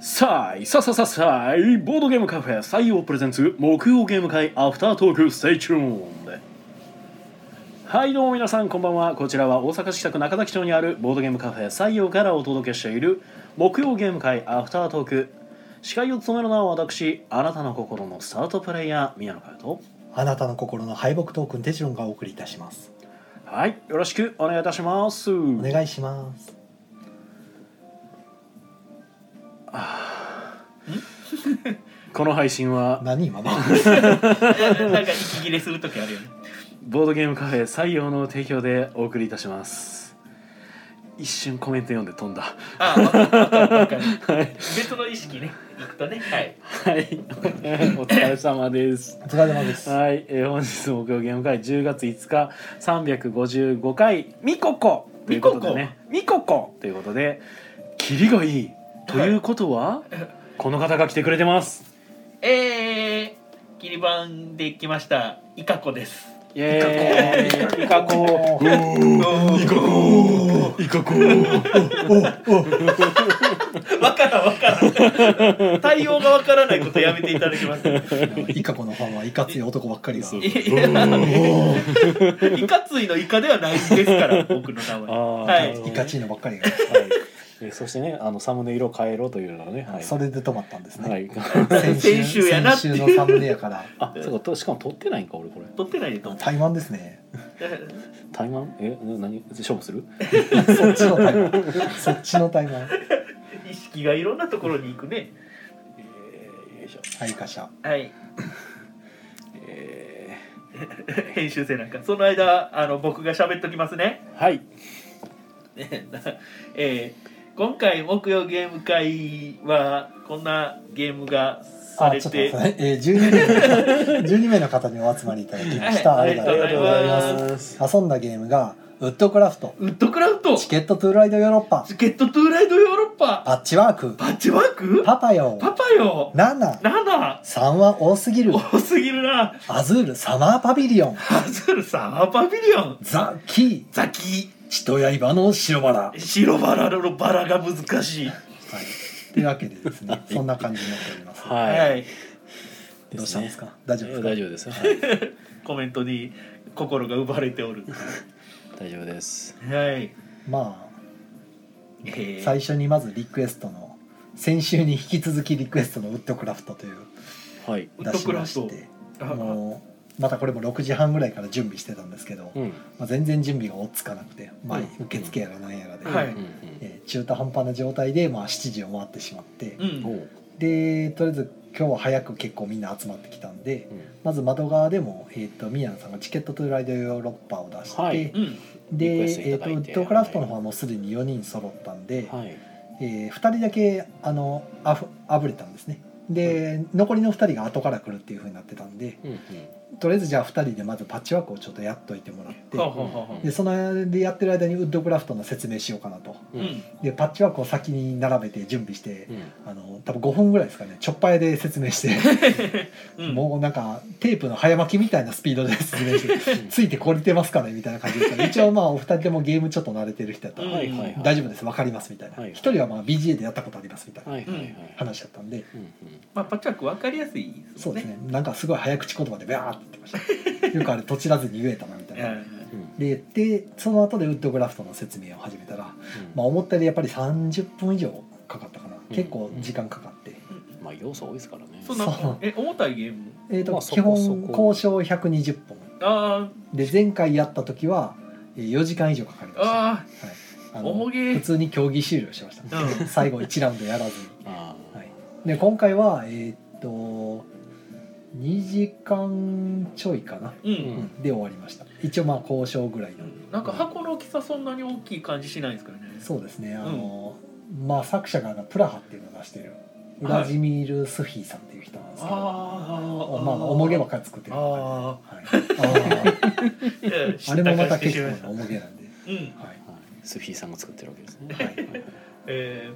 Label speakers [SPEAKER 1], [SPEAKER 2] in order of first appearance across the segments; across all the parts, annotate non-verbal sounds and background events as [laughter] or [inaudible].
[SPEAKER 1] さあ、さあさあさあさあ、ボードゲームカフェ採用プレゼンツ、木曜ゲーム会アフタートーク、ステイチューンはい、どうも皆さん、こんばんは。こちらは大阪市北区中崎町にあるボードゲームカフェ採用からお届けしている、木曜ゲーム会アフタートーク。司会を務めるのは私、あなたの心のスタートプレイヤー、宮野佳代と。
[SPEAKER 2] あなたの心の敗北トークンテジロンがお送りいたします。
[SPEAKER 1] はい、よろしくお願いいたします。
[SPEAKER 2] お願いします。
[SPEAKER 1] この配信は、
[SPEAKER 2] 何今の
[SPEAKER 3] [laughs] なんか息切れする時あるよね。
[SPEAKER 1] ボードゲームカフェ採用の提供でお送りいたします。一瞬コメント読んで飛んだ。
[SPEAKER 3] ああ、わかるわかるわかる。
[SPEAKER 1] はい。
[SPEAKER 3] 別の意識ね、いくとね、はい。
[SPEAKER 1] はい、 [laughs] お疲れ様です。
[SPEAKER 2] お疲れ様
[SPEAKER 3] [laughs]
[SPEAKER 2] です。
[SPEAKER 1] はい、えー、本日の木曜ゲーム会10月5日355回ミココということでね、ミココということで、キリがいいということは、この方が来てくれて [laughs] ます。
[SPEAKER 3] えー、切り板で来ました。イカコです。
[SPEAKER 1] イエーイ、イカコ、
[SPEAKER 3] イカコ。
[SPEAKER 1] イカコ、
[SPEAKER 3] わからんわから
[SPEAKER 1] [laughs]
[SPEAKER 3] ん。対応がわからないことやめていただきます。
[SPEAKER 2] イカ子のファンはいかつい男ばっかりが。
[SPEAKER 1] そう
[SPEAKER 3] いやイカついのイカではないですから、僕の名
[SPEAKER 1] あ
[SPEAKER 3] 前。
[SPEAKER 1] ー
[SPEAKER 3] はい。
[SPEAKER 2] イカチーノばっかりが。
[SPEAKER 1] はいえーそしてね、あのサムネ色を変えろというのがね、はい、
[SPEAKER 2] それで止まったんです
[SPEAKER 1] は
[SPEAKER 2] ね。
[SPEAKER 1] い、 [laughs]
[SPEAKER 3] 先週やなって
[SPEAKER 2] 先週のサムネやから。
[SPEAKER 1] あ、そうかと、しかも撮ってないんか、俺これ。
[SPEAKER 3] 撮ってないでと思う。
[SPEAKER 2] 怠慢ですね。
[SPEAKER 1] タイマン、え、な何、勝負する。
[SPEAKER 2] そっちの怠慢。そっちの怠慢。
[SPEAKER 3] 意識がいろんなところに行くね。
[SPEAKER 1] えー、よいしょ。
[SPEAKER 2] はい、カシャ。
[SPEAKER 3] はい。
[SPEAKER 1] え
[SPEAKER 3] 編集生なんか。その間、あの僕が喋っときますね。
[SPEAKER 1] ー、はい。。
[SPEAKER 3] ねな [laughs] えー今回木曜ゲーム会はこんなゲームがさ
[SPEAKER 2] あ、
[SPEAKER 3] れ
[SPEAKER 2] ちょっと待って
[SPEAKER 3] て
[SPEAKER 2] ください。えー、12名、12名の [laughs] 方にお集まりいただきました。
[SPEAKER 3] は
[SPEAKER 2] あ
[SPEAKER 3] い
[SPEAKER 2] りがとうござい
[SPEAKER 3] ありがとうござい
[SPEAKER 2] ま
[SPEAKER 3] ます
[SPEAKER 2] す。遊んだゲームが、ウッドクラフト、
[SPEAKER 3] ウッドクラフト
[SPEAKER 2] チケットトゥーライドヨーロッパ、
[SPEAKER 3] チケットトゥーライドヨーロッパ
[SPEAKER 2] パッチワーク、
[SPEAKER 3] パッチワーク
[SPEAKER 2] パパよ、
[SPEAKER 3] パパよ
[SPEAKER 2] ナナ、
[SPEAKER 3] 7
[SPEAKER 2] 3は多すぎる
[SPEAKER 3] 多すぎるな
[SPEAKER 2] アズールサマーパビリオン
[SPEAKER 3] ハズルサマーパビリオン
[SPEAKER 2] ザ・キ
[SPEAKER 3] ザキ
[SPEAKER 2] ー血と刃の白バラ、はい、
[SPEAKER 3] 白バラのバラが難しい
[SPEAKER 2] というわけでですねそんな感じになっております、
[SPEAKER 1] はい。
[SPEAKER 3] はい
[SPEAKER 2] どうしたんですか大丈夫ですか
[SPEAKER 1] 大丈夫です。
[SPEAKER 2] [laughs]
[SPEAKER 1] はい、
[SPEAKER 3] コメントに心が奪われておる
[SPEAKER 1] 大丈夫です。
[SPEAKER 3] はい
[SPEAKER 2] ま
[SPEAKER 3] え
[SPEAKER 2] あ
[SPEAKER 3] ー
[SPEAKER 2] 最初にまずリクエストの先週に引き続きリクエストのウッドクラフトという
[SPEAKER 1] はい。
[SPEAKER 3] ウッ
[SPEAKER 2] 出
[SPEAKER 3] ド
[SPEAKER 2] し
[SPEAKER 3] クラ
[SPEAKER 2] ま
[SPEAKER 3] フト
[SPEAKER 2] して
[SPEAKER 3] あ
[SPEAKER 2] もうまたこれも6時半ぐらいから準備してたんですけど、
[SPEAKER 1] うん。うん
[SPEAKER 2] まあ、全然準備が追っつかなくて、まあ
[SPEAKER 1] うん、
[SPEAKER 2] 受付やらなんやらで、
[SPEAKER 3] はい
[SPEAKER 1] うん
[SPEAKER 2] えー中途半端な状態で、まあ、7時を回ってしまって、
[SPEAKER 3] う
[SPEAKER 1] うん。お
[SPEAKER 3] ん
[SPEAKER 1] う。
[SPEAKER 2] でとりあえず今日は早く結構みんな集まってきたんで、
[SPEAKER 1] うん
[SPEAKER 2] まず窓側でも、えー、と宮野さんがチケットトゥーライドヨーロッパを出して、
[SPEAKER 1] はい
[SPEAKER 3] うん
[SPEAKER 1] リク
[SPEAKER 2] で
[SPEAKER 1] エストい
[SPEAKER 2] えー、
[SPEAKER 1] た
[SPEAKER 2] と
[SPEAKER 1] だ
[SPEAKER 2] ウ
[SPEAKER 1] いて
[SPEAKER 2] ッドクラフトの方はもうすでに4人揃ったんで、
[SPEAKER 1] はい。
[SPEAKER 2] え2人だけあのあふあぶれたんですねで、残りの2人が後から来るっていう風になってたんで
[SPEAKER 1] うんうん。
[SPEAKER 2] とりあえずじゃあ2人でまずパッチワークをちょっとやっといてもらって
[SPEAKER 3] はあはあは
[SPEAKER 2] でそのでやってる間にウッドクラフトの説明しようかなと
[SPEAKER 3] あうん
[SPEAKER 2] でパッチワークを先に並べて準備して
[SPEAKER 1] う、ん。
[SPEAKER 2] あの多分5分ぐらいですかねちょっぱいで説明して。
[SPEAKER 3] うん
[SPEAKER 2] もうなんかテープの早巻きみたいなスピードで説明して
[SPEAKER 1] うん
[SPEAKER 2] ついてこれてますかねみたいな感じで一応まあお二人ともゲームちょっと慣れてる人やった
[SPEAKER 3] うん
[SPEAKER 2] ら
[SPEAKER 1] はいはいはい。
[SPEAKER 2] 大丈夫です分かりますみたいな
[SPEAKER 1] はい
[SPEAKER 2] 一人はまあ BGA でやったことありますみたいな
[SPEAKER 1] はいはいはい。
[SPEAKER 2] 話だったんで
[SPEAKER 1] うん
[SPEAKER 3] まあ、パッチワーク分かりやすいです
[SPEAKER 2] そ
[SPEAKER 3] も
[SPEAKER 2] うんで
[SPEAKER 3] ね
[SPEAKER 2] すねなんかすごい早口言葉でビャーって言ってましたよくあれとちらずに言えたなみたいな
[SPEAKER 1] うんうん
[SPEAKER 2] ででその後でウッドグラフトの説明を始めたらまあ思ったよりやっぱり30分以上かかったかな結構時間かかって
[SPEAKER 3] うん
[SPEAKER 1] まあ要素多いですからね。
[SPEAKER 3] そんな
[SPEAKER 2] そう
[SPEAKER 3] え重たいゲーム
[SPEAKER 2] え
[SPEAKER 1] ま
[SPEAKER 2] ーと
[SPEAKER 1] あそ
[SPEAKER 2] 基
[SPEAKER 1] こ
[SPEAKER 2] 本
[SPEAKER 1] そこ
[SPEAKER 2] 交渉120本
[SPEAKER 3] あ
[SPEAKER 2] で前回やった時はえー4時間以上かかり
[SPEAKER 3] ー
[SPEAKER 2] ました
[SPEAKER 3] あ
[SPEAKER 2] あ
[SPEAKER 3] ー
[SPEAKER 2] の
[SPEAKER 3] 重げ
[SPEAKER 2] 普通に競技終了しました、
[SPEAKER 3] うん
[SPEAKER 2] 最後1ラウンドやらずに、
[SPEAKER 1] ああ。
[SPEAKER 2] はい、で今回はえーっと2時間ちょいかな、 [laughs]
[SPEAKER 3] うん、
[SPEAKER 1] ん
[SPEAKER 2] で終わりました一応まあ交渉ぐらいの、
[SPEAKER 3] なんか箱の大きさそんなに大きい感じしないですからね
[SPEAKER 2] そうですねあの、まあ作者があのプラハっていうのを出してるウ
[SPEAKER 3] はい
[SPEAKER 2] ラジミール・スフィーさんっていう人なんですけど、
[SPEAKER 3] ああ
[SPEAKER 2] まあ、重げばっかり作ってるのか
[SPEAKER 3] あ
[SPEAKER 2] なはいあー
[SPEAKER 3] あ
[SPEAKER 2] [laughs] あれもまた
[SPEAKER 3] 結
[SPEAKER 2] 結
[SPEAKER 3] 構
[SPEAKER 2] 構な重げなんで、
[SPEAKER 3] うん
[SPEAKER 2] はい
[SPEAKER 1] はいスフィーさんが作ってるわけですね。
[SPEAKER 2] はい
[SPEAKER 1] はい
[SPEAKER 3] え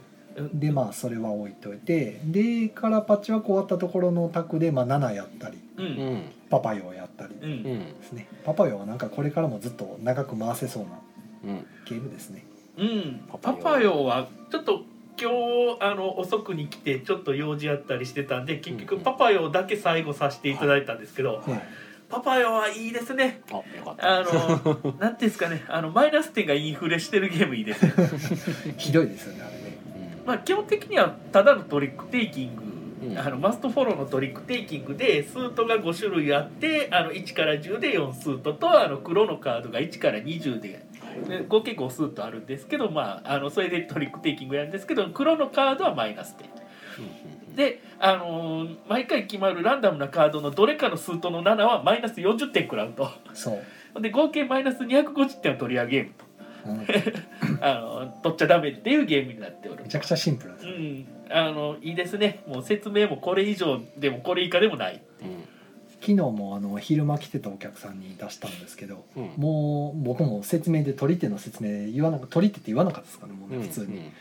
[SPEAKER 2] でまあそれは置いといてでからパッチワーク終わったところの卓で、まあ、7やったり
[SPEAKER 3] ー、う
[SPEAKER 1] うんん
[SPEAKER 2] パパヨをやったり
[SPEAKER 3] う
[SPEAKER 2] で
[SPEAKER 1] うんん
[SPEAKER 2] すね、パパヨはなんかこれからもずっと長く回せそうな
[SPEAKER 1] うん。
[SPEAKER 2] ゲームですね
[SPEAKER 3] うん
[SPEAKER 1] パパ
[SPEAKER 3] パ
[SPEAKER 1] 用
[SPEAKER 3] パ用はちょっと今日あの遅くに来てちょっと用事あったりしてたんで結
[SPEAKER 4] う
[SPEAKER 3] 局
[SPEAKER 4] ん
[SPEAKER 3] パパよだけ最後させていただいたんですけど、
[SPEAKER 2] はい
[SPEAKER 3] パパよはいいですね
[SPEAKER 4] あよかった
[SPEAKER 3] あの
[SPEAKER 4] [laughs]
[SPEAKER 3] なんていうんですかねあのマイナス点がインフレしてるゲームいいですね、
[SPEAKER 2] ひどいですよねあれね
[SPEAKER 4] うん
[SPEAKER 3] まあ、基本的にはただのトリックテイキング、
[SPEAKER 4] うん
[SPEAKER 3] あのマストフォローのトリックテイキングでスートが5種類あってあの1から10で4スートとあの黒のカードが1から20でで合計5スートあるんですけど、まあ、あのそれでトリックテイキングやるんですけど黒のカードはマイナス点。で、あのー毎回決まるランダムなカードのどれかのスートの7はマイナス40点食らうと
[SPEAKER 2] そう、
[SPEAKER 3] で合計マイナス250点を取り上げると、
[SPEAKER 2] うんめ
[SPEAKER 3] あのー取っちゃダメっていうゲームになっておる
[SPEAKER 2] ちゃくちゃシンプルなんで
[SPEAKER 3] う
[SPEAKER 2] すよ
[SPEAKER 3] んあのいいですねもう説明もこれ以上でもこれ以下でもない
[SPEAKER 2] 昨日もあの昼間来てたお客さんに出したんですけど
[SPEAKER 4] うんうん
[SPEAKER 2] もう僕も説明で取り手の説明言わなく取り手って言わなかったですかねもうね
[SPEAKER 4] うん
[SPEAKER 2] 普通に、
[SPEAKER 4] うん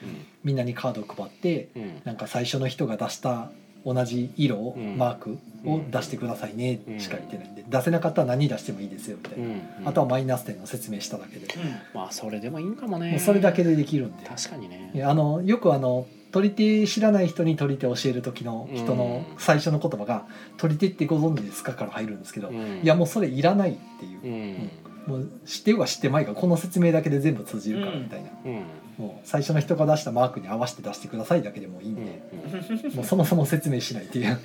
[SPEAKER 2] みんなにカードを配って
[SPEAKER 4] うんうん
[SPEAKER 2] なんか最初の人が出した同じ色を、
[SPEAKER 4] うん
[SPEAKER 2] マークを出してくださいね
[SPEAKER 4] うん
[SPEAKER 2] しか言ってないんで、出せなかったら何出してもいいですよみたいな、
[SPEAKER 4] うん
[SPEAKER 2] あとはマイナス点の説明しただけで、
[SPEAKER 4] まあそれでもいいんかも
[SPEAKER 2] も
[SPEAKER 4] ね
[SPEAKER 2] うそれだけでできるんで
[SPEAKER 4] 確かにね
[SPEAKER 2] いやあのよくあの取り手知らない人に取り手教える時の人の
[SPEAKER 4] うん
[SPEAKER 2] 最初の言葉が「取り手ってご存知ですか?」から入るんですけど、
[SPEAKER 4] うん
[SPEAKER 2] いやもうそれいらないっていう
[SPEAKER 4] う、ん
[SPEAKER 2] もう知ってようが知ってまいがこの説明だけで全部通じるからみたいな、
[SPEAKER 4] うん
[SPEAKER 2] もう最初の人が出したマークに合わせて出してくださいだけでもいいん
[SPEAKER 4] う
[SPEAKER 2] で、
[SPEAKER 4] ん
[SPEAKER 2] もうそもそも説明しないっていう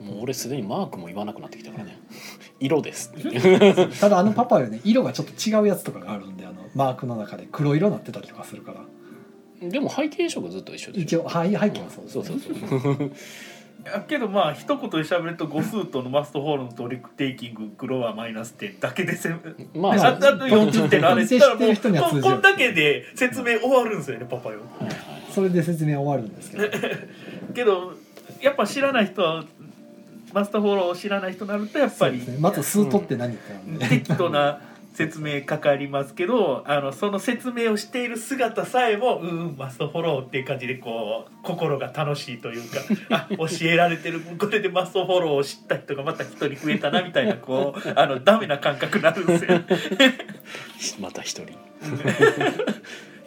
[SPEAKER 4] うんもう俺すでにマークも言わなくなってきたからね [laughs] 色
[SPEAKER 3] [laughs]
[SPEAKER 4] ですって
[SPEAKER 2] ただあのパパよね色がちょっと違うやつとかがあるんであのマークの中で黒色になってたりとかするから
[SPEAKER 4] でも背景色ずっと一緒でし
[SPEAKER 2] 一
[SPEAKER 4] ょ
[SPEAKER 2] 応はい背景
[SPEAKER 4] うん
[SPEAKER 2] は
[SPEAKER 4] そ
[SPEAKER 2] そう
[SPEAKER 4] う
[SPEAKER 2] です、
[SPEAKER 4] そ
[SPEAKER 2] ね
[SPEAKER 4] うそう
[SPEAKER 3] やけどまあ一言で喋ると5スートのマストホールのトリックテイキング黒はマイナス点だけでせ
[SPEAKER 4] ま
[SPEAKER 3] あ [laughs]
[SPEAKER 4] あ
[SPEAKER 2] で
[SPEAKER 3] あと40点のあれしたら
[SPEAKER 2] 設定し
[SPEAKER 3] も
[SPEAKER 2] てる人には通じ
[SPEAKER 3] う
[SPEAKER 2] る
[SPEAKER 3] ここんだけで説明終わるんですよねパパよ。
[SPEAKER 4] はいはい
[SPEAKER 2] それで説明終わるんですけど
[SPEAKER 3] けどやっぱ知らない人はマスターフォローを知らない人になるとやっぱ
[SPEAKER 2] そう
[SPEAKER 3] り、
[SPEAKER 2] ですねまず数取って何ってなんで、
[SPEAKER 3] 適当な説明かかりますけどあのその説明をしている姿さえもうんマストフォローっていう感じでこう心が楽しいというかあ教えられてるこれでマストフォローを知った人がまた一人増えたなみたいなこうあのダメな感覚になるんですよ。だか
[SPEAKER 4] また一人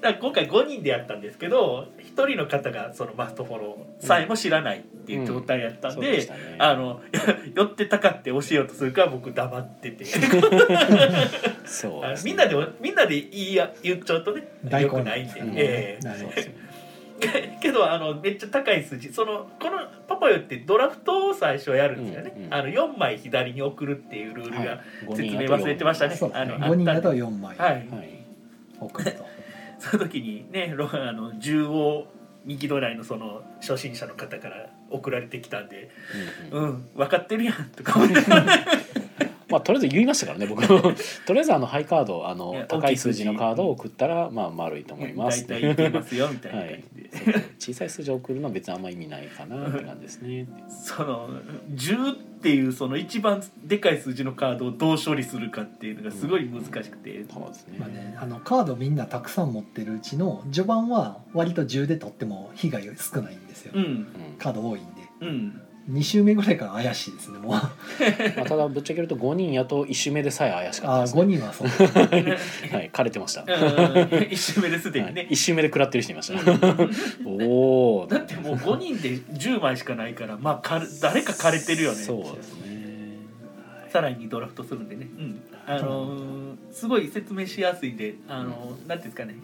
[SPEAKER 3] ら今回5人でやったんですけど1人の方がそのマストフォローさえも知らないっていう状態やったん
[SPEAKER 4] そう
[SPEAKER 3] で。
[SPEAKER 4] でしたね
[SPEAKER 3] あの寄ってたかって教えようとするから僕黙ってて
[SPEAKER 4] そう
[SPEAKER 3] あ
[SPEAKER 4] すね
[SPEAKER 3] みんなでみんなで言いや言っちゃうとね
[SPEAKER 2] 大
[SPEAKER 3] よ
[SPEAKER 2] 根
[SPEAKER 3] くないんで、
[SPEAKER 4] うん
[SPEAKER 3] ええ
[SPEAKER 2] なるほど
[SPEAKER 3] [laughs] けどあのめっちゃ高い数字そのこのパパよってドラフトを最初やるんですよね、
[SPEAKER 4] うんうん
[SPEAKER 3] あの4枚左に送るっていうルールが、
[SPEAKER 4] はい五
[SPEAKER 3] 説
[SPEAKER 4] 人
[SPEAKER 3] 明
[SPEAKER 4] やと
[SPEAKER 3] 忘れてましたね
[SPEAKER 2] そうですね
[SPEAKER 3] あの
[SPEAKER 2] 5人だと4枚
[SPEAKER 3] はい
[SPEAKER 4] はい
[SPEAKER 2] 送ると、
[SPEAKER 3] その時にねロあの10を右隣のその初心者の方から送られてきたんで「
[SPEAKER 4] うんうん
[SPEAKER 3] うん分かってるやん」とか思って
[SPEAKER 4] まあとりあえず言いましたからね僕 [laughs] とりあえずあのハイカードあ
[SPEAKER 3] い
[SPEAKER 4] の
[SPEAKER 3] や
[SPEAKER 4] 高
[SPEAKER 3] 大き
[SPEAKER 4] い
[SPEAKER 3] い
[SPEAKER 4] 数
[SPEAKER 3] 数字
[SPEAKER 4] 字のカードを送ったらまあ丸いと思いま
[SPEAKER 3] 大
[SPEAKER 4] す
[SPEAKER 3] 体言ってますよみたいな感じで。
[SPEAKER 4] 小さい数字を送るのは別にあんま意味ないかなって感じですね。
[SPEAKER 2] [laughs]
[SPEAKER 3] その10っていうその一番でかい数字のカードをどう処理するかっていうのがすごい難しくて、
[SPEAKER 4] そうですね。
[SPEAKER 2] まあね、あのカードみんなたくさん持ってるうちの序盤は割と10で取っても被害少ないんですよ、
[SPEAKER 3] うん
[SPEAKER 4] うん
[SPEAKER 2] カード多いんで
[SPEAKER 3] うん
[SPEAKER 2] 2周目ぐらいから怪しいですね
[SPEAKER 3] [laughs]
[SPEAKER 2] もうあ
[SPEAKER 4] まあただぶっちゃけると5人やと1周目でさえ怪しかった
[SPEAKER 2] あ
[SPEAKER 4] です、ね。
[SPEAKER 2] 5人はそう
[SPEAKER 4] はい枯れてました。は
[SPEAKER 3] うん一周目です
[SPEAKER 4] い
[SPEAKER 3] でにね、
[SPEAKER 4] 1周目で食らってる人いました。おお。
[SPEAKER 3] だってもう5人で10枚しかないからまあかる誰か枯れてるよね
[SPEAKER 4] そうですね。
[SPEAKER 3] さらにドラフトするんでね、うんあのーすごい説明しやすいんで、あのーなんていうんですかね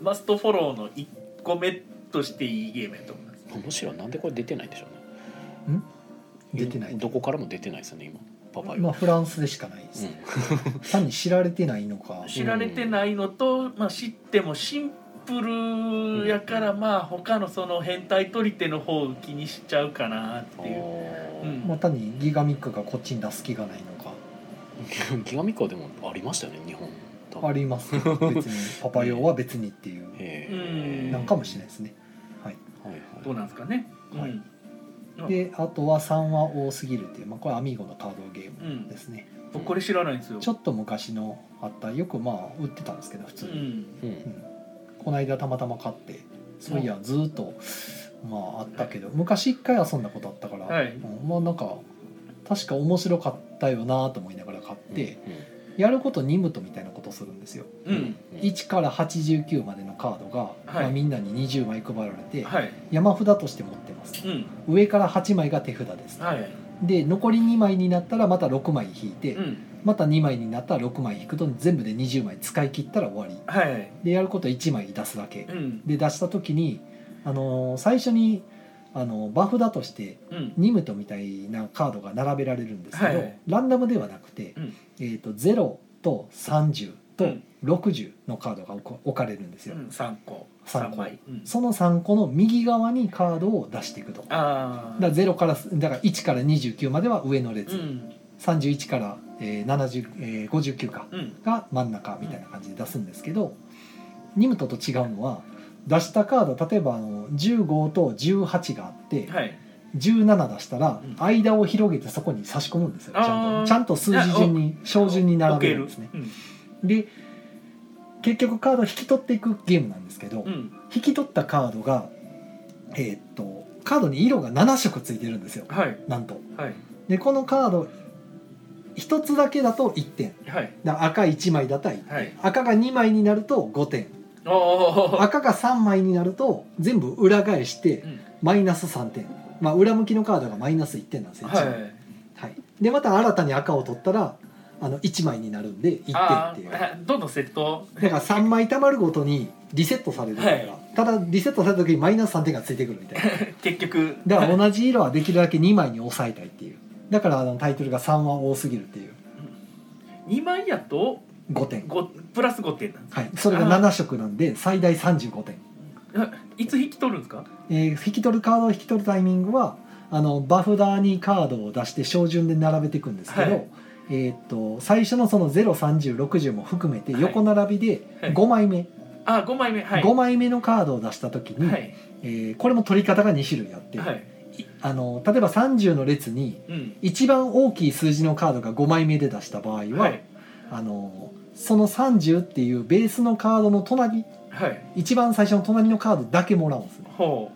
[SPEAKER 3] マストフォローの1個目としていいゲームやと思います
[SPEAKER 4] むしろなんでこれ出てないんでしょうね。
[SPEAKER 2] 出てない
[SPEAKER 4] どこからも出てないですよね今パパよ。
[SPEAKER 2] まあフランスでしかないですね、単に知られてないのか
[SPEAKER 3] 知られてないのと、まあ、知ってもシンプルやから、まあ他のその変態取り手の方を気にしちゃうかなっていう、
[SPEAKER 4] お
[SPEAKER 3] う
[SPEAKER 4] ー
[SPEAKER 2] まあ
[SPEAKER 3] ん、
[SPEAKER 2] 単にギガミックがこっちに出す気がないのか
[SPEAKER 4] ギガミカでもありましたよね日本。多分
[SPEAKER 2] あります
[SPEAKER 4] [laughs]
[SPEAKER 2] けど別にパパ用は別にっていう
[SPEAKER 4] へ
[SPEAKER 3] う
[SPEAKER 4] ー
[SPEAKER 3] ん
[SPEAKER 2] なんかもしれないですね、はい、
[SPEAKER 4] はいはい
[SPEAKER 3] どうなんですかね、
[SPEAKER 2] はい
[SPEAKER 3] うん
[SPEAKER 2] であとは3は多すぎるっていう、まあ、これアミーゴのカードゲームですね、
[SPEAKER 3] 僕これ知らないんですよ
[SPEAKER 2] ちょっと昔のあったよくまあ売ってたんですけど普通
[SPEAKER 3] う
[SPEAKER 2] に、
[SPEAKER 3] ん
[SPEAKER 4] うん
[SPEAKER 2] この間たまたま買ってそういやずーっとまああったけど昔一回遊んだことあったから、
[SPEAKER 3] はい
[SPEAKER 2] うんまあなんか確か面白かったよなと思いながら買って、
[SPEAKER 4] うん
[SPEAKER 2] やること任務とみたいなことするんですよ
[SPEAKER 3] うん
[SPEAKER 2] 1から89までのカードが、まあみんなに20枚配られて、
[SPEAKER 3] はい
[SPEAKER 2] 山札として持ってます
[SPEAKER 3] うん
[SPEAKER 2] 上から8枚が手札です
[SPEAKER 3] はい
[SPEAKER 2] で残り2枚になったらまた6枚引いて、
[SPEAKER 3] うん
[SPEAKER 2] また2枚になったら6枚引くと全部で20枚使い切ったら終わり
[SPEAKER 3] はい
[SPEAKER 2] でやることは1枚出すだけ
[SPEAKER 3] うん
[SPEAKER 2] で出した時に、あのー最初に、あのーバフだとして
[SPEAKER 3] うん
[SPEAKER 2] ニムトみたいなカードが並べられるんですけど、
[SPEAKER 3] はい
[SPEAKER 2] ランダムではなくて、
[SPEAKER 3] うん
[SPEAKER 2] えー、と0と30
[SPEAKER 3] う
[SPEAKER 2] と
[SPEAKER 3] ん
[SPEAKER 2] 60のカードが置か置かれるんですよ、
[SPEAKER 3] うん三個
[SPEAKER 2] 三個
[SPEAKER 3] 枚うん
[SPEAKER 2] その3個の右側にカードを出していくとだか
[SPEAKER 3] ああ
[SPEAKER 2] ら0からだから1から29までは上の列、
[SPEAKER 3] うん
[SPEAKER 2] 31から、えー70えー59か
[SPEAKER 3] うん
[SPEAKER 2] が真ん中みたいな感じで出すんですけど、ニムトと違うのは出したカード例えばあの15と18があって、
[SPEAKER 3] はい
[SPEAKER 2] 17出したら
[SPEAKER 3] うん
[SPEAKER 2] 間を広げてそこに差し込むんですよちゃん
[SPEAKER 3] あー
[SPEAKER 2] とちゃんと数字順に小順に並べるんですね
[SPEAKER 3] 置ける
[SPEAKER 2] で結局カード引き取っていくゲームなんですけど、
[SPEAKER 3] うんうん
[SPEAKER 2] 引き取ったカードがえーっとカードに色が7色ついてるんですよ
[SPEAKER 3] はい
[SPEAKER 2] なんと
[SPEAKER 3] はい
[SPEAKER 2] でこのカード1つだけだと1点
[SPEAKER 3] はい
[SPEAKER 2] だから赤1枚だったら1点
[SPEAKER 3] はい
[SPEAKER 2] 赤が2枚になると5点
[SPEAKER 3] おお
[SPEAKER 2] 赤が3枚になると全部裏返して
[SPEAKER 3] うん
[SPEAKER 2] マイナス3点、まあ、裏向きのカードがマイナス1点なんですよ、一
[SPEAKER 3] は
[SPEAKER 2] 枚
[SPEAKER 3] い
[SPEAKER 2] はい、でまた新たに赤を取ったらあの1枚になるんで1点
[SPEAKER 3] あ
[SPEAKER 2] っていうだか
[SPEAKER 3] あどんどんセット
[SPEAKER 2] ら3枚たまるごとにリセットされるから、
[SPEAKER 3] はい
[SPEAKER 2] ただリセットされた時にマイナス3点がついてくるみたいな
[SPEAKER 3] 結局
[SPEAKER 2] だから同じ色はできるだけ2枚に抑えたいっていうだからあのタイトルが3は多すぎるっていう
[SPEAKER 3] [laughs] 二枚やと
[SPEAKER 2] 5点
[SPEAKER 3] 五プラス五点なんです
[SPEAKER 2] はいそれが7色なんで最大35点、
[SPEAKER 3] いつ引き取るんですか
[SPEAKER 2] えー引き取るカードを引き取るタイミングはあのバフダーにカードを出して小順で並べていくんですけど、
[SPEAKER 3] はい
[SPEAKER 2] えーっと最初のその03060も含めて
[SPEAKER 3] はい
[SPEAKER 2] 横並びで
[SPEAKER 3] はい
[SPEAKER 2] 5枚目、
[SPEAKER 3] あ五枚目はい
[SPEAKER 2] 5枚目のカードを出した時に、
[SPEAKER 3] はい
[SPEAKER 2] えーこれも取り方が2種類あって、
[SPEAKER 3] はい
[SPEAKER 2] あの例えば30の列に
[SPEAKER 3] うん
[SPEAKER 2] 一番大きい数字のカードが5枚目で出した場合は、
[SPEAKER 3] はい
[SPEAKER 2] あのその30っていうベースのカードの隣
[SPEAKER 3] はい
[SPEAKER 2] 一番最初の隣のカードだけもらうんですね
[SPEAKER 3] ほ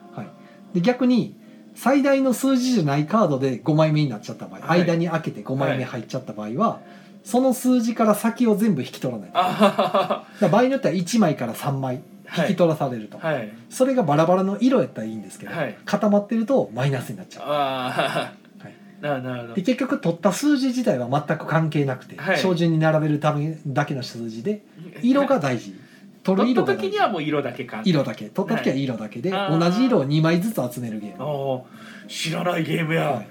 [SPEAKER 2] で逆に最大の数字じゃないカードで5枚目になっちゃった場合、
[SPEAKER 3] はい
[SPEAKER 2] 間に開けて5枚目入っちゃった場合は、その数字から先を全部引き取らないう
[SPEAKER 3] あはは
[SPEAKER 2] だから場合によっては1枚から3枚
[SPEAKER 3] は
[SPEAKER 2] 引き取らされると、
[SPEAKER 3] はいはい
[SPEAKER 2] それがバラバラの色やったらいいんですけど、
[SPEAKER 3] はい
[SPEAKER 2] 固まってるとマイナスになっちゃは
[SPEAKER 3] ああ、はいい、ななる
[SPEAKER 2] う
[SPEAKER 3] ほ
[SPEAKER 2] で
[SPEAKER 3] ど
[SPEAKER 2] 結局取った数字自体は全く関係なくて、
[SPEAKER 3] はい
[SPEAKER 2] 照準に並べるためだけの数字で色が大事取る
[SPEAKER 3] 取
[SPEAKER 2] 色
[SPEAKER 3] っ
[SPEAKER 2] が
[SPEAKER 3] た
[SPEAKER 2] 大
[SPEAKER 3] 時
[SPEAKER 2] 事
[SPEAKER 3] にはもう色だけか
[SPEAKER 2] 色だけ取った時は色だけで、
[SPEAKER 3] はいあー
[SPEAKER 2] 同じ色を2枚ずつ集めるゲーム、
[SPEAKER 3] おー知らないゲームや、
[SPEAKER 2] はい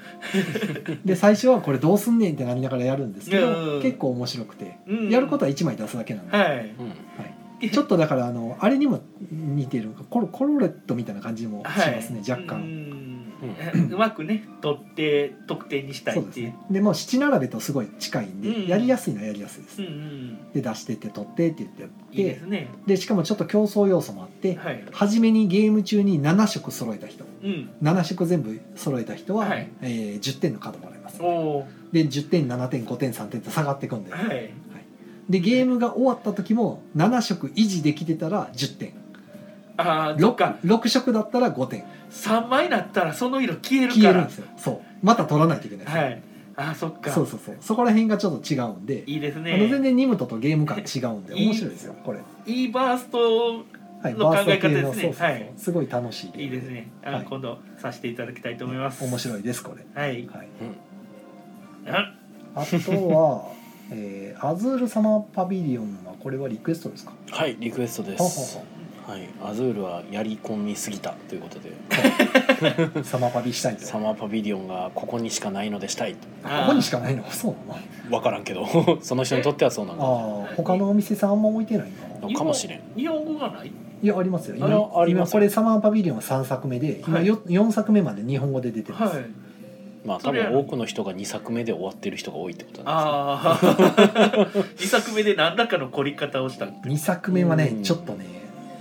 [SPEAKER 2] で最初はこれどうすんねんってなりながらやるんですけ
[SPEAKER 3] う
[SPEAKER 2] ど
[SPEAKER 3] ん
[SPEAKER 2] 結構面白くて
[SPEAKER 3] うん
[SPEAKER 2] やることは1枚出すだけなんで、
[SPEAKER 3] はい
[SPEAKER 4] うん
[SPEAKER 2] はいちょっとだからあのあれにも似てるのかコロコロレットみたいな感じもしますね、
[SPEAKER 3] はい
[SPEAKER 2] 若干。
[SPEAKER 3] うんうまくね取って得点にしたい
[SPEAKER 2] そ
[SPEAKER 3] っ
[SPEAKER 2] うです
[SPEAKER 3] ていう
[SPEAKER 2] ねでもう七並べとすごい近いんで、
[SPEAKER 3] うん
[SPEAKER 2] やりやすいのはやりやすいです、
[SPEAKER 3] うんうん
[SPEAKER 2] で出してって取ってって言ってやって
[SPEAKER 3] いいですね
[SPEAKER 2] でしかもちょっと競争要素もあって、
[SPEAKER 3] はい
[SPEAKER 2] 初めにゲーム中に7色揃えた人
[SPEAKER 3] うん
[SPEAKER 2] 7色全部揃えた人は、
[SPEAKER 3] はい
[SPEAKER 2] えー10点のカードもらえます
[SPEAKER 3] おお
[SPEAKER 2] で10点7点5点3点って下がっていくんで、
[SPEAKER 3] はい
[SPEAKER 2] でゲームが終わった時も7色維持できてたら10点
[SPEAKER 3] ああそっか
[SPEAKER 2] 6, 六色だったら5点
[SPEAKER 3] 三枚なったらその色消える
[SPEAKER 2] 消
[SPEAKER 3] か
[SPEAKER 2] えるん
[SPEAKER 3] ら
[SPEAKER 2] ですよそうまた取らないといけないですよ、
[SPEAKER 3] はいあーそっか
[SPEAKER 2] そうそうそうそこら辺がちょっと違うんで
[SPEAKER 3] いいです
[SPEAKER 2] あの全
[SPEAKER 3] ね
[SPEAKER 2] 然ニムトとゲーム感違うんで
[SPEAKER 3] いい
[SPEAKER 2] 面白いですよこれ、
[SPEAKER 3] いいバースト
[SPEAKER 2] はい、
[SPEAKER 3] の
[SPEAKER 2] バ
[SPEAKER 3] 考え方
[SPEAKER 2] ースト系
[SPEAKER 3] ですね
[SPEAKER 2] のそうそうそう
[SPEAKER 3] はい
[SPEAKER 2] すごい楽しいゲーム
[SPEAKER 3] いいですねあー、
[SPEAKER 2] はい
[SPEAKER 3] 今度させていただきたいと思います
[SPEAKER 2] 面白
[SPEAKER 3] い
[SPEAKER 2] いですこれ、
[SPEAKER 3] はい
[SPEAKER 2] はい、
[SPEAKER 3] あ
[SPEAKER 2] あとは、 [laughs] えーアズール様パビリオン」はこれはリクエストですか
[SPEAKER 4] はいリクエストで
[SPEAKER 2] は
[SPEAKER 4] す
[SPEAKER 2] は
[SPEAKER 4] はいアズールはやり込みすぎたということで
[SPEAKER 2] はサマパビしたいんだ
[SPEAKER 4] サ
[SPEAKER 2] こ
[SPEAKER 4] マーパビリオンがここにしかないのでしたいと
[SPEAKER 3] あー
[SPEAKER 2] こにしかないのそうな
[SPEAKER 4] 分からんけど [laughs] その人にとってはそうなの
[SPEAKER 2] のああ他のお店さんあんま置いてないんかな
[SPEAKER 4] かもしれん
[SPEAKER 3] 日本語がない
[SPEAKER 2] いやありますよ今
[SPEAKER 4] あれはありま
[SPEAKER 2] 今
[SPEAKER 4] す
[SPEAKER 2] これ「サマーパビリオン」3作目で今
[SPEAKER 3] はい
[SPEAKER 2] 4,、四作目まで日本語で出てます、
[SPEAKER 3] はい
[SPEAKER 4] まあ多
[SPEAKER 3] それや
[SPEAKER 4] 分
[SPEAKER 3] ろ
[SPEAKER 4] 多くの人が2作目で終わってる人が多いってことなんで
[SPEAKER 3] ああ
[SPEAKER 2] [laughs]
[SPEAKER 3] 二作目で何らかの凝り方をした
[SPEAKER 2] 2作目はね
[SPEAKER 4] うん
[SPEAKER 2] ちょっとね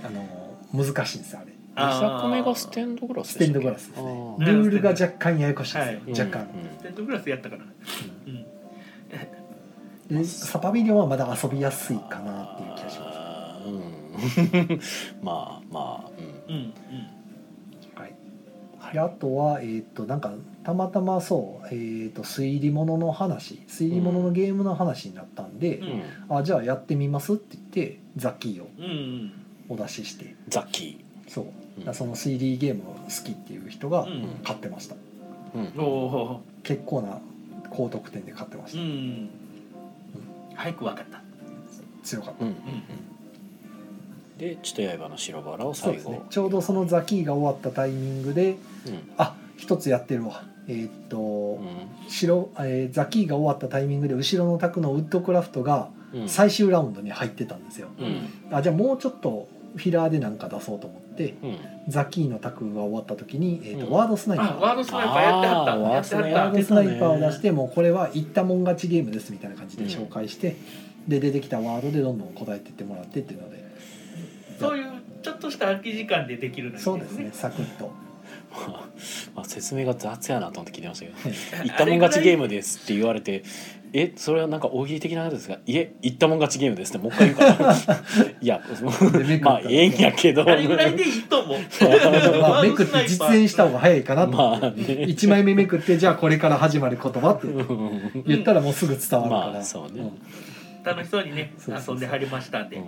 [SPEAKER 2] あの難しいんですあれ
[SPEAKER 4] すね2作目がステンドグラス
[SPEAKER 2] ス
[SPEAKER 4] で
[SPEAKER 2] テ
[SPEAKER 4] し
[SPEAKER 2] ン
[SPEAKER 4] た
[SPEAKER 2] ド
[SPEAKER 4] っけ
[SPEAKER 2] グラスです
[SPEAKER 4] あ
[SPEAKER 2] ね
[SPEAKER 4] ー
[SPEAKER 2] ルールが若干ややこしいですよ、
[SPEAKER 3] はい
[SPEAKER 2] 若干、
[SPEAKER 4] うん
[SPEAKER 3] ステンドグラスやったかなうん
[SPEAKER 2] でサパビリオンはまだ遊びやすいかなっていう気がしま
[SPEAKER 4] あーうん [laughs] まあまあ、うん
[SPEAKER 3] うん
[SPEAKER 2] す、はい、
[SPEAKER 4] は
[SPEAKER 2] であとはえーっとなんかたまたまそうえーっと推理物の話推理物のゲームの話になったんで、
[SPEAKER 3] うん
[SPEAKER 2] あじゃあやってみますって言ってザキーを
[SPEAKER 3] うんうん
[SPEAKER 2] お出しして
[SPEAKER 4] ザッキ
[SPEAKER 2] そう、
[SPEAKER 4] うん
[SPEAKER 2] だからその推理ゲームを好きっていう人が
[SPEAKER 3] うん
[SPEAKER 2] 買ってました、
[SPEAKER 4] ー、うん
[SPEAKER 3] おお
[SPEAKER 2] 結構な高得点で買ってまし
[SPEAKER 3] ーう
[SPEAKER 2] た、
[SPEAKER 3] ん早くわかった
[SPEAKER 2] 強かった、
[SPEAKER 4] うんうん
[SPEAKER 3] うん
[SPEAKER 4] で「ちと刃の白バラ」を
[SPEAKER 2] そうで
[SPEAKER 4] 最
[SPEAKER 2] す
[SPEAKER 4] 後
[SPEAKER 2] ねちょうどそのザキーが終わったタイミングで
[SPEAKER 4] うん
[SPEAKER 2] あ一つやってるわえーっと、
[SPEAKER 4] うん
[SPEAKER 2] 白えーザキーが終わったタイミングで後ろの卓のウッドクラフトが
[SPEAKER 4] うん
[SPEAKER 2] 最終ラウンドに入ってたんですよ、
[SPEAKER 4] うん
[SPEAKER 2] あじゃあもうちょっとフィラーでなんか出そうと思って
[SPEAKER 4] うん
[SPEAKER 2] ザキーの卓が終わった時に、えーと
[SPEAKER 4] うん
[SPEAKER 2] ワードスナイパ
[SPEAKER 3] あ
[SPEAKER 2] ー
[SPEAKER 3] ワードスナイパーやってはった
[SPEAKER 4] あー
[SPEAKER 3] やって
[SPEAKER 2] ワ
[SPEAKER 3] は
[SPEAKER 2] ー
[SPEAKER 3] っ
[SPEAKER 2] ドスナイパーを出してもうこれは言ったもん勝ちゲームですみたいな感じで紹介して、で出てきたワードでどんどん答えていってもらってっていうので
[SPEAKER 3] たそういうちょっとした空き時間でできるなんて
[SPEAKER 2] そうですねサクッと
[SPEAKER 4] まあ [laughs] まあ説明が雑やなと思って聞いてましたけど
[SPEAKER 2] は
[SPEAKER 4] 「
[SPEAKER 2] い [laughs]
[SPEAKER 4] いったもん勝ちゲームです」って言われて「えそれはなんか大喜利的な話ですがいえいったもん勝ちゲームです」ってもう一回言うから [laughs] い
[SPEAKER 2] [laughs]
[SPEAKER 4] や
[SPEAKER 2] でめくった
[SPEAKER 4] まあええんやけど
[SPEAKER 3] あれぐらいでいいと思う
[SPEAKER 2] まあ
[SPEAKER 3] ワ
[SPEAKER 2] め
[SPEAKER 3] ー
[SPEAKER 2] く
[SPEAKER 3] ド
[SPEAKER 2] っ
[SPEAKER 3] スナ
[SPEAKER 2] て
[SPEAKER 3] イパ
[SPEAKER 2] 実
[SPEAKER 3] ー
[SPEAKER 2] 演した方が早 [laughs] いかなと思
[SPEAKER 4] ま
[SPEAKER 2] って、
[SPEAKER 4] あね
[SPEAKER 2] 1枚目めくってじゃあこれから始まる言葉って
[SPEAKER 4] うん
[SPEAKER 2] 言ったらもうすぐ伝わるから、
[SPEAKER 4] まあそうね
[SPEAKER 2] ん
[SPEAKER 3] 楽しそうにね
[SPEAKER 2] そうそうそう
[SPEAKER 3] 遊んではりましたんでうん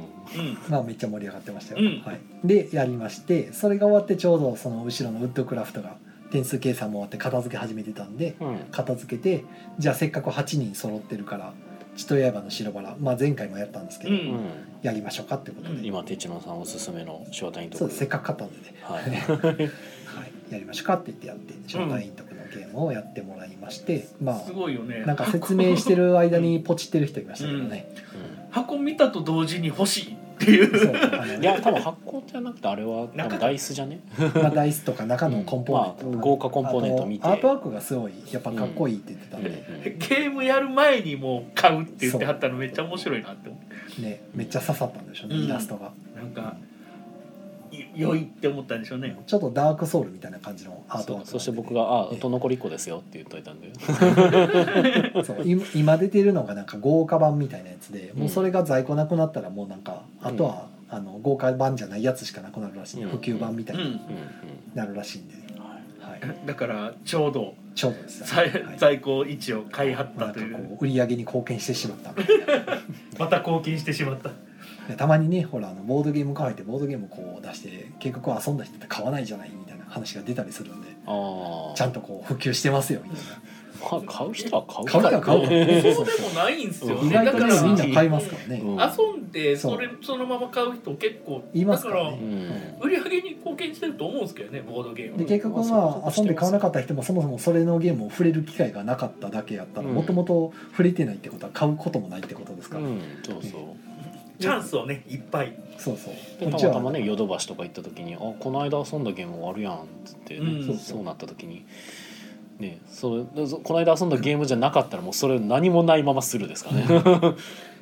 [SPEAKER 2] まあめっちゃ盛り上がってましたよ、
[SPEAKER 3] うん
[SPEAKER 2] はい、でやりましてそれが終わってちょうどその後ろのウッドクラフトが点数計算も終わって片付け始めてたんで
[SPEAKER 4] うん
[SPEAKER 2] 片付けてじゃあせっかく8人揃ってるから血と刃の白バラ、まあ、前回もやったんですけど、
[SPEAKER 3] うん
[SPEAKER 4] うん
[SPEAKER 2] やりましょうかってことで、
[SPEAKER 3] うん
[SPEAKER 4] 今哲郎さんおすすめの招待員と
[SPEAKER 2] そう
[SPEAKER 4] こ
[SPEAKER 2] ですせっかく勝ったんでね、
[SPEAKER 4] はい
[SPEAKER 2] はい、やりましょうかって言ってやって招待員徳のゲームをやってもらいまして、まあ
[SPEAKER 3] すごいよね
[SPEAKER 2] なんか説明してる間にポチってる人いましたけどね、
[SPEAKER 4] うん
[SPEAKER 3] 箱見たと同時に欲しいっていう
[SPEAKER 2] そうあの
[SPEAKER 4] いや多分発行じゃなくてあれは多
[SPEAKER 3] 中
[SPEAKER 4] 分ダイスじゃね
[SPEAKER 2] まあ、ダイスとか中のコンポーネントとか、
[SPEAKER 4] うんまあ豪華コンポーネント見て
[SPEAKER 2] あとアートワークがすごいやっぱかっこいいって言ってたんで、
[SPEAKER 3] ゲームやる前にもう買うって言ってはったのめっちゃ面白いなって思
[SPEAKER 2] ねめっちゃ刺さったんでしょうね、
[SPEAKER 3] うん
[SPEAKER 2] イラストが
[SPEAKER 3] うなんかい良いって思ったんでしょうね
[SPEAKER 2] ちょっとダークソウルみたいな感じのアートワ
[SPEAKER 4] そ
[SPEAKER 2] ークなんでね
[SPEAKER 4] そして僕が「ああと残り1個ですよ」って言っといたんで
[SPEAKER 2] そう今今出てるのがなんか豪華版みたいなやつで、
[SPEAKER 4] うん
[SPEAKER 2] もうそれが在庫なくなったらもうなんかあとは、あの豪華版じゃないやつしかなくなるらしいんで、
[SPEAKER 4] うん
[SPEAKER 2] 普及版みた
[SPEAKER 3] う
[SPEAKER 2] いに
[SPEAKER 3] ん
[SPEAKER 4] うんうん
[SPEAKER 2] なるらしいんで、
[SPEAKER 4] はい
[SPEAKER 2] はい、
[SPEAKER 3] だからちょうど
[SPEAKER 2] ちょうどです
[SPEAKER 3] 在
[SPEAKER 2] はい
[SPEAKER 3] 在庫位置を買いはっ
[SPEAKER 2] まあ
[SPEAKER 3] た
[SPEAKER 2] なん
[SPEAKER 3] と
[SPEAKER 2] か
[SPEAKER 3] いう
[SPEAKER 2] こう売り上げに貢献してしまったみたいな
[SPEAKER 3] また貢献してしまった
[SPEAKER 2] でたまにねほらあのボードゲームカフェってボードゲームこう出して結局遊んだ人って買わないじゃないみたいな話が出たりするんで
[SPEAKER 4] あ
[SPEAKER 2] ちゃん
[SPEAKER 4] と
[SPEAKER 2] とこう普及してますよみたいな
[SPEAKER 4] まあ買う人は買う
[SPEAKER 2] 買う人は買うからね
[SPEAKER 3] [laughs] そうでもないんですよ
[SPEAKER 4] うん
[SPEAKER 2] 意
[SPEAKER 3] ねだ
[SPEAKER 2] 外と
[SPEAKER 3] か
[SPEAKER 2] ね
[SPEAKER 3] ら
[SPEAKER 2] みん
[SPEAKER 4] う
[SPEAKER 2] な買いますからね、
[SPEAKER 4] うん
[SPEAKER 3] 遊んでそれ
[SPEAKER 2] そ
[SPEAKER 3] そのまま買う人結構
[SPEAKER 2] 言いますから
[SPEAKER 3] だ
[SPEAKER 2] ね
[SPEAKER 3] か、
[SPEAKER 4] うん
[SPEAKER 3] ら売り上げに貢献してると思うんですけどねボードゲーム
[SPEAKER 2] で
[SPEAKER 4] うん
[SPEAKER 2] 結局
[SPEAKER 4] ま
[SPEAKER 2] ま
[SPEAKER 4] あ
[SPEAKER 2] あ
[SPEAKER 4] そうそ
[SPEAKER 2] 遊
[SPEAKER 4] うん
[SPEAKER 2] で買わなかった人もそもそもそれのゲームを触れる機会がなかっただけやったら
[SPEAKER 4] うん
[SPEAKER 2] もともと触れてないってことは買うこともないってことですから、
[SPEAKER 4] うんそうそ
[SPEAKER 3] チャンスをねいっぱい、
[SPEAKER 2] そうそう
[SPEAKER 4] うで
[SPEAKER 2] こ
[SPEAKER 4] た
[SPEAKER 2] っち
[SPEAKER 4] ま
[SPEAKER 2] は
[SPEAKER 4] たまねヨドバシとか行った時に「あこの間遊んだゲーム終わるやん」っつってね、
[SPEAKER 3] うん
[SPEAKER 4] そうなった時に。ね、そうこの間遊んだゲームじゃなかったらもうそれ何もないままするですからね。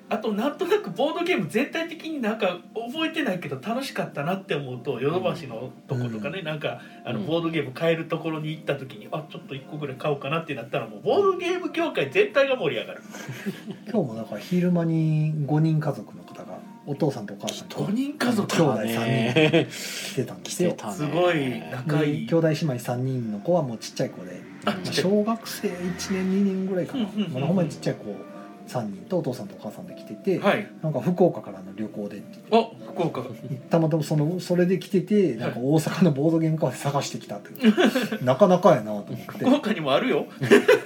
[SPEAKER 3] あとなんとなくボードゲーム全体的になんか覚えてないけど楽しかったなって思うとヨドバシのとことかね、なんかあの
[SPEAKER 4] うん
[SPEAKER 3] ボードゲーム買えるところに行った時に、あちょっと1個ぐらい買おうかなってなったらもうボードゲーム業界全体が盛り上がる
[SPEAKER 2] 今日もだから昼間に5人家族の方がお父さんとお母さんと
[SPEAKER 3] 5人家族
[SPEAKER 2] 兄弟
[SPEAKER 4] だ
[SPEAKER 2] 3 [laughs]
[SPEAKER 4] ね
[SPEAKER 2] 人来てたんで
[SPEAKER 4] 来
[SPEAKER 2] す
[SPEAKER 4] て
[SPEAKER 2] よ
[SPEAKER 4] たね。
[SPEAKER 3] すごいな
[SPEAKER 2] で
[SPEAKER 3] 仲いい
[SPEAKER 2] 兄弟姉妹3人の子はもうちっちゃい子で
[SPEAKER 3] あ
[SPEAKER 4] うん
[SPEAKER 3] ちっちゃい
[SPEAKER 2] 小学生1年2年ぐらいかな、
[SPEAKER 3] うんうんうんうん
[SPEAKER 2] まだほんまにちっちゃい子3人とお父さんとお母さんで来てて、
[SPEAKER 3] はい
[SPEAKER 2] なんか福岡からの旅行で
[SPEAKER 3] あ福岡
[SPEAKER 2] たまたまそのそれで来ててなんか大阪のボードゲームカフェ探してきたって
[SPEAKER 3] [laughs]
[SPEAKER 2] なかなかやなと思って
[SPEAKER 3] 福岡にもあるよ
[SPEAKER 2] な明日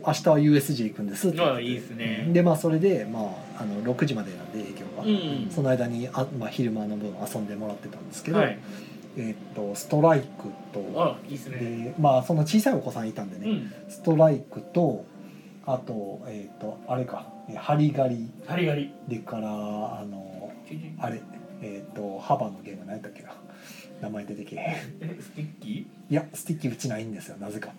[SPEAKER 2] は USJ 行くんですって言っ
[SPEAKER 3] あ
[SPEAKER 2] て
[SPEAKER 3] いいですね
[SPEAKER 2] でまあそれで、まあ、あの6時までなんで営業
[SPEAKER 3] う
[SPEAKER 2] が、
[SPEAKER 3] ん
[SPEAKER 2] その間にあ、まあ、昼間の分遊んでもらってたんですけど、
[SPEAKER 3] はい
[SPEAKER 2] えーっとストライクと
[SPEAKER 3] あいいですね
[SPEAKER 2] でまあその小さいお子さんいたんで
[SPEAKER 3] う
[SPEAKER 2] ね、
[SPEAKER 3] ん
[SPEAKER 2] ストライクとあとえーっとあれかえハリガリ
[SPEAKER 3] ハリガリ
[SPEAKER 2] でからあのあれえーっとハバのゲーム何やったっけな名前出てけへん
[SPEAKER 3] えスティッキ
[SPEAKER 2] いやスティッキうちないんですよな
[SPEAKER 3] [laughs]
[SPEAKER 2] ぜか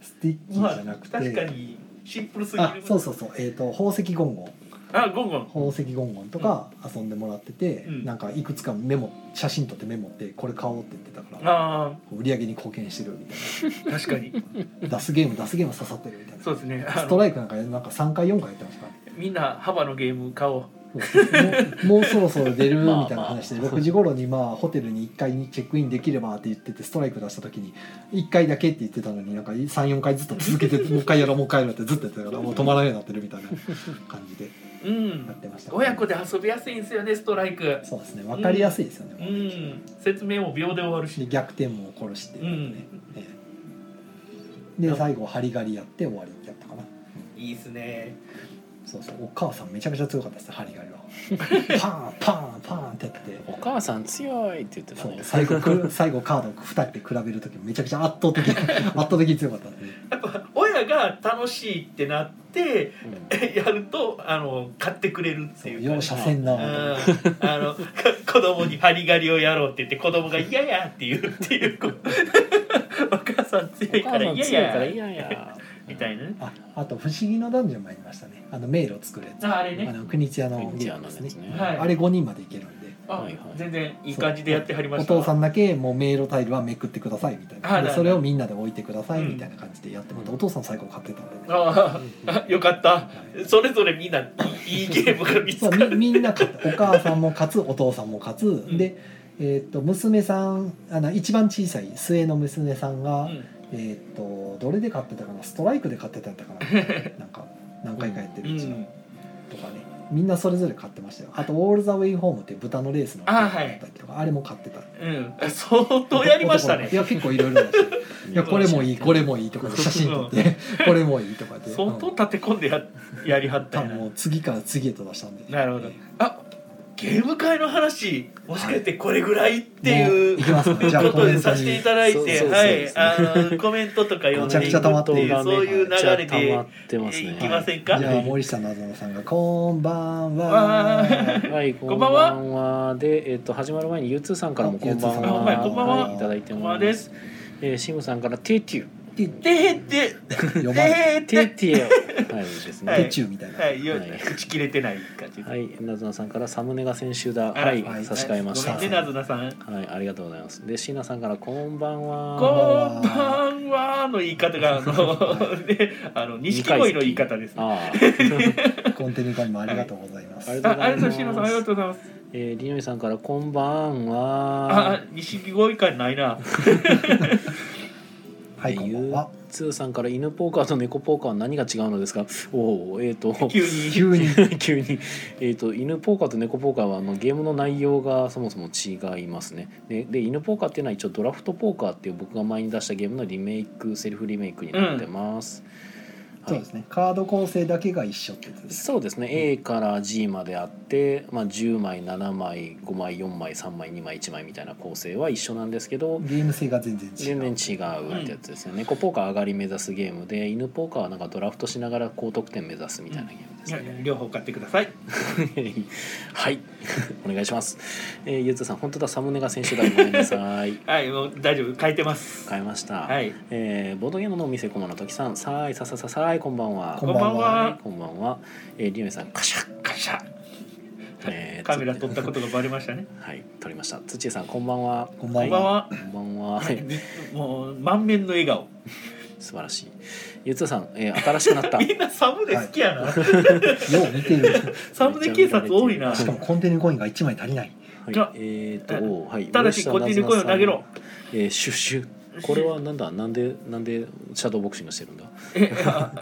[SPEAKER 2] スティッキじ
[SPEAKER 3] ーまあ
[SPEAKER 2] ゃなくて、
[SPEAKER 3] 確かにシンプルすぎる
[SPEAKER 2] あそうそうそう、えー、と宝石ゴンゴン
[SPEAKER 3] あゴンゴン
[SPEAKER 2] 宝石ゴンゴンとか遊んでもらってて、
[SPEAKER 3] うん
[SPEAKER 2] なんかいくつかメモ写真撮ってメモってこれ買おうって言ってたから
[SPEAKER 3] あ
[SPEAKER 2] 売り上げに貢献してるみたい
[SPEAKER 3] あ確かに [laughs]
[SPEAKER 2] な出すゲーム出すゲーム刺さってるみたいな
[SPEAKER 3] そうですねあの
[SPEAKER 2] ストライクなんかなんか3回4回やってましたか
[SPEAKER 3] みんな幅のゲーム買おう
[SPEAKER 2] らもうもうそろそろ出るみたいな話で
[SPEAKER 1] まあまあ
[SPEAKER 2] 6時頃にまあホテルに1階にチェックインできればって言っててストライク出した時に1回だけって言ってたのになんか34回ずっと続けてもう一回やろうもう一回やろうってずっとやってたからもう止まらないようになってるみたいな感じで
[SPEAKER 3] うん
[SPEAKER 2] なってましたね
[SPEAKER 3] 親子で遊びやすいんですよねストライク
[SPEAKER 2] そうですね分かりやすいですよね、
[SPEAKER 3] う
[SPEAKER 2] もうね
[SPEAKER 3] ん説明も秒で終わるし
[SPEAKER 2] で逆転も起こるしっていううね、
[SPEAKER 3] ん
[SPEAKER 2] ええで最後ハリガリやって終わりやったかない
[SPEAKER 3] いですね
[SPEAKER 2] そうそうお母さんめちゃめちゃ強かったですハリガリはパンパンパンってやってて
[SPEAKER 1] お母さん強いって言ってた
[SPEAKER 2] そう
[SPEAKER 1] ね
[SPEAKER 2] 最後く最後カード2人で比べる時もめちゃくちゃ圧倒 [laughs] 的圧倒的に強かったんで
[SPEAKER 3] やっぱ親が楽しいってなって
[SPEAKER 1] うん
[SPEAKER 3] [laughs] やるとあの買ってくれるっていうかね
[SPEAKER 2] 容赦せんな
[SPEAKER 3] うんあの [laughs] か子供にハリガリをやろうって言って子供が嫌やって言うっていう [laughs] こうお母さん強
[SPEAKER 1] お
[SPEAKER 3] い [laughs] か
[SPEAKER 1] 母
[SPEAKER 3] ら
[SPEAKER 1] さん
[SPEAKER 3] 嫌
[SPEAKER 1] 強いから
[SPEAKER 3] や
[SPEAKER 1] 嫌や
[SPEAKER 3] みたいなね
[SPEAKER 2] ああと「不思議のダンジョン」もありましたねあの迷路作るやつ
[SPEAKER 3] ああれ
[SPEAKER 2] あ
[SPEAKER 3] ね
[SPEAKER 2] の国津屋の
[SPEAKER 1] ピンチ
[SPEAKER 2] ゲー
[SPEAKER 1] ャー
[SPEAKER 2] ム
[SPEAKER 1] な
[SPEAKER 2] で
[SPEAKER 1] ん
[SPEAKER 2] す
[SPEAKER 1] で
[SPEAKER 2] ね
[SPEAKER 1] すね
[SPEAKER 3] はい
[SPEAKER 2] あれ5人までいけるんで
[SPEAKER 3] あ
[SPEAKER 1] はいはい
[SPEAKER 3] 全然いい感じでやってはりま
[SPEAKER 2] お
[SPEAKER 3] した
[SPEAKER 2] 父さんだけもう迷路タイルはめくってくださいみたい
[SPEAKER 3] あ
[SPEAKER 2] なで
[SPEAKER 3] だ
[SPEAKER 2] それをみんなで置いてください
[SPEAKER 3] うん
[SPEAKER 2] みたいな感じでやってもらって、
[SPEAKER 1] うん
[SPEAKER 2] お父さん最後買ってたんでね、
[SPEAKER 3] [laughs] ああ [laughs] よかった
[SPEAKER 2] はい
[SPEAKER 3] それぞれみんないいいいゲームが見つ
[SPEAKER 2] そ
[SPEAKER 3] か
[SPEAKER 2] う
[SPEAKER 3] る
[SPEAKER 2] みみんな勝ったお母さんも勝つお父さんも勝つ、
[SPEAKER 3] ん
[SPEAKER 2] で、えー、と娘さんあの一番小さい末の娘さんが、
[SPEAKER 3] うん
[SPEAKER 2] えー、とどれで買ってたかなストライクで買ってたんだったかな
[SPEAKER 3] [laughs]
[SPEAKER 2] なんか何回かやって
[SPEAKER 3] う
[SPEAKER 2] るうちの、
[SPEAKER 3] ん
[SPEAKER 2] とかねみんなそれぞれ買ってましたよあと「オール・ザ・ウェイ・ホーム」っていう豚のレースの
[SPEAKER 3] あー
[SPEAKER 2] やったりとかあ,、れも買ってた
[SPEAKER 3] うん相当やりました
[SPEAKER 2] 男の子い
[SPEAKER 3] ね
[SPEAKER 2] や結構いろいろだしいやこれもいいこれもいいとかで
[SPEAKER 3] [laughs]
[SPEAKER 2] 写真撮ってこれもいいとかで
[SPEAKER 3] 相当立て込んでややりはった
[SPEAKER 2] 多
[SPEAKER 3] んやな
[SPEAKER 2] 分もう次から次へと出したんで
[SPEAKER 3] なるほどあゲーム会の話もしかしてこれぐらいってい
[SPEAKER 2] も
[SPEAKER 3] う、
[SPEAKER 2] ういきますかじゃあ
[SPEAKER 3] こと
[SPEAKER 2] コメント
[SPEAKER 3] で
[SPEAKER 2] に
[SPEAKER 3] させていただい
[SPEAKER 1] そうそう
[SPEAKER 3] て、
[SPEAKER 1] そう
[SPEAKER 3] はい、あのコメントとか読ん
[SPEAKER 2] めちゃく
[SPEAKER 3] でい
[SPEAKER 2] ち
[SPEAKER 3] く
[SPEAKER 2] ゃ溜ま
[SPEAKER 3] っ
[SPEAKER 2] って
[SPEAKER 1] 動
[SPEAKER 2] て
[SPEAKER 3] いう
[SPEAKER 1] 画
[SPEAKER 3] そういう流
[SPEAKER 1] めっちゃ
[SPEAKER 3] れ
[SPEAKER 1] 溜ま
[SPEAKER 3] で
[SPEAKER 1] ってますね
[SPEAKER 3] いきませんか。
[SPEAKER 2] じゃあ森下なぞなさんが「こんばん
[SPEAKER 3] わ
[SPEAKER 2] は」
[SPEAKER 3] ー
[SPEAKER 1] はい、こ
[SPEAKER 3] こ
[SPEAKER 1] ん
[SPEAKER 3] ん
[SPEAKER 1] ば
[SPEAKER 3] ば
[SPEAKER 1] ん
[SPEAKER 3] ん
[SPEAKER 1] は
[SPEAKER 3] は
[SPEAKER 1] で、えっと始まる前に U2 さんからもこんばん
[SPEAKER 2] あ U2 さん
[SPEAKER 1] は
[SPEAKER 2] あはいこんばんはい
[SPEAKER 1] ただいて
[SPEAKER 3] こんばん
[SPEAKER 1] ま
[SPEAKER 3] はですす。
[SPEAKER 1] えー、シムさんからテテュ
[SPEAKER 2] で
[SPEAKER 3] でで
[SPEAKER 2] 呼ばれ
[SPEAKER 3] で
[SPEAKER 1] テ
[SPEAKER 3] で
[SPEAKER 1] テュはいです
[SPEAKER 2] て
[SPEAKER 1] ね
[SPEAKER 2] 「チュー」みたいな、
[SPEAKER 3] [laughs] はい、よ
[SPEAKER 1] はい
[SPEAKER 3] 打ち切れてない感じ。
[SPEAKER 1] はい、なずなさんからサムネが先週だ
[SPEAKER 3] あら
[SPEAKER 1] はい、
[SPEAKER 2] はい
[SPEAKER 1] 差し替えました
[SPEAKER 3] ご
[SPEAKER 1] は
[SPEAKER 3] めんね、なずなさん。
[SPEAKER 1] い、ありがとうございますで、シーナさんからこんばん
[SPEAKER 3] こん
[SPEAKER 1] は
[SPEAKER 3] ばんはの言い方があの、
[SPEAKER 1] [laughs]
[SPEAKER 3] ね、あの錦鯉の言い方ですね。
[SPEAKER 1] あ
[SPEAKER 2] コンテニュー会もありがとうございます、
[SPEAKER 1] ありがと
[SPEAKER 3] あ、ありがとうございます。ありがとうございます。
[SPEAKER 1] ー、えー、りのりさんからこんばん
[SPEAKER 3] あ
[SPEAKER 1] は、
[SPEAKER 3] 錦鯉感な
[SPEAKER 1] [laughs]
[SPEAKER 3] いな。
[SPEAKER 2] はいこんばんは
[SPEAKER 1] ツーさんから犬ポーカーと猫ポーカーは何が違うのですかおおえっ、と
[SPEAKER 3] 急に。
[SPEAKER 2] 急に
[SPEAKER 1] [laughs] 急に、えー、と犬ポーカーと猫ポーカーはあのゲームの内容がそもそも違いますねでで犬ポーカーっていうのは一応ドラフトポーカーっていう僕が前に出したゲームのリメイクセルフリメイクになってます、は
[SPEAKER 2] そう
[SPEAKER 1] い
[SPEAKER 2] ですねカード構成だけが一緒ってやつです
[SPEAKER 1] そうですね A から G まであって、まあ、10枚7枚5枚4枚3枚2枚1枚みたいな構成は一緒なんですけど
[SPEAKER 2] ゲーム性が全然違う
[SPEAKER 1] 全然違うってやつですね、猫ポーカー上がり目指すゲームで犬ポーカーはなんかドラフトしながら高得点目指すみたいなゲームです
[SPEAKER 3] いや
[SPEAKER 1] ね、
[SPEAKER 3] 両方買ってください。
[SPEAKER 1] [laughs] はいお願いします、えー、ゆうつさん本当だサムネが先週だごめんなさい [laughs]
[SPEAKER 3] はい、もう大丈夫、変えてます。
[SPEAKER 1] 変えました、
[SPEAKER 3] はい、
[SPEAKER 1] えーボードゲームのお店こまの時さんさーいささささーいこんばんは
[SPEAKER 2] こ
[SPEAKER 3] こ
[SPEAKER 2] ん
[SPEAKER 3] ん
[SPEAKER 2] ば
[SPEAKER 3] ば
[SPEAKER 1] は
[SPEAKER 2] ん
[SPEAKER 3] ん
[SPEAKER 1] い
[SPEAKER 3] は。
[SPEAKER 1] こんばんは、えー、りめさんカシャッ、
[SPEAKER 3] カシャ。
[SPEAKER 1] えー
[SPEAKER 3] カメラ撮ったことがバレましたね。
[SPEAKER 1] はい撮りました土井さんこんばんは
[SPEAKER 2] こん
[SPEAKER 3] こ
[SPEAKER 2] ば
[SPEAKER 3] ん
[SPEAKER 2] ん
[SPEAKER 3] ばん
[SPEAKER 2] は、
[SPEAKER 3] は。
[SPEAKER 1] こんばんははい
[SPEAKER 3] にもう満面の笑顔。
[SPEAKER 1] 素晴らしいゆうつさん、えー新しくなった
[SPEAKER 3] [laughs] みんなサムネ好きやな。
[SPEAKER 2] よう見てる
[SPEAKER 3] [laughs] サムネ警察多いな。
[SPEAKER 2] しかもコンテニューコインが1枚足りない
[SPEAKER 1] はい
[SPEAKER 3] じゃあ
[SPEAKER 1] えーとおーはい
[SPEAKER 3] ただし、こっちに声を投げろ。
[SPEAKER 1] えーシュッシュこれはなんだなんでなんでシャドーボクシングして
[SPEAKER 3] [laughs]
[SPEAKER 1] るんだ
[SPEAKER 3] え、あ、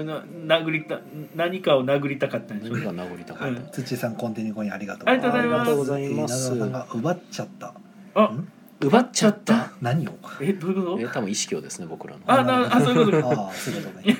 [SPEAKER 3] あな殴りた、何かを殴りたかったんでしょう
[SPEAKER 1] 何
[SPEAKER 3] ね
[SPEAKER 1] が。名残たかった、
[SPEAKER 2] 土井さんコンテニューコインありがとう
[SPEAKER 3] ありがとうございますあり
[SPEAKER 1] ございます
[SPEAKER 2] えー長田さ
[SPEAKER 3] がとう
[SPEAKER 2] んが奪っちゃった
[SPEAKER 3] あ、
[SPEAKER 1] 奪っちゃった
[SPEAKER 2] 何を
[SPEAKER 3] え、どういうこ
[SPEAKER 1] え
[SPEAKER 3] と。
[SPEAKER 1] 多分意識をですね僕らの、
[SPEAKER 3] あ、な、あ、そういうことか。
[SPEAKER 2] ああそういうことね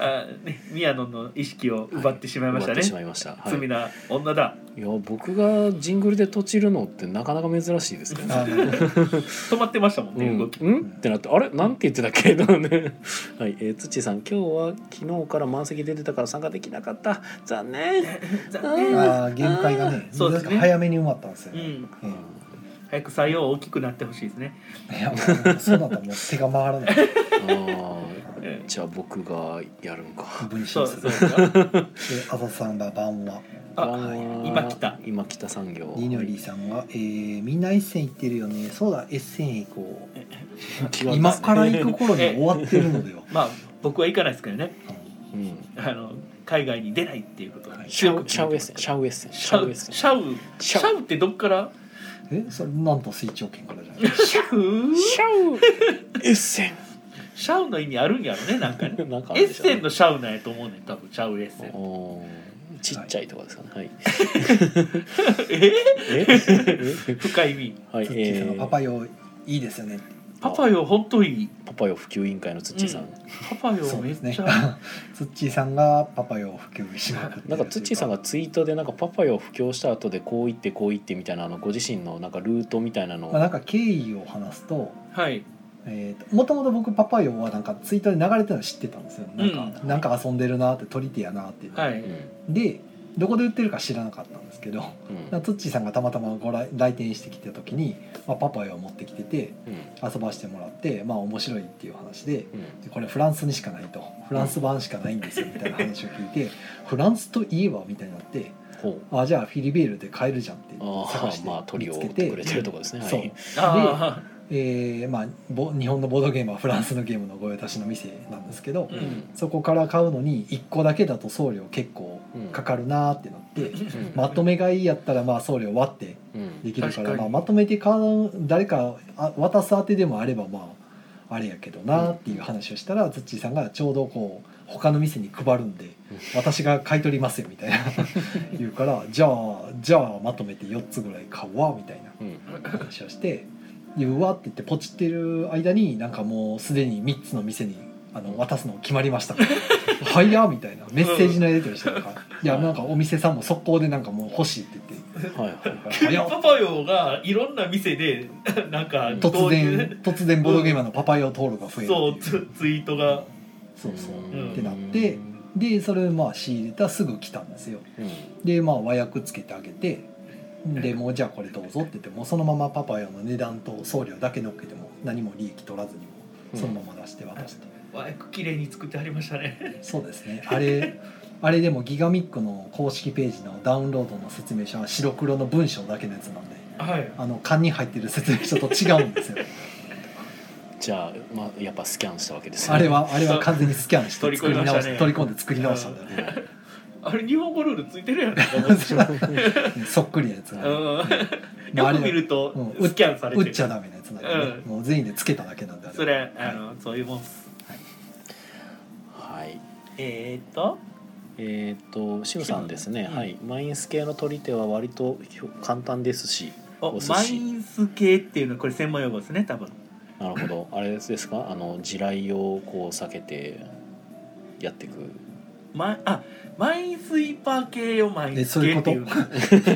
[SPEAKER 3] あ、ね、宮野の意識を奪ってしまいました
[SPEAKER 1] 奪ってしま
[SPEAKER 3] ね。
[SPEAKER 1] いました、はい、
[SPEAKER 3] 罪な女だ。
[SPEAKER 1] いや僕がジングルでとちるのってなかなか珍しいですけどね
[SPEAKER 2] あの
[SPEAKER 3] 止まってましたもん
[SPEAKER 1] う
[SPEAKER 3] ね、
[SPEAKER 1] ん、
[SPEAKER 3] 動き。
[SPEAKER 1] うんってなってあれなんて言ってたっけ [laughs] どねはい、えー、土さん今日は昨日から満席出てたから参加できなかった残念、
[SPEAKER 3] 残念
[SPEAKER 2] ああ限界がね
[SPEAKER 3] [laughs] そうですね
[SPEAKER 2] なんか早めに埋まったんですよ
[SPEAKER 3] う
[SPEAKER 2] ね、
[SPEAKER 3] ん、
[SPEAKER 2] え
[SPEAKER 3] 早く採用大きくなってほしいですね。
[SPEAKER 2] えいやもうそうだったらもう手が回らない
[SPEAKER 1] あー
[SPEAKER 3] うん
[SPEAKER 1] じゃあ僕がやるんか
[SPEAKER 2] 分身す
[SPEAKER 3] そう
[SPEAKER 2] る
[SPEAKER 3] そうそう。
[SPEAKER 2] で浅田さんが晩は
[SPEAKER 3] あ
[SPEAKER 1] 晩は
[SPEAKER 3] 今来た
[SPEAKER 1] 今来た産業
[SPEAKER 2] りのりさんが、えーみんな一線行ってるよねそうだ一線行こう
[SPEAKER 1] 気が
[SPEAKER 2] 今
[SPEAKER 1] ですね [laughs]
[SPEAKER 2] から行く頃に終わってるのでは
[SPEAKER 3] まあ僕は行かないですけどね。
[SPEAKER 1] うん
[SPEAKER 3] あの海外に出ないっていうことが
[SPEAKER 1] シャ
[SPEAKER 3] 強く
[SPEAKER 1] ウシャウエッセンシャウエッセン
[SPEAKER 3] シャウ
[SPEAKER 1] エッセン
[SPEAKER 3] シャウ
[SPEAKER 1] シ
[SPEAKER 3] シ
[SPEAKER 1] ャウ
[SPEAKER 3] ャウってどっから
[SPEAKER 2] えそれなんと水長県からじゃない
[SPEAKER 3] シャウ
[SPEAKER 1] シャウエッセン
[SPEAKER 3] シャウの意味あるんやろねなんかね
[SPEAKER 1] [laughs] なんかあ
[SPEAKER 3] エ
[SPEAKER 1] る
[SPEAKER 3] ッ
[SPEAKER 1] でしょうね
[SPEAKER 3] センのシャウなんやと思うねん多分シャウエッセン
[SPEAKER 1] おーちっちゃいとかですかねはい
[SPEAKER 3] え
[SPEAKER 1] え
[SPEAKER 3] 深い意味
[SPEAKER 1] [laughs] はい
[SPEAKER 2] ツッチー
[SPEAKER 1] え
[SPEAKER 2] さんが
[SPEAKER 1] ー
[SPEAKER 2] パパよいいですよね
[SPEAKER 3] パパよ本当いい
[SPEAKER 1] パパよ普及委員会のつっちーさん、
[SPEAKER 3] うパパよ
[SPEAKER 2] そう
[SPEAKER 3] め
[SPEAKER 2] で
[SPEAKER 3] っ
[SPEAKER 2] すね
[SPEAKER 3] ちゃ
[SPEAKER 2] [laughs] ツッチーさんがパパよを普及しまくってる
[SPEAKER 1] なんかつっちーさんがツイートでなんかパパよ布教した後でこう言ってこう言ってみたいなあのご自身のなんかルートみたいなのを
[SPEAKER 2] まあ、なんか経緯を話すと
[SPEAKER 3] はい
[SPEAKER 2] えーともともと僕パパよはなんかツイートで流れてるの知ってたんですよなんか、
[SPEAKER 1] うん
[SPEAKER 2] なんか遊んでるなってトリティアなっていう、
[SPEAKER 3] は
[SPEAKER 1] う
[SPEAKER 3] い
[SPEAKER 1] ん
[SPEAKER 2] でどこで売ってるか知らなかったんですけど
[SPEAKER 1] うん
[SPEAKER 2] なんかツッチーさんがたまたまご来来店してきた時に、まあ、パパよを持ってきてて
[SPEAKER 1] うん
[SPEAKER 2] 遊ばしてもらってまあ面白いっていう話で
[SPEAKER 1] うん
[SPEAKER 2] でこれフランスにしかないとフランス版しかないんですよみたいな話を聞いて、フランスといえばみたいになって
[SPEAKER 1] ほう
[SPEAKER 2] あじゃあフィリベールで買えるじゃんって
[SPEAKER 1] あ
[SPEAKER 2] 探し
[SPEAKER 1] あ
[SPEAKER 2] て
[SPEAKER 1] まあ鳥
[SPEAKER 2] 見
[SPEAKER 1] を
[SPEAKER 2] つ
[SPEAKER 1] 追
[SPEAKER 2] け
[SPEAKER 1] って
[SPEAKER 2] て
[SPEAKER 1] くれてるとこですねは
[SPEAKER 2] そう
[SPEAKER 1] い
[SPEAKER 3] あ
[SPEAKER 2] えーまあ、ぼ日本のボードゲームはフランスのゲームの御用達の店なんですけど、
[SPEAKER 3] う
[SPEAKER 1] うんん
[SPEAKER 2] そこから買うのに1個だけだと送料結構
[SPEAKER 1] うん
[SPEAKER 2] かかるなーってなって、
[SPEAKER 1] ん
[SPEAKER 2] まとめ買いやったらまあ送料割って
[SPEAKER 1] うん
[SPEAKER 2] できるから
[SPEAKER 3] 確かに
[SPEAKER 2] まあ、まとめて買う誰かあ渡す当てでもあればまああれやけどなーっていう話をしたらツッチーさんがちょうどこう他の店に配るんで私が買い取りますよみた
[SPEAKER 3] [laughs]
[SPEAKER 2] いな言うからじゃあじゃあまとめて4つぐらい買うわみたいな。
[SPEAKER 1] うん
[SPEAKER 2] 話をして「でうわ」って言ってポチってる間になんかもうすでに3つの店にあの渡すの決まりま
[SPEAKER 3] [laughs]
[SPEAKER 2] した「はいや」みたいなメッセージのやり取りしてるから「いやなんかお店さんも速攻でなんかもう欲しい」って言って
[SPEAKER 1] はいはい
[SPEAKER 2] 「
[SPEAKER 3] [laughs] 急
[SPEAKER 2] は
[SPEAKER 3] に
[SPEAKER 2] や」
[SPEAKER 3] パパよがいろんな店でなんか
[SPEAKER 2] 突
[SPEAKER 3] 導入
[SPEAKER 2] 然突然ボードゲーマーのパパイヤ登録が増えるっ
[SPEAKER 3] そう
[SPEAKER 2] ていう
[SPEAKER 3] ツツイートが
[SPEAKER 2] そうそう
[SPEAKER 3] うん
[SPEAKER 2] ってなってでそれをまあ仕入れたらすぐ来たんですよ
[SPEAKER 1] うん
[SPEAKER 2] でまあ和訳つけてあげてでもうじゃあこれどうぞって言ってもうそのままパパイヤの値段と送料だけ乗っけても何も利益取らずにもそのまま出して渡して、
[SPEAKER 3] わ綺麗に作ってありましたね
[SPEAKER 2] そうですねあれあれでもギガミックの公式ページのダウンロードの説明書は白黒の文章だけのやつなんで
[SPEAKER 3] はい
[SPEAKER 2] あの缶に入ってる説明書と違うんですよ
[SPEAKER 1] じゃあまあやっぱスキャンしたわけですね
[SPEAKER 2] あれはあれは完全にスキャンして
[SPEAKER 3] 取り込
[SPEAKER 2] 作
[SPEAKER 3] み
[SPEAKER 2] り
[SPEAKER 3] まし
[SPEAKER 2] 直
[SPEAKER 3] た
[SPEAKER 2] し
[SPEAKER 3] ね
[SPEAKER 2] 取り込んで作り直したんだよね
[SPEAKER 3] あれ日本語ルールついてるやんとか思ってしまう
[SPEAKER 2] [laughs] そっくりなやつがね、
[SPEAKER 3] うん
[SPEAKER 2] まああれ
[SPEAKER 3] よく見ると
[SPEAKER 2] うん
[SPEAKER 3] スキャンされて
[SPEAKER 2] 打っ
[SPEAKER 3] る
[SPEAKER 2] ちゃダメなやつなんで、ねもう全員でつけただけなんであれは
[SPEAKER 3] それあのそういうもんっす
[SPEAKER 1] はい
[SPEAKER 3] えーっと
[SPEAKER 1] えっとシムさんですね
[SPEAKER 3] うん
[SPEAKER 1] はいマインス系の取り手は割とひょ簡単ですし
[SPEAKER 3] お
[SPEAKER 1] お寿司
[SPEAKER 3] マインス系っていうのはこれ専門用語ですね多分
[SPEAKER 1] なる [laughs] ほどあれですかあの地雷をこう避けてやっていく
[SPEAKER 3] マイあマインスイーパー系をマインス系っていう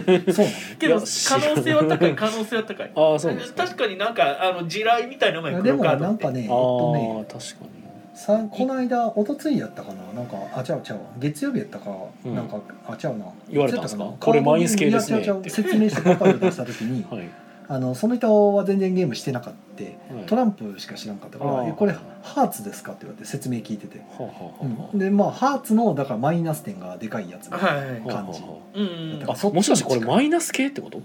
[SPEAKER 2] え [laughs] そう
[SPEAKER 3] [laughs]
[SPEAKER 2] なの
[SPEAKER 3] けど
[SPEAKER 1] い
[SPEAKER 3] 可
[SPEAKER 1] や
[SPEAKER 3] 能性は高い可能性は高い
[SPEAKER 1] ああそうですか
[SPEAKER 3] 確かになんかあの地雷みたいな名前
[SPEAKER 2] いや
[SPEAKER 3] の
[SPEAKER 2] でも
[SPEAKER 3] 黒カー
[SPEAKER 2] な
[SPEAKER 3] ド
[SPEAKER 2] ん
[SPEAKER 3] って
[SPEAKER 2] かねえっ
[SPEAKER 1] ああ
[SPEAKER 2] とね
[SPEAKER 1] ー確かに
[SPEAKER 2] さこの間一昨日やったかななんかあちゃうちゃう月曜日やったか、
[SPEAKER 1] うん
[SPEAKER 2] なんかあちゃうな
[SPEAKER 1] 言われたんですか
[SPEAKER 2] いつやっ
[SPEAKER 1] これマインス系ですね
[SPEAKER 2] いや違う違う
[SPEAKER 1] って
[SPEAKER 2] 説明してパパイを出した時に、
[SPEAKER 1] はい
[SPEAKER 2] あのその人は全然ゲームしてなかった
[SPEAKER 1] はい
[SPEAKER 2] トランプしか知らんかったから「
[SPEAKER 1] あー
[SPEAKER 2] えこれハーツですか?」って言われて説明聞いてて、
[SPEAKER 1] はあはあ
[SPEAKER 2] う
[SPEAKER 1] は
[SPEAKER 2] んでまあハーツのだからマイナス点がでかいやつわ
[SPEAKER 3] はい
[SPEAKER 1] あはあ
[SPEAKER 2] 感じ
[SPEAKER 1] は
[SPEAKER 3] うん
[SPEAKER 1] あ
[SPEAKER 2] だ
[SPEAKER 1] あもしかしてこれマイナス系ってこと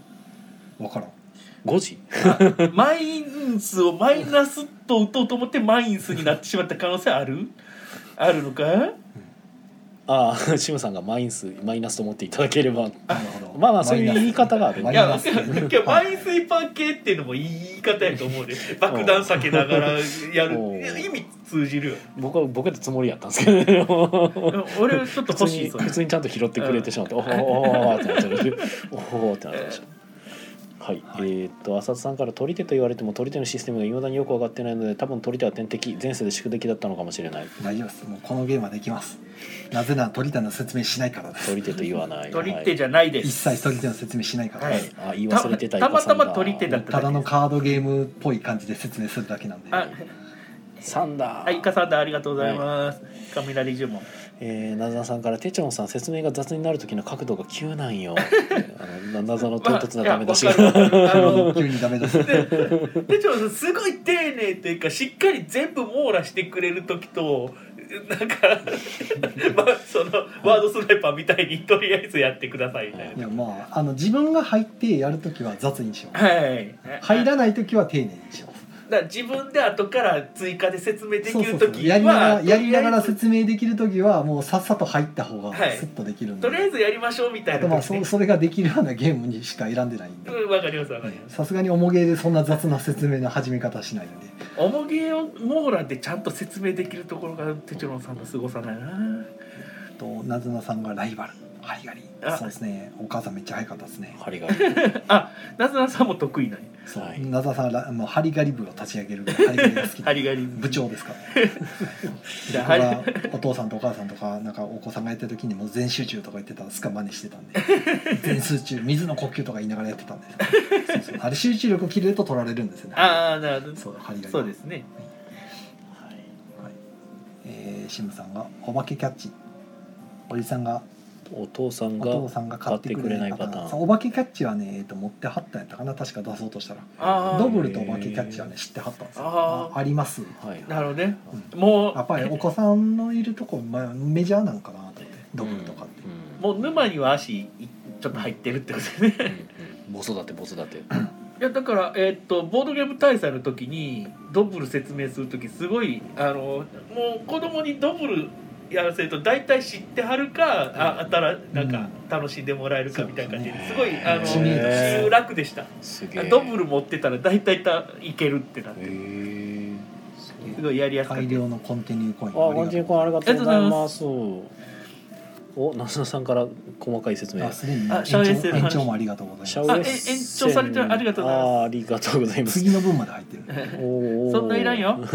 [SPEAKER 2] からん
[SPEAKER 1] ?5 時
[SPEAKER 3] うんマインスをマイナスと打とうと思ってマインスになってしまった可能性あるあるのか
[SPEAKER 1] ああシムさんがマインスマイナスと思っていただければ
[SPEAKER 2] なるほど
[SPEAKER 1] まあまあそういう言い方がある
[SPEAKER 2] マ
[SPEAKER 3] い
[SPEAKER 2] イ
[SPEAKER 3] や
[SPEAKER 2] ナ
[SPEAKER 3] い
[SPEAKER 2] ス点ね
[SPEAKER 3] やマインスイーパー系っていうのもいい言い方やと思うで爆弾避けながらや
[SPEAKER 1] おう
[SPEAKER 3] るいや意味通じるよ
[SPEAKER 1] 僕は僕だったつもりやったんですけど
[SPEAKER 3] 俺ちょっと
[SPEAKER 1] 普通
[SPEAKER 3] 欲し
[SPEAKER 1] に
[SPEAKER 3] いそれ
[SPEAKER 1] 普通にちゃんと拾ってくれてしまって、おほおほおほってなってましたおほおほ
[SPEAKER 3] [laughs]
[SPEAKER 1] ってなってました。はい、えーっと浅田さんから取り手と言われても取り手のシステムがいまだによく分かってないので多分取り手は天敵前世で宿敵だったのかもしれない
[SPEAKER 2] 大丈夫ですもうこのゲームはできますなぜなら鳥田の説明しないからです
[SPEAKER 1] 取り手と言わない
[SPEAKER 3] [laughs] 取り手じゃないで
[SPEAKER 2] 一
[SPEAKER 3] す、
[SPEAKER 2] 切鳥田の説明しないから
[SPEAKER 3] は
[SPEAKER 2] で
[SPEAKER 3] い
[SPEAKER 2] す、
[SPEAKER 1] はい、あ言い忘れてた
[SPEAKER 3] たまたま
[SPEAKER 1] イカさんだ
[SPEAKER 3] 取り手だった
[SPEAKER 2] ただのカードゲームっぽい感じで説明するだけなんで、
[SPEAKER 3] あ
[SPEAKER 1] サンダー、
[SPEAKER 3] はい、イカさんだありがとうございます。雷呪文。
[SPEAKER 1] えー、なざさんから「てちょんさん説明が雑になる時の角度が急なん
[SPEAKER 3] [laughs]
[SPEAKER 1] よ」あのな謎の唐突なダメ出しが、
[SPEAKER 3] まあいやわかるわかるあの
[SPEAKER 2] 急にダメだす
[SPEAKER 3] ででちょっとすごい丁寧というかしっかり全部網羅してくれる時と
[SPEAKER 2] [laughs]
[SPEAKER 3] なんかまあそのワードスナイパーみたいにとりあえずやってくださいみたい
[SPEAKER 2] い
[SPEAKER 3] な。
[SPEAKER 2] やまああの自分が入ってやるときは雑にしよう
[SPEAKER 3] はい。
[SPEAKER 2] 入らないときは丁寧にしよう
[SPEAKER 3] だから自分で後から追加で説明で
[SPEAKER 2] そう
[SPEAKER 3] き
[SPEAKER 2] そ
[SPEAKER 3] る
[SPEAKER 2] うそう
[SPEAKER 3] 時
[SPEAKER 2] やりなが
[SPEAKER 3] は
[SPEAKER 2] らやりながら
[SPEAKER 3] とりあえず
[SPEAKER 2] 説明できる時はもうさっさと入った方が
[SPEAKER 3] はい
[SPEAKER 2] スッとできるんで、
[SPEAKER 3] とりあえずやりましょうみた
[SPEAKER 2] あ
[SPEAKER 3] い
[SPEAKER 2] と
[SPEAKER 3] な
[SPEAKER 2] まあ
[SPEAKER 3] 時ね
[SPEAKER 2] そそれができるようなゲームにしか選んでないんで
[SPEAKER 3] うんわかりますわかります
[SPEAKER 2] さすがに重げでそんな雑な説明の始め方しないんで
[SPEAKER 3] 重げを網羅でちゃんと説明できるところがテチロンさんの凄さだな
[SPEAKER 2] となずなさんがライバルハリガリ
[SPEAKER 3] あ
[SPEAKER 2] そうですねお母さんめっちゃ早かったです
[SPEAKER 1] [laughs]
[SPEAKER 2] ね
[SPEAKER 1] 針がある
[SPEAKER 3] あなずなさんも得意なんや
[SPEAKER 2] そう、
[SPEAKER 1] はい
[SPEAKER 2] なずなさんはラもうハリガリ部を立ち上げるぐらいハリガリが好き
[SPEAKER 3] [laughs] ハ
[SPEAKER 2] で
[SPEAKER 3] リガリ
[SPEAKER 2] 部長ですからね
[SPEAKER 3] じゃあ
[SPEAKER 2] 僕
[SPEAKER 3] ハ
[SPEAKER 2] がお父さんとお母さんとかなんかお子さんがやってる時にもう全集中とか言ってたらすか真似してたんで全集中水の呼吸とか言いながらやってたんですそうそうあれ集中力切れると取られるんですよね
[SPEAKER 3] ああなるほど
[SPEAKER 2] そうハリガリ
[SPEAKER 3] そうですね
[SPEAKER 2] えーシムさんが「お化けキャッチ」おじさんが
[SPEAKER 1] お父さん
[SPEAKER 2] お
[SPEAKER 1] が
[SPEAKER 2] 父さんが買ってくれない
[SPEAKER 1] 買
[SPEAKER 2] パ
[SPEAKER 1] ってくれないパタ
[SPEAKER 2] タ
[SPEAKER 1] ー
[SPEAKER 2] ー
[SPEAKER 1] ン
[SPEAKER 2] ンそうお化けキャッチはね、えーと持ってはったんやったかな確か出そうとしたら
[SPEAKER 3] あー
[SPEAKER 2] ドブルとお化けキャッチはね知ってはったんですよ
[SPEAKER 3] あ
[SPEAKER 2] あ
[SPEAKER 3] ー
[SPEAKER 2] あります
[SPEAKER 1] はい
[SPEAKER 3] なるほどね
[SPEAKER 2] う
[SPEAKER 3] も
[SPEAKER 2] やっぱりお子さんのいるとこ、まあ、メジャーなんかなと思ってドブルとかって、
[SPEAKER 3] う
[SPEAKER 1] うん
[SPEAKER 3] もう沼には足いちょっと入ってるってこ
[SPEAKER 2] [laughs]
[SPEAKER 3] とですね
[SPEAKER 1] うんボソだってボソだって
[SPEAKER 3] いやだから、えーっとボードゲーム大祭の時にドブル説明する時すごいあのもう子供にドブルやらせると大体知ってはるかああたらなん
[SPEAKER 2] う
[SPEAKER 3] か
[SPEAKER 2] ん
[SPEAKER 3] 楽しんでもらえるかみたいな感じ
[SPEAKER 2] そう
[SPEAKER 3] で
[SPEAKER 2] ですす
[SPEAKER 3] ごいあの
[SPEAKER 2] 知名度
[SPEAKER 3] 自由楽でした
[SPEAKER 1] すげえ
[SPEAKER 3] ドブル持ってたら大体たいけるってなっ
[SPEAKER 1] へ
[SPEAKER 3] て
[SPEAKER 1] え
[SPEAKER 3] すごいやりやすかった [laughs]
[SPEAKER 2] 大量のコンティニューコイン
[SPEAKER 1] あゴンティ君ありがとうございますお那須さんから細かい説明
[SPEAKER 2] あすでに延
[SPEAKER 3] あシャウエッセ
[SPEAKER 2] 長
[SPEAKER 3] ンの話
[SPEAKER 2] 延長もありがとうございます
[SPEAKER 1] シャウエッセ
[SPEAKER 3] あえ延長されてるありがとうございます
[SPEAKER 1] あーありがとうございます
[SPEAKER 2] 次の分まで入ってるね
[SPEAKER 1] おー
[SPEAKER 3] そんないら
[SPEAKER 2] [laughs]
[SPEAKER 3] んよ
[SPEAKER 1] シ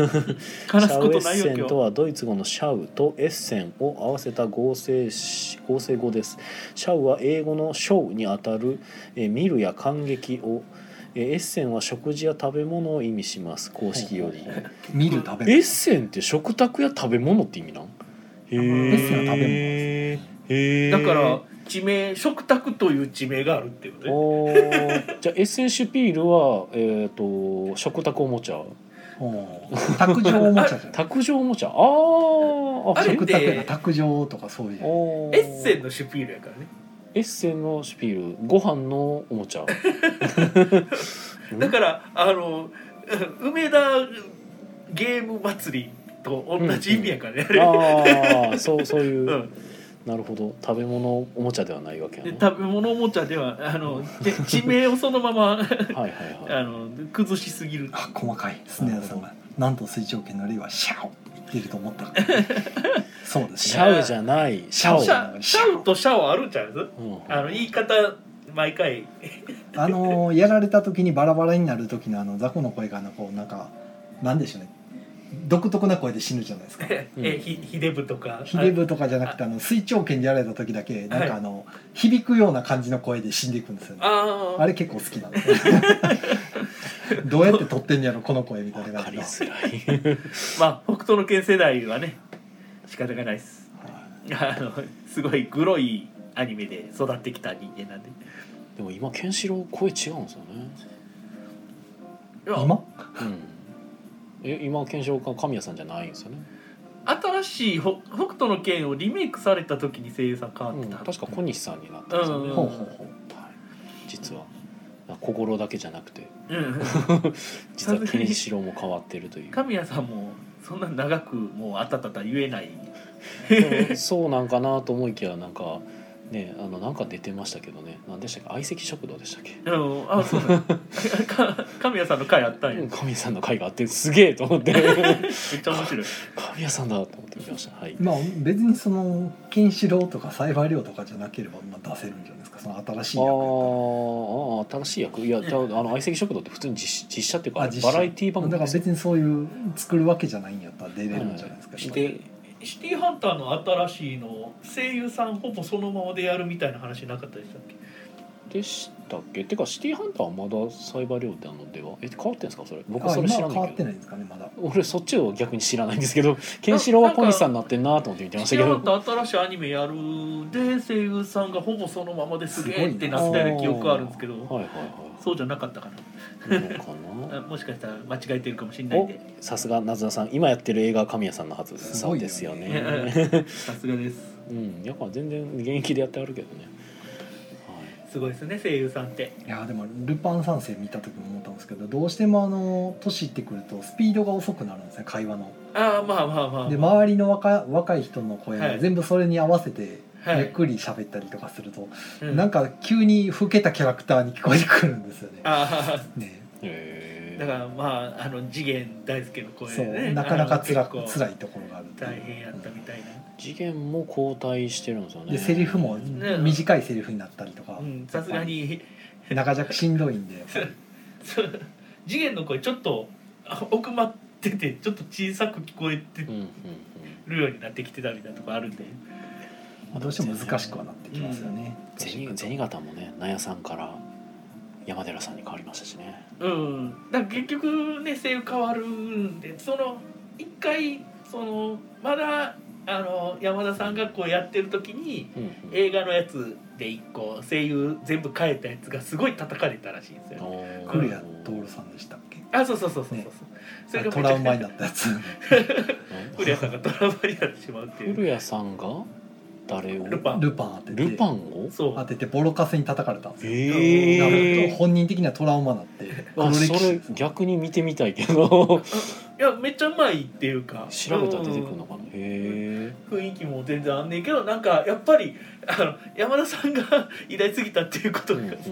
[SPEAKER 3] 話
[SPEAKER 1] ャ
[SPEAKER 3] すこ
[SPEAKER 1] ウエ
[SPEAKER 3] と
[SPEAKER 1] ッ
[SPEAKER 3] ないよ
[SPEAKER 1] セ
[SPEAKER 3] 今
[SPEAKER 1] ン
[SPEAKER 3] 日
[SPEAKER 1] とはドイツ語のシャウとエッセンを合わせた合成し合成語です。シャウは英語のショウにあたる、えー見るや感激を、えーエッセンは食事や食べ物を意味します。公式より。
[SPEAKER 2] 見る食べ
[SPEAKER 1] エッ
[SPEAKER 2] る
[SPEAKER 1] センって食卓や食べ物って意味なん？へ
[SPEAKER 3] エッ
[SPEAKER 2] センは食べ物
[SPEAKER 1] へえ。
[SPEAKER 3] だから地名食卓という地名があるっていうことね
[SPEAKER 1] おーじゃあエッセンシュピールはえっ、と食卓おもちゃ、
[SPEAKER 2] おー卓上おもちゃじゃない
[SPEAKER 1] 卓上おもちゃ。あ [laughs] ーあ。
[SPEAKER 3] あれ
[SPEAKER 2] 食卓やな卓上とかそういう
[SPEAKER 1] おー
[SPEAKER 3] エッセンのシュピールやからね
[SPEAKER 1] エッセンのシュピールご飯のおも
[SPEAKER 3] [laughs]
[SPEAKER 1] ちゃ
[SPEAKER 3] だからあの [laughs] 梅田ゲーム祭りと同じ意味やからね、あれ
[SPEAKER 1] ああそうそういう、
[SPEAKER 3] [laughs] うん
[SPEAKER 1] なるほど食べ物おもちゃではないわけや
[SPEAKER 3] で
[SPEAKER 1] な、
[SPEAKER 3] 食べ物おもちゃではあので地名をそのま [laughs]
[SPEAKER 1] は
[SPEAKER 3] ま
[SPEAKER 1] いはいは
[SPEAKER 3] あ
[SPEAKER 1] い
[SPEAKER 3] の崩しすぎる
[SPEAKER 2] あ細かいスネアさんがなんと水蒸気の例はシャオ言ってると思った
[SPEAKER 1] [laughs]
[SPEAKER 2] そうです
[SPEAKER 1] シ
[SPEAKER 2] ね
[SPEAKER 1] ャウじゃないシャオ
[SPEAKER 3] シャシャウとシャオあるんちゃうんです
[SPEAKER 1] うん
[SPEAKER 3] あの言い方毎回
[SPEAKER 2] あのーやられた時にバラバラになる時のあの雑魚の声があのこうなんかなんでしょうね独特な声で死ぬじゃないですか
[SPEAKER 3] [laughs] えひひでぶとか
[SPEAKER 2] ヒデブとかじゃなくてあの水長剣でやられた時だけなんかあの響くような感じの声で死んでいくんですよね
[SPEAKER 3] ああ
[SPEAKER 2] あれ結構好きなんですよ [laughs] どうやって撮ってんのやろこの声みたい
[SPEAKER 1] わ
[SPEAKER 2] な
[SPEAKER 1] か
[SPEAKER 2] 感じ
[SPEAKER 1] り
[SPEAKER 2] が
[SPEAKER 1] づらい
[SPEAKER 3] まあ北斗の剣世代はね仕方がないですあのすごいグロいアニメで育ってきた人間なんで
[SPEAKER 1] [laughs] でも今ケンシロウ声違うんですよね、
[SPEAKER 2] 今
[SPEAKER 1] うんえ今ケンシロウが神谷さんじゃないんですよね、
[SPEAKER 3] 新しいほ北斗の拳をリメイクされた時に声優さん変わ
[SPEAKER 1] う
[SPEAKER 3] って
[SPEAKER 1] ん、
[SPEAKER 3] た、
[SPEAKER 1] 確か小西さんになったんですよね、
[SPEAKER 3] うん
[SPEAKER 2] ほう
[SPEAKER 1] はい
[SPEAKER 2] ほうほう
[SPEAKER 1] 実は心だけじゃなくて
[SPEAKER 3] うん
[SPEAKER 1] 実はケンシロウも変わってるという
[SPEAKER 3] 神谷さんもそんな長くもうあたたた言えない
[SPEAKER 1] でもそうなんかなと思いきやなんかねあのなんか出てましたけどね何でしたっけ相席食堂でしたっけ
[SPEAKER 3] うんあそうなん
[SPEAKER 1] [laughs]
[SPEAKER 3] だか神谷さんの回あったんや
[SPEAKER 1] うん
[SPEAKER 3] めっ
[SPEAKER 1] 神谷さんの会があってすげえと思って [laughs] 神
[SPEAKER 3] ちゃ面白い
[SPEAKER 1] 谷さんだと思って見ましたはい
[SPEAKER 2] まあ別にそのケンシロウとかサイバーリョウとかじゃなければまあ出せるんじゃないですかその新しい
[SPEAKER 1] あ
[SPEAKER 2] 役
[SPEAKER 1] ーあー新しい役いやじゃああの相席食堂って普通に実実写っていうか
[SPEAKER 2] あ実写
[SPEAKER 1] バラエティ番
[SPEAKER 2] だ
[SPEAKER 1] 組
[SPEAKER 2] から
[SPEAKER 1] ですよ
[SPEAKER 2] 別にそういう作るわけじゃないんやったら出れるんじゃないですか、
[SPEAKER 1] はい
[SPEAKER 2] やっ
[SPEAKER 1] で
[SPEAKER 3] シティーハンターの新しいの声優さんほぼそのままでやるみたいな話なかったでしたっけ
[SPEAKER 1] でしたっけてかシティーハンターはまだサイバー量なのではえ変わってんですかそれ僕
[SPEAKER 2] ぱ
[SPEAKER 1] そ
[SPEAKER 2] り
[SPEAKER 1] れ
[SPEAKER 2] あ
[SPEAKER 1] 知ら
[SPEAKER 2] 今
[SPEAKER 1] な
[SPEAKER 2] は変わ
[SPEAKER 1] い
[SPEAKER 2] って
[SPEAKER 1] けど
[SPEAKER 2] ないんですかねまだ
[SPEAKER 1] 俺そっちを逆に知らないんですけどケンシロウは小西さんになってんなと思って見てまし
[SPEAKER 3] シ
[SPEAKER 1] た
[SPEAKER 3] テ
[SPEAKER 1] け
[SPEAKER 3] [laughs] ィーハ
[SPEAKER 1] ど
[SPEAKER 3] ンター新しいアニメやるで声優さんがほぼそのままですげえってなったような記憶あるんですけど
[SPEAKER 1] [laughs] はいはい
[SPEAKER 3] そうじゃなかったか
[SPEAKER 1] はいのかな
[SPEAKER 3] なあもしかしたら間違えてるかもしれないん
[SPEAKER 1] お
[SPEAKER 3] で
[SPEAKER 1] さすがなずなさん今やってる映画は神谷さんのはず
[SPEAKER 2] すごいよね
[SPEAKER 1] ですよね
[SPEAKER 3] [laughs] ねさすがです
[SPEAKER 1] うんやっぱ全然現役でやってあるけどね、
[SPEAKER 3] すごいですね声優さんって
[SPEAKER 2] いやでも「ルパン三世」見た時も思ったんですけどどうしてもあの年いってくるとスピードが遅くなるんですね会話の。
[SPEAKER 3] ああまあまあまあ
[SPEAKER 2] で周りの若若い人の声
[SPEAKER 3] は
[SPEAKER 2] も
[SPEAKER 3] い
[SPEAKER 2] 全部それに合わせて
[SPEAKER 3] はい
[SPEAKER 2] ゆっくり喋ったりとかすると、
[SPEAKER 3] うん
[SPEAKER 2] なんか急に老けたキャラクターに聞こえてくるんですよね。
[SPEAKER 3] ああ
[SPEAKER 2] ね
[SPEAKER 1] へ
[SPEAKER 3] だからまああの次元大輔の声
[SPEAKER 2] そ
[SPEAKER 3] で
[SPEAKER 2] う
[SPEAKER 3] ね
[SPEAKER 2] なかなかつ
[SPEAKER 3] あ
[SPEAKER 2] ら
[SPEAKER 3] の結構
[SPEAKER 2] 辛いところがあるっていう
[SPEAKER 3] 大変やったみたいな
[SPEAKER 1] 次元も交代してるんですよね
[SPEAKER 2] でセリフも
[SPEAKER 3] ね
[SPEAKER 2] 短いセリフになったりとか
[SPEAKER 3] うんさすがに [laughs]
[SPEAKER 2] 長尺しんどいんでやっぱり
[SPEAKER 3] そう次元の声ちょっとあ奥まっててちょっと小さく聞こえて
[SPEAKER 1] うんうんうん
[SPEAKER 3] るようになってきてたりだとかあるんで
[SPEAKER 2] どうしても難しくはなってきますよね。
[SPEAKER 1] 銭銭形もね納屋さんから山寺さんに変わりましたしね
[SPEAKER 3] うんだから結局ね声優変わるんでその一回そのまだあの山田さんがこうやってる時に
[SPEAKER 1] うん
[SPEAKER 3] 映画のやつで一個声優全部変えたやつがすごい叩かれたらしいんですよね
[SPEAKER 1] うん
[SPEAKER 2] 古谷徹さんでしたっけ
[SPEAKER 3] あそうそうそうそうそう、
[SPEAKER 2] ね
[SPEAKER 3] それがめちゃくちゃ
[SPEAKER 2] トラウマになった
[SPEAKER 1] [laughs]
[SPEAKER 2] やつ
[SPEAKER 3] 古谷さんがトラウマになってしまうっていう
[SPEAKER 1] 古谷さんが誰を
[SPEAKER 3] ルパン
[SPEAKER 2] ルパン当てて
[SPEAKER 1] ルパンを
[SPEAKER 3] そう
[SPEAKER 2] 当ててボロカスに叩かれたんですよ。
[SPEAKER 1] え
[SPEAKER 2] だから
[SPEAKER 1] え
[SPEAKER 2] 本人的にはトラウマになって黒
[SPEAKER 1] あ
[SPEAKER 2] 歴
[SPEAKER 1] それ
[SPEAKER 2] 史
[SPEAKER 1] 逆に見てみたいけ
[SPEAKER 3] [laughs]
[SPEAKER 1] ど
[SPEAKER 3] いやめっちゃうまいっていうか
[SPEAKER 1] 調べたら出てくるのかなへえ
[SPEAKER 3] うん雰囲気も全然あんねんけどなんかやっぱりあの山田さんが [laughs] 偉大すぎたっていうこと
[SPEAKER 1] う
[SPEAKER 3] が、
[SPEAKER 1] んうんう
[SPEAKER 3] っ
[SPEAKER 1] ん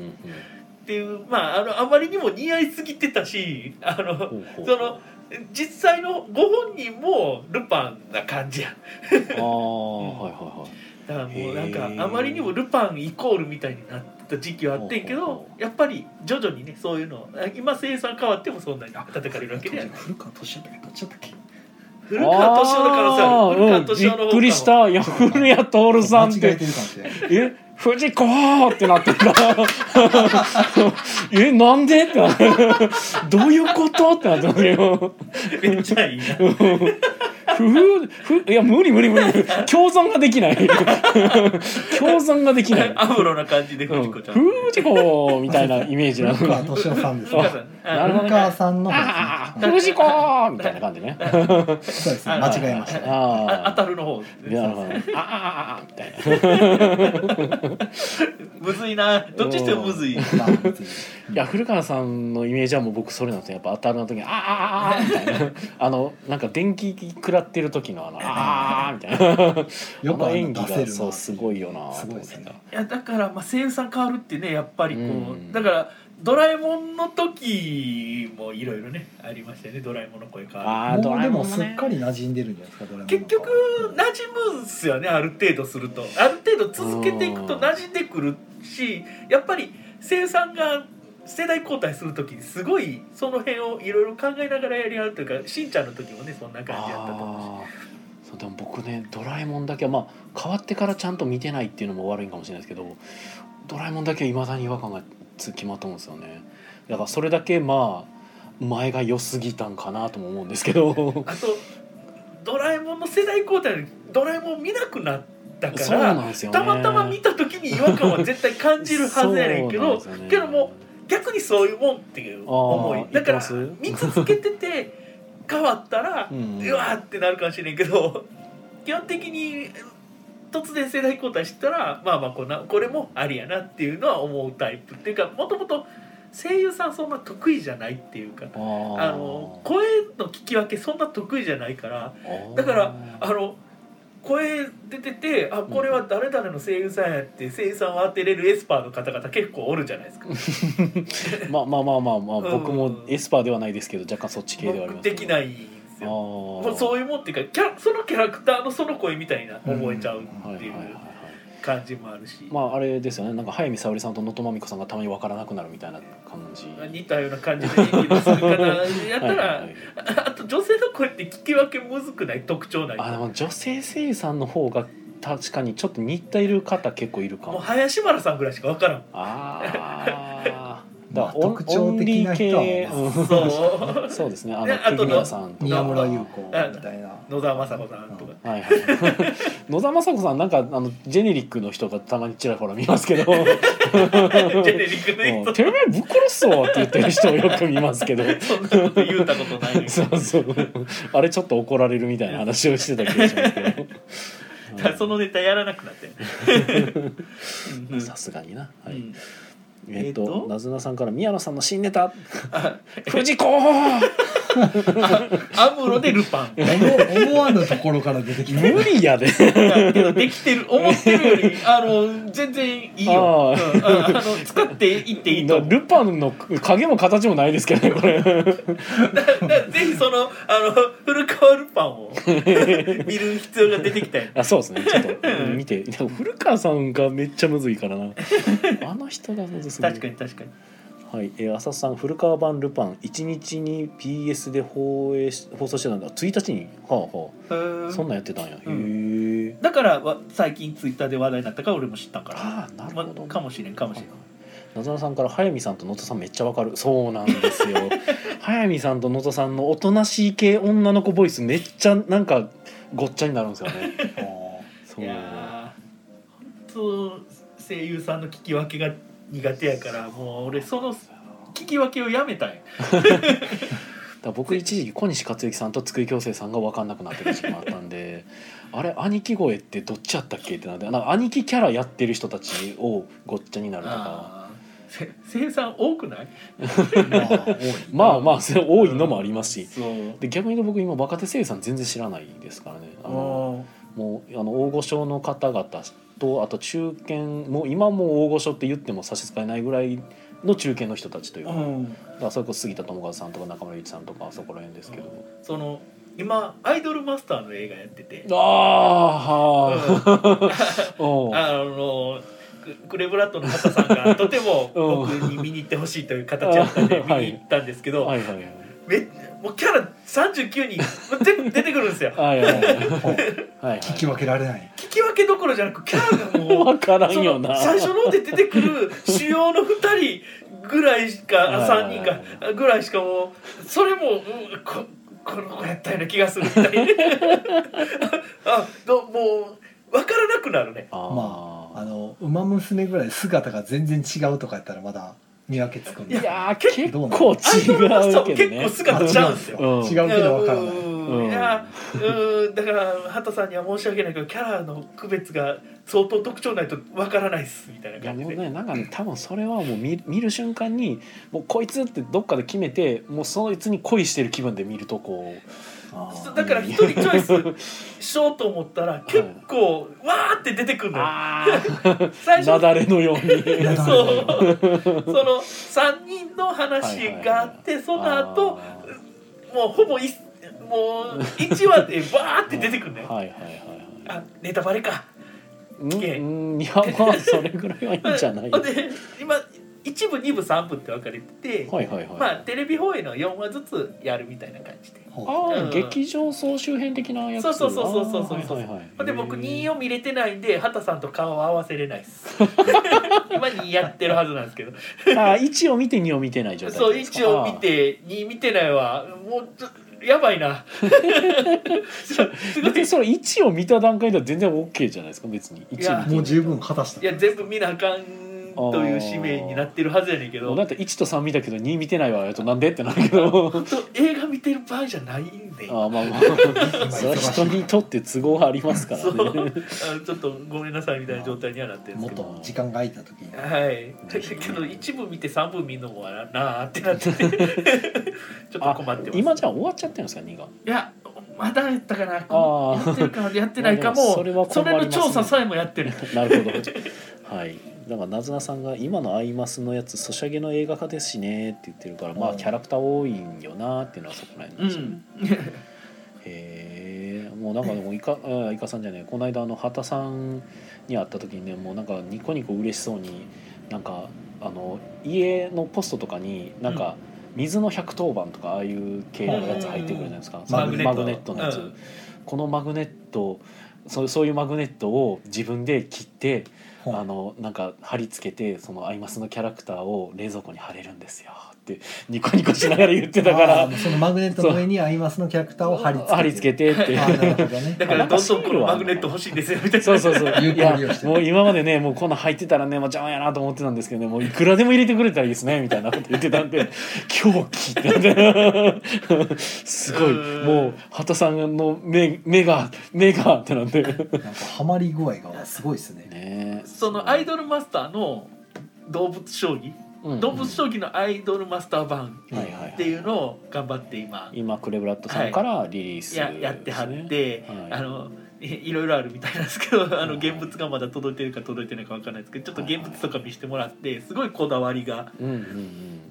[SPEAKER 3] ていうまああのあまりにも似合いすぎてたしあの
[SPEAKER 1] ほうほう
[SPEAKER 3] その実際のご本人もルパンな感じや
[SPEAKER 1] ああはいはいはい
[SPEAKER 3] だからもうなんか
[SPEAKER 1] へー
[SPEAKER 3] あまりにもルパンイコールみたいになった時期はあってんけ
[SPEAKER 1] ほうほ
[SPEAKER 3] ど
[SPEAKER 1] うほ
[SPEAKER 3] やっぱり徐々にねそういうの今生産変わってもそんなに叩かれるわけではない
[SPEAKER 2] 古川年だったっけどっちだったっけ
[SPEAKER 3] 古川敏夫の可能性ある古
[SPEAKER 1] あー
[SPEAKER 3] 川
[SPEAKER 1] うん
[SPEAKER 3] 敏夫の方か
[SPEAKER 1] び
[SPEAKER 3] も
[SPEAKER 1] っくりしたいや古谷徹さ
[SPEAKER 2] 間
[SPEAKER 1] んっ
[SPEAKER 2] 違え
[SPEAKER 1] て
[SPEAKER 2] てるかもしれない。
[SPEAKER 1] え藤子ってなってた [laughs] えなんでってなってどういうことってなってたよ
[SPEAKER 3] めっちゃいいな
[SPEAKER 1] ふふいや無理無理無理共存ができない [laughs] 共存ができない
[SPEAKER 3] アフロな感じで
[SPEAKER 1] う
[SPEAKER 3] 藤
[SPEAKER 1] ん
[SPEAKER 3] 子ちゃん、
[SPEAKER 1] 藤子みたいなイメージなの
[SPEAKER 3] [laughs]
[SPEAKER 2] 古川敏夫
[SPEAKER 1] [laughs]
[SPEAKER 2] さんです
[SPEAKER 3] 古川さん
[SPEAKER 1] なるほど
[SPEAKER 2] 古川さんの
[SPEAKER 1] あ
[SPEAKER 2] 方
[SPEAKER 1] あ藤子みたいな感じね
[SPEAKER 2] ですね。そうですね。間違えました。
[SPEAKER 3] あ
[SPEAKER 1] あ
[SPEAKER 3] 当たるの方
[SPEAKER 1] あなるほどねああああみたいな
[SPEAKER 3] むずいなどっちにしてもむずい
[SPEAKER 2] まあ別に
[SPEAKER 1] いや古川さんのイメージはもう僕それなんですよやっぱ当たるの時に「あーあーあー」みたい
[SPEAKER 2] [laughs]
[SPEAKER 1] なあのなんか電気食らってる時のあの「あーあー」みたいな
[SPEAKER 2] よく
[SPEAKER 1] あの
[SPEAKER 2] あの
[SPEAKER 1] 演技
[SPEAKER 2] 出せ
[SPEAKER 1] が
[SPEAKER 2] る
[SPEAKER 1] そう
[SPEAKER 2] な。
[SPEAKER 1] すごいよな
[SPEAKER 2] すごいですね
[SPEAKER 1] と思って
[SPEAKER 3] いやだから、まあ、声優さん変わるってねやっぱりこう、
[SPEAKER 1] うん
[SPEAKER 3] だから「ドラえもん」の時もいろいろねありましたよね「ドラえもん」の声変
[SPEAKER 1] た
[SPEAKER 3] わ
[SPEAKER 1] あード
[SPEAKER 2] もう
[SPEAKER 1] ラえ
[SPEAKER 2] で
[SPEAKER 1] も
[SPEAKER 2] も
[SPEAKER 1] んも
[SPEAKER 2] すっ
[SPEAKER 1] ね
[SPEAKER 2] かり馴染んでるんじゃないですか。ドラえもんの
[SPEAKER 3] る
[SPEAKER 2] 顔
[SPEAKER 3] 結局馴染むんすよねある程度するとある程度続けていくと
[SPEAKER 1] うん
[SPEAKER 3] 馴染んでくるしやっぱり声優さんが世代交代する時にすごいその辺をいろいろ考えながらやり合うというかしんちゃんの時もねそんな感じだったと思う
[SPEAKER 1] あー
[SPEAKER 3] し
[SPEAKER 1] そうでも僕ね「ドラえもん」だけはまあ変わってからちゃんと見てないっていうのも悪いんかもしれないですけど「ドラえもん」だけはいまだに違和感がつきまとうんですよねだからそれだけまあ前が良すぎたんかなとも思うんですけど
[SPEAKER 3] あと「ドラえもん」の世代交代でドラえもん見なくなったか
[SPEAKER 1] そう
[SPEAKER 3] ら、
[SPEAKER 1] なんですよね
[SPEAKER 3] たまたま見た時に違和感は絶対感じるはずやねんけど
[SPEAKER 1] そうなんですよね
[SPEAKER 3] けども逆にそういうもんっていう思
[SPEAKER 1] あー
[SPEAKER 3] いだか
[SPEAKER 1] いけ
[SPEAKER 3] ら
[SPEAKER 1] ます
[SPEAKER 3] 見続けてて変わったら、
[SPEAKER 1] う
[SPEAKER 3] うんわーってなるかもしれんけど基本的に突然世代交代したらまあまあこんなこれもありやなっていうのは思うタイプっていうかもともと声優さんそんな得意じゃないっていうか
[SPEAKER 1] あー
[SPEAKER 3] あの声の聞き分けそんな得意じゃないから
[SPEAKER 1] あー
[SPEAKER 3] だからあの声出ててあこれは誰々の声優さんやって声優さんを当てれるエスパーの方々結構おるじゃないですか
[SPEAKER 1] [laughs] まあまあまあまあまあ、
[SPEAKER 3] うん
[SPEAKER 1] 僕もエスパーではないですけど若干そっち系ではあり
[SPEAKER 3] 僕
[SPEAKER 1] ます
[SPEAKER 3] できないんです
[SPEAKER 1] あ
[SPEAKER 3] よも
[SPEAKER 1] も
[SPEAKER 3] うそ
[SPEAKER 1] い
[SPEAKER 3] う
[SPEAKER 1] う
[SPEAKER 3] いうもんっていうかキャラそのキャラクターのその声みたいな覚えちゃう
[SPEAKER 1] はい
[SPEAKER 3] っ
[SPEAKER 1] は
[SPEAKER 3] て
[SPEAKER 1] い
[SPEAKER 3] いう
[SPEAKER 1] はいはい
[SPEAKER 3] 感じもあるし、
[SPEAKER 1] まああれですよねなんか早見沙織さんと能登まみこさんがたまに分からなくなるみたいな感じ
[SPEAKER 3] 似たような感じで演技する
[SPEAKER 1] はい
[SPEAKER 3] からやったら、
[SPEAKER 1] はいはい
[SPEAKER 3] あと女性の声って聞き分けむずくない特徴ない
[SPEAKER 1] あでも女性声優さんの方が確かにちょっと似ている方結構いるか
[SPEAKER 3] もう
[SPEAKER 1] も
[SPEAKER 3] 林原さんぐらいしか分からん
[SPEAKER 1] あー
[SPEAKER 3] [laughs]
[SPEAKER 2] ま
[SPEAKER 1] だ
[SPEAKER 2] あ
[SPEAKER 1] からオン
[SPEAKER 2] 特徴的な人は
[SPEAKER 1] オンリー系うん
[SPEAKER 3] そう
[SPEAKER 1] そうですねあ
[SPEAKER 3] ねあ
[SPEAKER 1] の
[SPEAKER 3] と
[SPEAKER 1] 木村さんとか
[SPEAKER 2] 宮村優子みたいな。
[SPEAKER 3] 野沢雅子さんとか
[SPEAKER 1] はいはい、 [laughs] 野田雅子さんなんかあのジェネリックの人がたまにちらほら見ますけどもう
[SPEAKER 3] ジェネリックで
[SPEAKER 1] 「てめえぶっ殺すぞ!」って言ってる人をよく見ます
[SPEAKER 3] [laughs]
[SPEAKER 1] けど
[SPEAKER 3] そんなこと言うたことないのに
[SPEAKER 1] そうそうあれちょっと怒られるみたいな話をしてた気がしますけど
[SPEAKER 3] だからそのネタやらなくなっ
[SPEAKER 1] [laughs]
[SPEAKER 3] てうんうん
[SPEAKER 1] さすがにな、はい
[SPEAKER 3] うん
[SPEAKER 1] えっ、
[SPEAKER 3] えー
[SPEAKER 1] と
[SPEAKER 3] と
[SPEAKER 1] なずなさんから宮野さんの新ネ
[SPEAKER 3] [laughs]
[SPEAKER 1] タ
[SPEAKER 3] あ
[SPEAKER 1] 富士子
[SPEAKER 3] アムロでルパン
[SPEAKER 2] 思思わぬところから出てきた
[SPEAKER 1] 無理やで
[SPEAKER 3] だけどできてる思ってるよ
[SPEAKER 1] [laughs]
[SPEAKER 3] りあの全然いいよ
[SPEAKER 1] あー
[SPEAKER 3] うんああの使っていっていいと思う
[SPEAKER 1] ルパン [laughs] の影も形もないですけどねこれ
[SPEAKER 3] だからぜひそのあの古川ルパン
[SPEAKER 1] [laughs]
[SPEAKER 3] を見る必要が出てきたよ
[SPEAKER 1] あそうですねちょっ
[SPEAKER 3] [laughs]
[SPEAKER 1] と見てでも古川さんがめっちゃむずいからなあの人がむずすぎる
[SPEAKER 3] 確かに確かに
[SPEAKER 1] はい、えー、浅田さん古川版ルパン1日に PS で放映し放送してたんだ1日にはあは
[SPEAKER 3] う
[SPEAKER 1] あ
[SPEAKER 3] ん
[SPEAKER 1] そんなんやってたんや、
[SPEAKER 3] う
[SPEAKER 1] へえ
[SPEAKER 3] だからわ最近ツイッターで話題になったから俺も知ったんから
[SPEAKER 1] ああなるほど、
[SPEAKER 3] まかもしれんかもしれん
[SPEAKER 1] なぞなさんから早見さんと能登さんめっちゃわかるそうなんです
[SPEAKER 3] [laughs]
[SPEAKER 1] よ早見さんと能登さんのおとなしい系女の子ボイスめっちゃなんかごっちゃになるんですよね
[SPEAKER 3] [laughs]
[SPEAKER 1] そう
[SPEAKER 3] いやー本当声優さんの聞き分けが苦手やからもう俺その聞き分けをやめたい
[SPEAKER 1] だから僕一時期小西克幸さんと津久井京成さんが分かんなくなってる時期もあったんであれ兄貴声ってどっちやったっけってなってなんか兄貴キャラやってる人たちをごっちゃになるとか
[SPEAKER 3] あーせ声優さん多くない
[SPEAKER 2] まあ多い
[SPEAKER 1] まあまあそれ多いのもありますし、
[SPEAKER 3] そう
[SPEAKER 1] で逆に言うと僕今若手声優さん全然知らないですからねあのもうあの大御所の方々とあと中堅もう今もう大御所って言っても差し支えないぐらいの中堅の人たちという
[SPEAKER 3] う
[SPEAKER 1] か,、
[SPEAKER 3] ん
[SPEAKER 1] だからそれこそ杉田智和さんとか中村ゆう一さんとかそこら辺ですけど、
[SPEAKER 3] その今アイドルマスターの映画やってて
[SPEAKER 1] ああはあ、 [laughs] おう
[SPEAKER 3] あのククレブラッドの方さんがとて [laughs] も僕に見に行ってほしいという形だったんで
[SPEAKER 1] うん
[SPEAKER 3] 見に行ったんですけど、
[SPEAKER 1] はいはいはい
[SPEAKER 3] めもうキャラ39人全部出てくるんですよ
[SPEAKER 1] はいはい
[SPEAKER 2] ほう
[SPEAKER 1] はい。
[SPEAKER 2] 聞き分けられない
[SPEAKER 3] 聞き分けどころじゃなくキャラがもう
[SPEAKER 1] 分からん
[SPEAKER 3] そ
[SPEAKER 1] よ
[SPEAKER 3] の
[SPEAKER 1] な。
[SPEAKER 3] 最初ので出て
[SPEAKER 1] [laughs]
[SPEAKER 3] くる主要の2人ぐらいしかあ
[SPEAKER 1] はいはい
[SPEAKER 3] 3人
[SPEAKER 1] はい
[SPEAKER 3] かぐらいしかもうそれも、うんここの子やったような気がするみ
[SPEAKER 1] [laughs]
[SPEAKER 3] たいなあどもう分からなくなるね
[SPEAKER 2] まああ
[SPEAKER 1] あ
[SPEAKER 2] の「ウマ娘」ぐらい姿が全然違うとかやったらまだ見分けつくん
[SPEAKER 1] ー。い
[SPEAKER 2] で
[SPEAKER 1] やー結
[SPEAKER 2] どうな
[SPEAKER 1] 構
[SPEAKER 3] アイドルの人
[SPEAKER 1] 違
[SPEAKER 3] も
[SPEAKER 1] うけ
[SPEAKER 3] 結
[SPEAKER 1] ど
[SPEAKER 3] 構
[SPEAKER 1] ね。
[SPEAKER 3] 姿ちゃうんですよ
[SPEAKER 1] うん
[SPEAKER 2] 違うけど分からない
[SPEAKER 3] うんいやうんだから畑さんには申し訳ないけどキャラの区別が相当特徴ないと分からないっすみたいない
[SPEAKER 1] や
[SPEAKER 3] 感
[SPEAKER 1] で
[SPEAKER 3] じ
[SPEAKER 1] も
[SPEAKER 3] で。
[SPEAKER 1] ねなんかね多分それはもう見見る瞬間にもうこいつってどっかで決めてもうそいつに恋してる気分で見るとこ
[SPEAKER 2] あ
[SPEAKER 3] そう
[SPEAKER 2] ー
[SPEAKER 3] だから一人チョイスしようと思ったら結構わーって出てく
[SPEAKER 1] う
[SPEAKER 3] るのよ
[SPEAKER 1] あ
[SPEAKER 3] 最
[SPEAKER 1] あな
[SPEAKER 3] 初
[SPEAKER 1] だれのように。
[SPEAKER 2] な
[SPEAKER 3] そ
[SPEAKER 2] だれ
[SPEAKER 3] うその3人の話があってその後
[SPEAKER 1] あー
[SPEAKER 3] もうほぼいもう1話でバーって出てくるのよ
[SPEAKER 1] はいはいはいはい。
[SPEAKER 3] あネタバレか
[SPEAKER 1] うんうんいやまあそれぐらいはいいんじゃない。
[SPEAKER 3] ほん
[SPEAKER 1] は
[SPEAKER 3] で今1部2部3部って分かれてて、
[SPEAKER 1] いはいはい。
[SPEAKER 3] まあテレビ放映の4話ずつやるみたいな感じで。
[SPEAKER 2] ほう
[SPEAKER 1] あー
[SPEAKER 3] うん
[SPEAKER 1] 劇場総集編的なやつ
[SPEAKER 3] そうそうそうそうそうそう
[SPEAKER 1] あーはいはいはい
[SPEAKER 3] ほんで僕
[SPEAKER 1] へー
[SPEAKER 3] 2を見れてないんで畑さんと顔は合わせれないっ
[SPEAKER 1] [laughs]
[SPEAKER 3] す今2やってるはずなんですけど
[SPEAKER 1] あ一を見て二を見てない状態
[SPEAKER 3] そう
[SPEAKER 1] ですか
[SPEAKER 3] 1を見て2見てないはもうちょやばいな
[SPEAKER 1] あ
[SPEAKER 3] す
[SPEAKER 1] ー
[SPEAKER 3] ご
[SPEAKER 1] 別
[SPEAKER 3] い
[SPEAKER 1] にそれ一を見た段階では全然 OK じゃないですか別に一を見て
[SPEAKER 2] もう十分果たした
[SPEAKER 3] いや全部見なあかんという使命になってるはずやねんけ
[SPEAKER 1] も
[SPEAKER 3] ど
[SPEAKER 1] うだって一と三見たけど二見てないわよとなんでってなるけ
[SPEAKER 3] [laughs]
[SPEAKER 1] ど
[SPEAKER 3] 本当映画見てる場合じゃないんで
[SPEAKER 1] あーまあま
[SPEAKER 2] 今
[SPEAKER 1] あ
[SPEAKER 2] 忙し
[SPEAKER 1] それ
[SPEAKER 2] い
[SPEAKER 1] は人にとって都合がありますから
[SPEAKER 3] そう
[SPEAKER 1] ね
[SPEAKER 3] あちょっとごめんなさいみたいな状態にはなってるんで
[SPEAKER 2] も
[SPEAKER 3] す
[SPEAKER 2] っ
[SPEAKER 3] けど
[SPEAKER 2] と時間が空いた時に
[SPEAKER 3] はい
[SPEAKER 1] ぜ
[SPEAKER 3] だ
[SPEAKER 1] ひ
[SPEAKER 3] けど一部見て三部見るのもななあって
[SPEAKER 1] [laughs]
[SPEAKER 3] なっててちょっと困ってます
[SPEAKER 1] 今じゃあ終わっちゃってるんですか二が
[SPEAKER 3] いやまだやったかなや
[SPEAKER 1] あー
[SPEAKER 3] ってるかやってないか
[SPEAKER 1] まあで
[SPEAKER 3] も
[SPEAKER 1] もそれは困ります
[SPEAKER 3] の
[SPEAKER 1] ね
[SPEAKER 3] 調査さえもやってる
[SPEAKER 1] [laughs] なるほどはいだからなずなさんが「今のアイマスのやつソシャゲの映画化ですしね」って言ってるからまあ
[SPEAKER 2] うん
[SPEAKER 1] キャラクター多いんよなっていうのはそこら辺なん
[SPEAKER 3] う
[SPEAKER 1] ですよね、
[SPEAKER 3] ん
[SPEAKER 1] へえもうなんかでもイカ [laughs] あイカさんじゃねえこの間あの畑さんに会った時にねもうなんかニコニコ嬉しそうになんかあの家のポストとかになんか水の百1番とかああいう系のやつ入ってくるじゃないですか、
[SPEAKER 2] マグネット
[SPEAKER 1] マグネットのやつ、
[SPEAKER 3] うん
[SPEAKER 1] このマグネットそうそういうマグネットを自分で切って
[SPEAKER 2] ほう
[SPEAKER 1] あのなんか貼り付けてそのアイマスのキャラクターを冷蔵庫に貼れるんですよっってニコニコしながら言ってたか
[SPEAKER 2] あ
[SPEAKER 1] ら
[SPEAKER 2] ーそのマグネットの上にアイマスのキャラクターを貼り付け
[SPEAKER 1] [laughs]
[SPEAKER 2] て
[SPEAKER 1] 貼り付けてって
[SPEAKER 2] あーなるほどね
[SPEAKER 3] [laughs] [laughs] だからどんどんこのマグネット欲しいんですよみたい
[SPEAKER 1] [laughs]
[SPEAKER 3] な
[SPEAKER 1] そうそうそう
[SPEAKER 2] 有
[SPEAKER 1] い
[SPEAKER 2] 効
[SPEAKER 1] や
[SPEAKER 2] 利用して
[SPEAKER 1] もう今までねもうこんなん入ってたらねもう邪魔やなと思ってたんですけどねもういくらでも入れてくれたらいいですねみたいなこと言ってたんで狂気ってなって [laughs] すごい
[SPEAKER 3] うん
[SPEAKER 1] もう畑さんの目目が目がってなってね
[SPEAKER 2] なんかハマり具合がすごいですね
[SPEAKER 1] え
[SPEAKER 3] そのアイドルマスターの動物将棋
[SPEAKER 1] うん
[SPEAKER 3] 動物将棋のアイドルマスター版
[SPEAKER 1] はいはいはい
[SPEAKER 3] っていうのを頑張って今
[SPEAKER 1] 今クレブラッドさんからリリース、
[SPEAKER 3] ややってはっ
[SPEAKER 1] ですね
[SPEAKER 3] て、
[SPEAKER 1] はい
[SPEAKER 3] あのいいろいろあるみたいなんですけどあの
[SPEAKER 1] うん
[SPEAKER 3] 現物がまだ届いてるか届いてないかわかんないですけどちょっと
[SPEAKER 1] はい
[SPEAKER 3] 現
[SPEAKER 1] はい
[SPEAKER 3] 物とか見せてもらってすごいこだわりが
[SPEAKER 1] うんうんう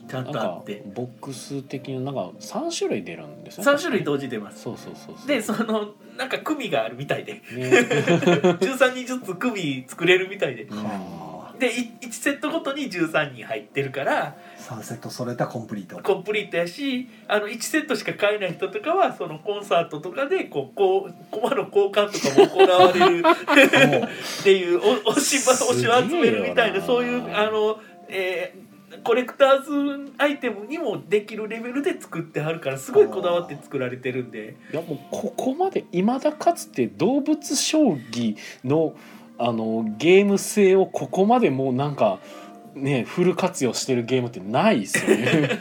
[SPEAKER 1] ん
[SPEAKER 3] ちゃんとあって
[SPEAKER 1] なんかボックス的ななんか3種類出るんですよね
[SPEAKER 3] 3種類同時出ます。
[SPEAKER 1] そうそうそうそう
[SPEAKER 3] でそのなんか組があるみたい
[SPEAKER 1] [laughs]
[SPEAKER 3] で
[SPEAKER 1] ね
[SPEAKER 3] 13人ずつ組作れるみたいで
[SPEAKER 1] うん
[SPEAKER 2] は
[SPEAKER 3] で1セットごとに13人入ってるから
[SPEAKER 2] あ3セット揃えたコンプリート
[SPEAKER 3] コンプリートやしあの1セットしか買えない人とかはそのコンサートとかでこうこうコマの交換とかも行われる
[SPEAKER 2] も
[SPEAKER 3] っていうお推しば
[SPEAKER 1] すげえ
[SPEAKER 3] 推し
[SPEAKER 1] よな
[SPEAKER 3] を集めるみたいなそういうあの、えーコレクターズアイテムにもできるレベルで作ってはるからすごいこだわって作られてるんで
[SPEAKER 1] いやもうここまでいまだかつて動物将棋のあのゲーム性をここまでもうなんかねフル活用してるゲームってないですよ
[SPEAKER 3] [laughs]
[SPEAKER 1] ね、
[SPEAKER 3] うん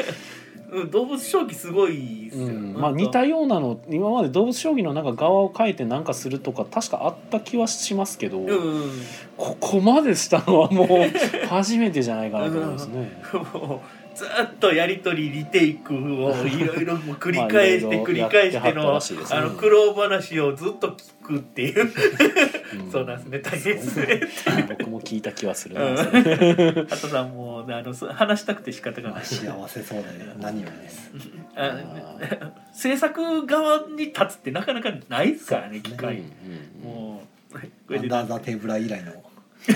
[SPEAKER 3] 動物将棋すごいです
[SPEAKER 1] う
[SPEAKER 3] よ、
[SPEAKER 1] ん、まあ似たようなの今まで動物将棋のなんか側を変えてなんかするとか確かあった気はしますけど、
[SPEAKER 3] うんうん
[SPEAKER 1] ここまでしたのはもう初めてじゃないかなと思いますね。
[SPEAKER 3] もうずっとやり取りリテイクをいろいろもう繰り返し
[SPEAKER 1] まあいろい
[SPEAKER 3] て
[SPEAKER 1] ろ
[SPEAKER 3] 繰り返して
[SPEAKER 1] やってはった
[SPEAKER 3] の
[SPEAKER 1] らしいですね
[SPEAKER 3] あの苦労話をずっと聞くっていう
[SPEAKER 1] うん
[SPEAKER 3] そうなんですね大変ですね
[SPEAKER 1] [laughs] 僕も聞いた気はする
[SPEAKER 3] う
[SPEAKER 1] なんそれ
[SPEAKER 3] ハトさんもうあのそう話したくて仕方
[SPEAKER 2] う
[SPEAKER 3] が
[SPEAKER 2] まあ
[SPEAKER 3] ない
[SPEAKER 2] 幸せそうで何よりです
[SPEAKER 3] あ制作側に立つってなかなかないですからね機
[SPEAKER 1] うんう
[SPEAKER 3] 会
[SPEAKER 1] ん
[SPEAKER 3] もうこ
[SPEAKER 2] ア
[SPEAKER 3] れで
[SPEAKER 2] ンダーザテーブラ以来の
[SPEAKER 3] [laughs]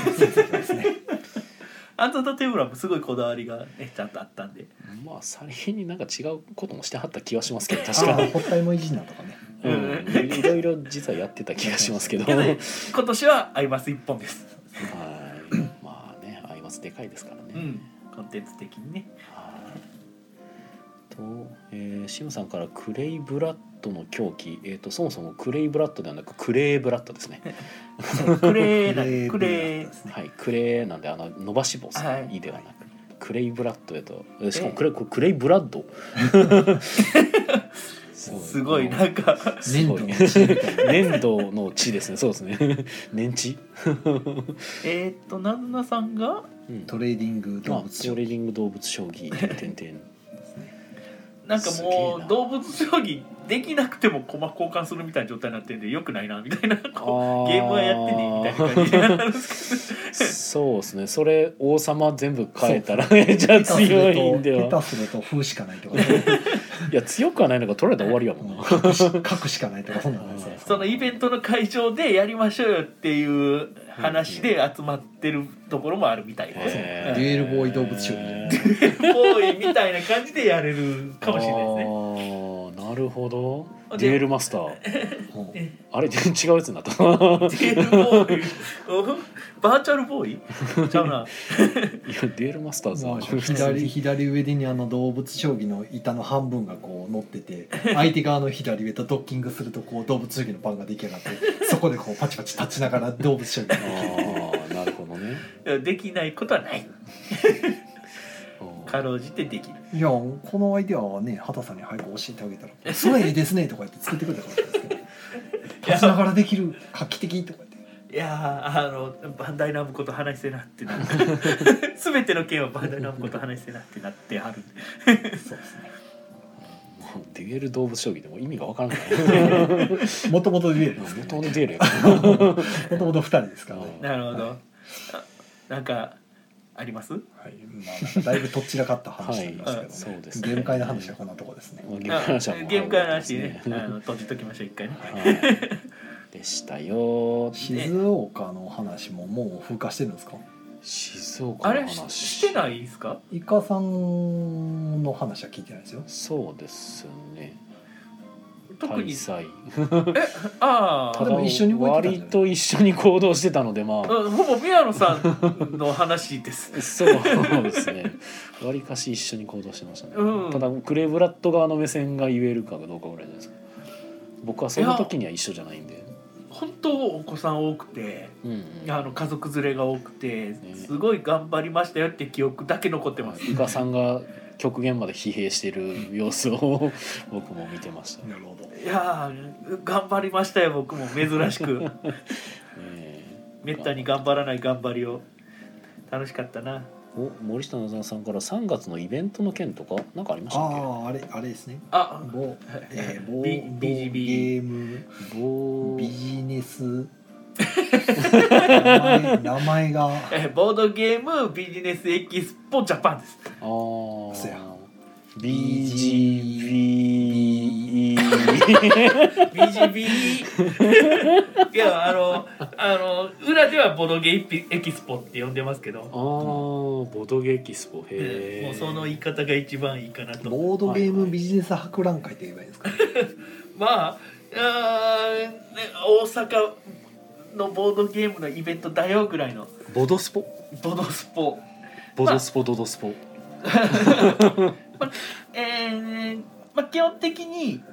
[SPEAKER 3] アンダーザテーブルもすごいこだわりがねちゃんとあったんで
[SPEAKER 1] うんまあさりげになんか違うこともしてはった気はしますけど
[SPEAKER 2] あ
[SPEAKER 1] 確か
[SPEAKER 2] ー
[SPEAKER 1] に、
[SPEAKER 2] ホッタイモイジーナとかね
[SPEAKER 1] うん、いろいろ実はやってた気がしますけど
[SPEAKER 3] けど
[SPEAKER 1] はい
[SPEAKER 3] ね今年はアイマス一本です
[SPEAKER 1] まあねアイマスでかいですからね、
[SPEAKER 3] うんコンテンツ的にね
[SPEAKER 1] はいと、えーシムさんからクレイブラッドの狂気、えー、とそもそもクレイブラッドではなくクレーブラッドですね
[SPEAKER 3] クレーなん
[SPEAKER 2] ク
[SPEAKER 3] ク
[SPEAKER 2] レ
[SPEAKER 3] レ
[SPEAKER 2] ー
[SPEAKER 3] ー
[SPEAKER 1] はい、クレーなんであの伸ばし棒さ、、
[SPEAKER 3] はいい
[SPEAKER 1] いではなくクレイブラッドやとえしかも
[SPEAKER 3] え
[SPEAKER 1] クレ,、クレイブラッド
[SPEAKER 3] [laughs] すごいなんか
[SPEAKER 1] すごい
[SPEAKER 2] 粘土の
[SPEAKER 1] [laughs]
[SPEAKER 2] 地
[SPEAKER 1] 粘土の地ですねそうですね [laughs] 粘地、
[SPEAKER 3] えーっとナンナさんが
[SPEAKER 1] うん、
[SPEAKER 2] トレーディング
[SPEAKER 1] まあ
[SPEAKER 2] 動
[SPEAKER 1] ト
[SPEAKER 2] 物賞
[SPEAKER 1] レーディング動物将棋点々
[SPEAKER 3] なんか
[SPEAKER 1] すげえ
[SPEAKER 3] も
[SPEAKER 1] な
[SPEAKER 3] う動物将棋できなくても駒交換するみたいな状態になってるんでよくないなみたいな [laughs] こうゲームはやってねみたいな感じになるんです
[SPEAKER 1] [laughs]
[SPEAKER 3] [laughs]
[SPEAKER 1] そうですねそれ王様全部変えたら [laughs] めちゃ
[SPEAKER 2] 下手す
[SPEAKER 1] 強
[SPEAKER 2] る
[SPEAKER 1] いんで
[SPEAKER 2] と下
[SPEAKER 1] は
[SPEAKER 2] 手すると風しかないとか
[SPEAKER 1] いや強くはないのが取られたら終わりやもんな
[SPEAKER 2] 書くしかないとかそんなんですよ
[SPEAKER 3] けどそのイベントの会場でやりましょうよっていう話で集まってるところもあるみたいです
[SPEAKER 1] へ
[SPEAKER 2] デュエルボーイ動物将棋
[SPEAKER 3] ボーイみたいな感じでやれるかもしれないですね
[SPEAKER 1] あーなるほど
[SPEAKER 3] で
[SPEAKER 1] デュエルマスタ
[SPEAKER 3] [laughs]
[SPEAKER 1] ー
[SPEAKER 2] もう
[SPEAKER 1] あれ違うやつになった [laughs]
[SPEAKER 3] デュエルボーイおバーチャルボーイちゃうない
[SPEAKER 1] やデュエルマスターズ
[SPEAKER 2] も
[SPEAKER 1] は
[SPEAKER 2] う左左上にあの動物将棋の板の半分がこう乗ってて相手側の左上とドッキングするとこう動物将棋の盤が出来上がってそこでこうパチパチ立ちながら動物将棋が
[SPEAKER 1] あ
[SPEAKER 2] できるっていう
[SPEAKER 1] ーなるほどね
[SPEAKER 3] できないことはない
[SPEAKER 1] うん
[SPEAKER 3] かろうじてできる
[SPEAKER 2] いやこのアイデアはね畑さんに早く教えてあげたら「それいいですね」とか言って作ってくれたからです
[SPEAKER 1] [laughs]
[SPEAKER 2] けど「立ちながらできる画期的」とか言って
[SPEAKER 3] いやーあのバンダイナムコと話せなってなって
[SPEAKER 1] [laughs]
[SPEAKER 3] 全ての件はバンダイナムコと話せなってなってはる
[SPEAKER 2] そうです
[SPEAKER 1] もうデュエル動物将棋でも意味がわ
[SPEAKER 3] [laughs]
[SPEAKER 1] からない
[SPEAKER 2] ねもともとデュエルです
[SPEAKER 1] 元のデュエルや
[SPEAKER 2] もともと2人ですからね、
[SPEAKER 3] なるほど、あなんかあります
[SPEAKER 2] はいまあ、なんかだいぶとっちらかった話になり
[SPEAKER 1] はい
[SPEAKER 2] まし
[SPEAKER 1] そ
[SPEAKER 2] たけど
[SPEAKER 1] う
[SPEAKER 2] ね
[SPEAKER 1] です
[SPEAKER 2] ゲーム会の話はこんなとこですね
[SPEAKER 1] まあゲーム
[SPEAKER 3] あ
[SPEAKER 1] 会の話はもう
[SPEAKER 3] ゲーム会の話ねあの閉じときましょう一
[SPEAKER 1] [laughs]
[SPEAKER 3] 回ね
[SPEAKER 1] はいでしたよ
[SPEAKER 2] 静岡の話ももう風化してるんですか
[SPEAKER 1] 静岡
[SPEAKER 3] あ
[SPEAKER 1] の
[SPEAKER 3] れし
[SPEAKER 1] 話
[SPEAKER 3] してないですか
[SPEAKER 2] イカさんの話は聞いてないですよ
[SPEAKER 1] そうですね
[SPEAKER 3] 特
[SPEAKER 1] 大
[SPEAKER 3] に
[SPEAKER 1] 祭
[SPEAKER 3] あ
[SPEAKER 2] で
[SPEAKER 3] あ
[SPEAKER 2] も一緒に動いてたんじゃない
[SPEAKER 1] 割と一緒に行動してたのでまあ
[SPEAKER 3] うんほぼ宮野さんの話ですね
[SPEAKER 1] そうですね割かし一緒に行動してましたね、
[SPEAKER 3] うん
[SPEAKER 1] ただクレイブラッド側の目線が言えるかどうかぐらいじゃないですか僕はその時には一緒じゃないんで
[SPEAKER 3] 本当お子さん多くて
[SPEAKER 1] うんうん
[SPEAKER 3] あの家族連れが多くてすごい頑張りましたよって記憶だけ残ってます
[SPEAKER 1] ゆかさんが極限まで疲弊してる様子を僕も見てましたね
[SPEAKER 2] なるほど
[SPEAKER 3] いやー頑張りましたよ僕も珍しく
[SPEAKER 1] え
[SPEAKER 3] めったに頑張らない頑張りを楽しかったな
[SPEAKER 1] お森下奈々さんから3月のイベントの件とかなんかありましたっ
[SPEAKER 2] あああれあれですね
[SPEAKER 3] あ
[SPEAKER 2] 某えー、某
[SPEAKER 3] B-
[SPEAKER 2] 某
[SPEAKER 3] BGB
[SPEAKER 2] ゲーム
[SPEAKER 1] け某
[SPEAKER 2] ビジネ
[SPEAKER 3] [laughs]
[SPEAKER 2] ス名前名前が
[SPEAKER 3] えボードゲームビジネスエキスポジャパンです
[SPEAKER 1] あー
[SPEAKER 2] そうや
[SPEAKER 1] BGB
[SPEAKER 3] ビ b いやあのあの裏ではボドゲエピエキスポって呼んでますけ
[SPEAKER 1] あ
[SPEAKER 3] ど、
[SPEAKER 1] ーボドゲキスポへえ
[SPEAKER 3] もうその言い方が一番いいかなと
[SPEAKER 2] ボードゲームビジネス博覧会って言えばいいんですか、ね
[SPEAKER 3] まああー、ね、大阪のボードゲームのイベントだよぐらいの
[SPEAKER 1] ボドスポ
[SPEAKER 3] ボドスポ
[SPEAKER 1] ボドスポドドスポ
[SPEAKER 3] えーまあ、基本的にん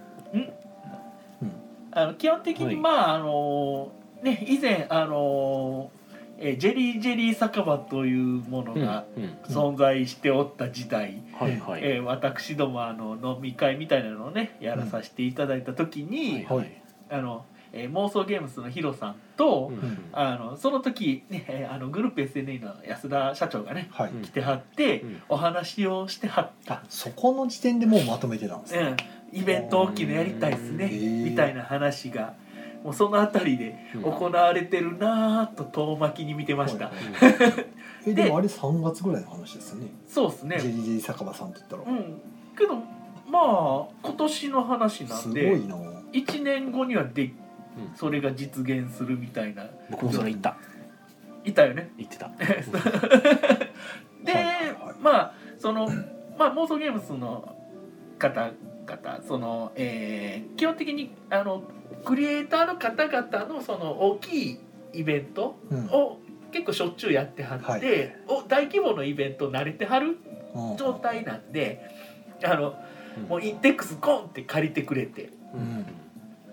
[SPEAKER 3] あの基本的に、
[SPEAKER 1] はい
[SPEAKER 3] まああのね以前あの、えージェリージェリー酒場というもの
[SPEAKER 1] うんうん
[SPEAKER 3] が存在しておった時代、
[SPEAKER 1] はいはい
[SPEAKER 3] えー私どもあの飲み会みたいなのをねやらさせていただいた時に、
[SPEAKER 1] はいはい
[SPEAKER 3] あのえー妄想ゲームスのヒロさんと、
[SPEAKER 1] うん
[SPEAKER 3] あのその時、ねえーあのグループ SNE の安田社長がね
[SPEAKER 2] はい、
[SPEAKER 1] うん
[SPEAKER 3] 来てはって、
[SPEAKER 1] うん
[SPEAKER 3] お話をしてはった
[SPEAKER 2] あそこの時点でもうまとめてたんですね、
[SPEAKER 3] うん、イベント大きいのやりたいですね
[SPEAKER 2] へー
[SPEAKER 3] みたいな話がもうその辺りで
[SPEAKER 1] うん
[SPEAKER 3] 行われてるなぁと遠巻きに見てました、
[SPEAKER 2] はい
[SPEAKER 1] うん
[SPEAKER 2] え
[SPEAKER 3] で
[SPEAKER 2] でもあれ3月ぐらいの話ですよね
[SPEAKER 3] そうです
[SPEAKER 2] ジェ
[SPEAKER 3] ね
[SPEAKER 2] リジェリ酒場さんって言った
[SPEAKER 3] う
[SPEAKER 2] ら、
[SPEAKER 3] んけどまあ今年の話な
[SPEAKER 2] す
[SPEAKER 3] ん
[SPEAKER 2] ご
[SPEAKER 3] で
[SPEAKER 2] いなぁ
[SPEAKER 3] 1年後にはでそれが実現するみたいな
[SPEAKER 1] 僕もそれ言った
[SPEAKER 3] いたよね
[SPEAKER 1] 言ってた [laughs]
[SPEAKER 2] はいはい
[SPEAKER 3] で、
[SPEAKER 2] はい
[SPEAKER 3] まあその、まあ、妄想ゲームズの方々その、えー基本的にあのクリエイターの方々のその大きいイベント
[SPEAKER 2] うん
[SPEAKER 3] を結構しょっちゅうやってはって、
[SPEAKER 2] はい
[SPEAKER 3] お大規模のイベント慣れてはる
[SPEAKER 2] うん
[SPEAKER 3] 状態なんであの
[SPEAKER 1] うん
[SPEAKER 3] もうインテックスコンって借りてくれて
[SPEAKER 1] うん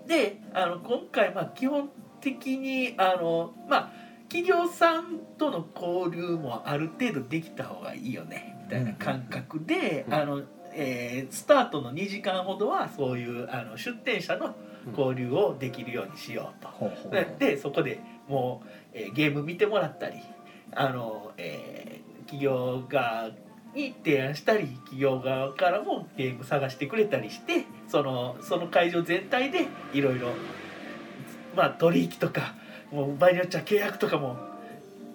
[SPEAKER 3] であの今回まあ基本的にあのまあ企業さんとの交流もある程度できた方がいいよねみたいな感覚で、
[SPEAKER 1] うん
[SPEAKER 3] あのえースタートの2時間ほどはそういうあの出店者の交流をできるようにしようと。
[SPEAKER 2] ほうほう
[SPEAKER 3] ででそこでもう、えーゲーム見てもらったりあの、えー企業側に提案したり企業側からもゲーム探してくれたりしてそのその会場全体でいろいろまあ取引とかもう場合によっちゃ契約とかも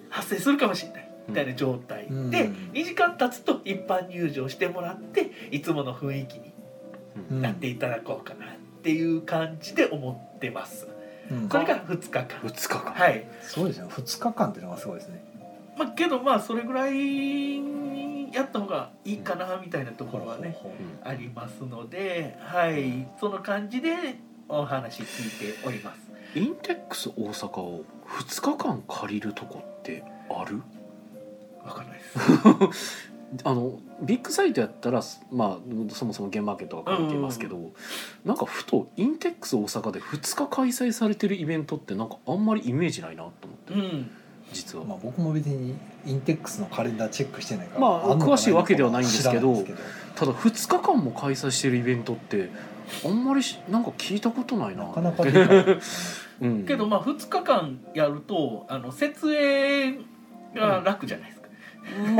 [SPEAKER 3] 発生するかもしれない。みたいな状態、
[SPEAKER 2] うん
[SPEAKER 3] で2時間経つと一般入場してもらっていつもの雰囲気に
[SPEAKER 2] うん
[SPEAKER 3] なっていただこうかなっていう感じで思ってます。
[SPEAKER 2] うん
[SPEAKER 3] これが2日間
[SPEAKER 1] 2日間
[SPEAKER 3] はい、
[SPEAKER 2] そうですね2日間っていうのがすごいですね
[SPEAKER 3] まあ、けどまあそれぐらいやった方がいいかなみたいなところはね
[SPEAKER 2] ほうほう
[SPEAKER 1] う
[SPEAKER 2] ほうん
[SPEAKER 3] ありますのではいその感じでお話聞いております
[SPEAKER 1] インテックス大阪を2日間借りるとこってある
[SPEAKER 3] わかんないです
[SPEAKER 1] あのビッグサイトやったら、まあ、そもそもゲームマーケットが関係ますけど、なんかふとインテックス大阪で2日開催されてるイベントってなんかあんまりイメージないなと思って
[SPEAKER 3] うん
[SPEAKER 1] 実は、
[SPEAKER 2] まあ、僕も別にインテックスのカレンダーチェックしてないから、
[SPEAKER 1] まあ
[SPEAKER 2] んのか
[SPEAKER 1] 詳しいわけではないんですけど
[SPEAKER 2] 知らないんです
[SPEAKER 1] ただ2日間も開催してるイベントってあんまりしなんか聞いたことない
[SPEAKER 2] け
[SPEAKER 3] [laughs]
[SPEAKER 1] な
[SPEAKER 2] どなかなか出ない
[SPEAKER 1] [laughs] うん、
[SPEAKER 3] けどまあ2日間やるとあの設営が楽じゃないですか、
[SPEAKER 1] ま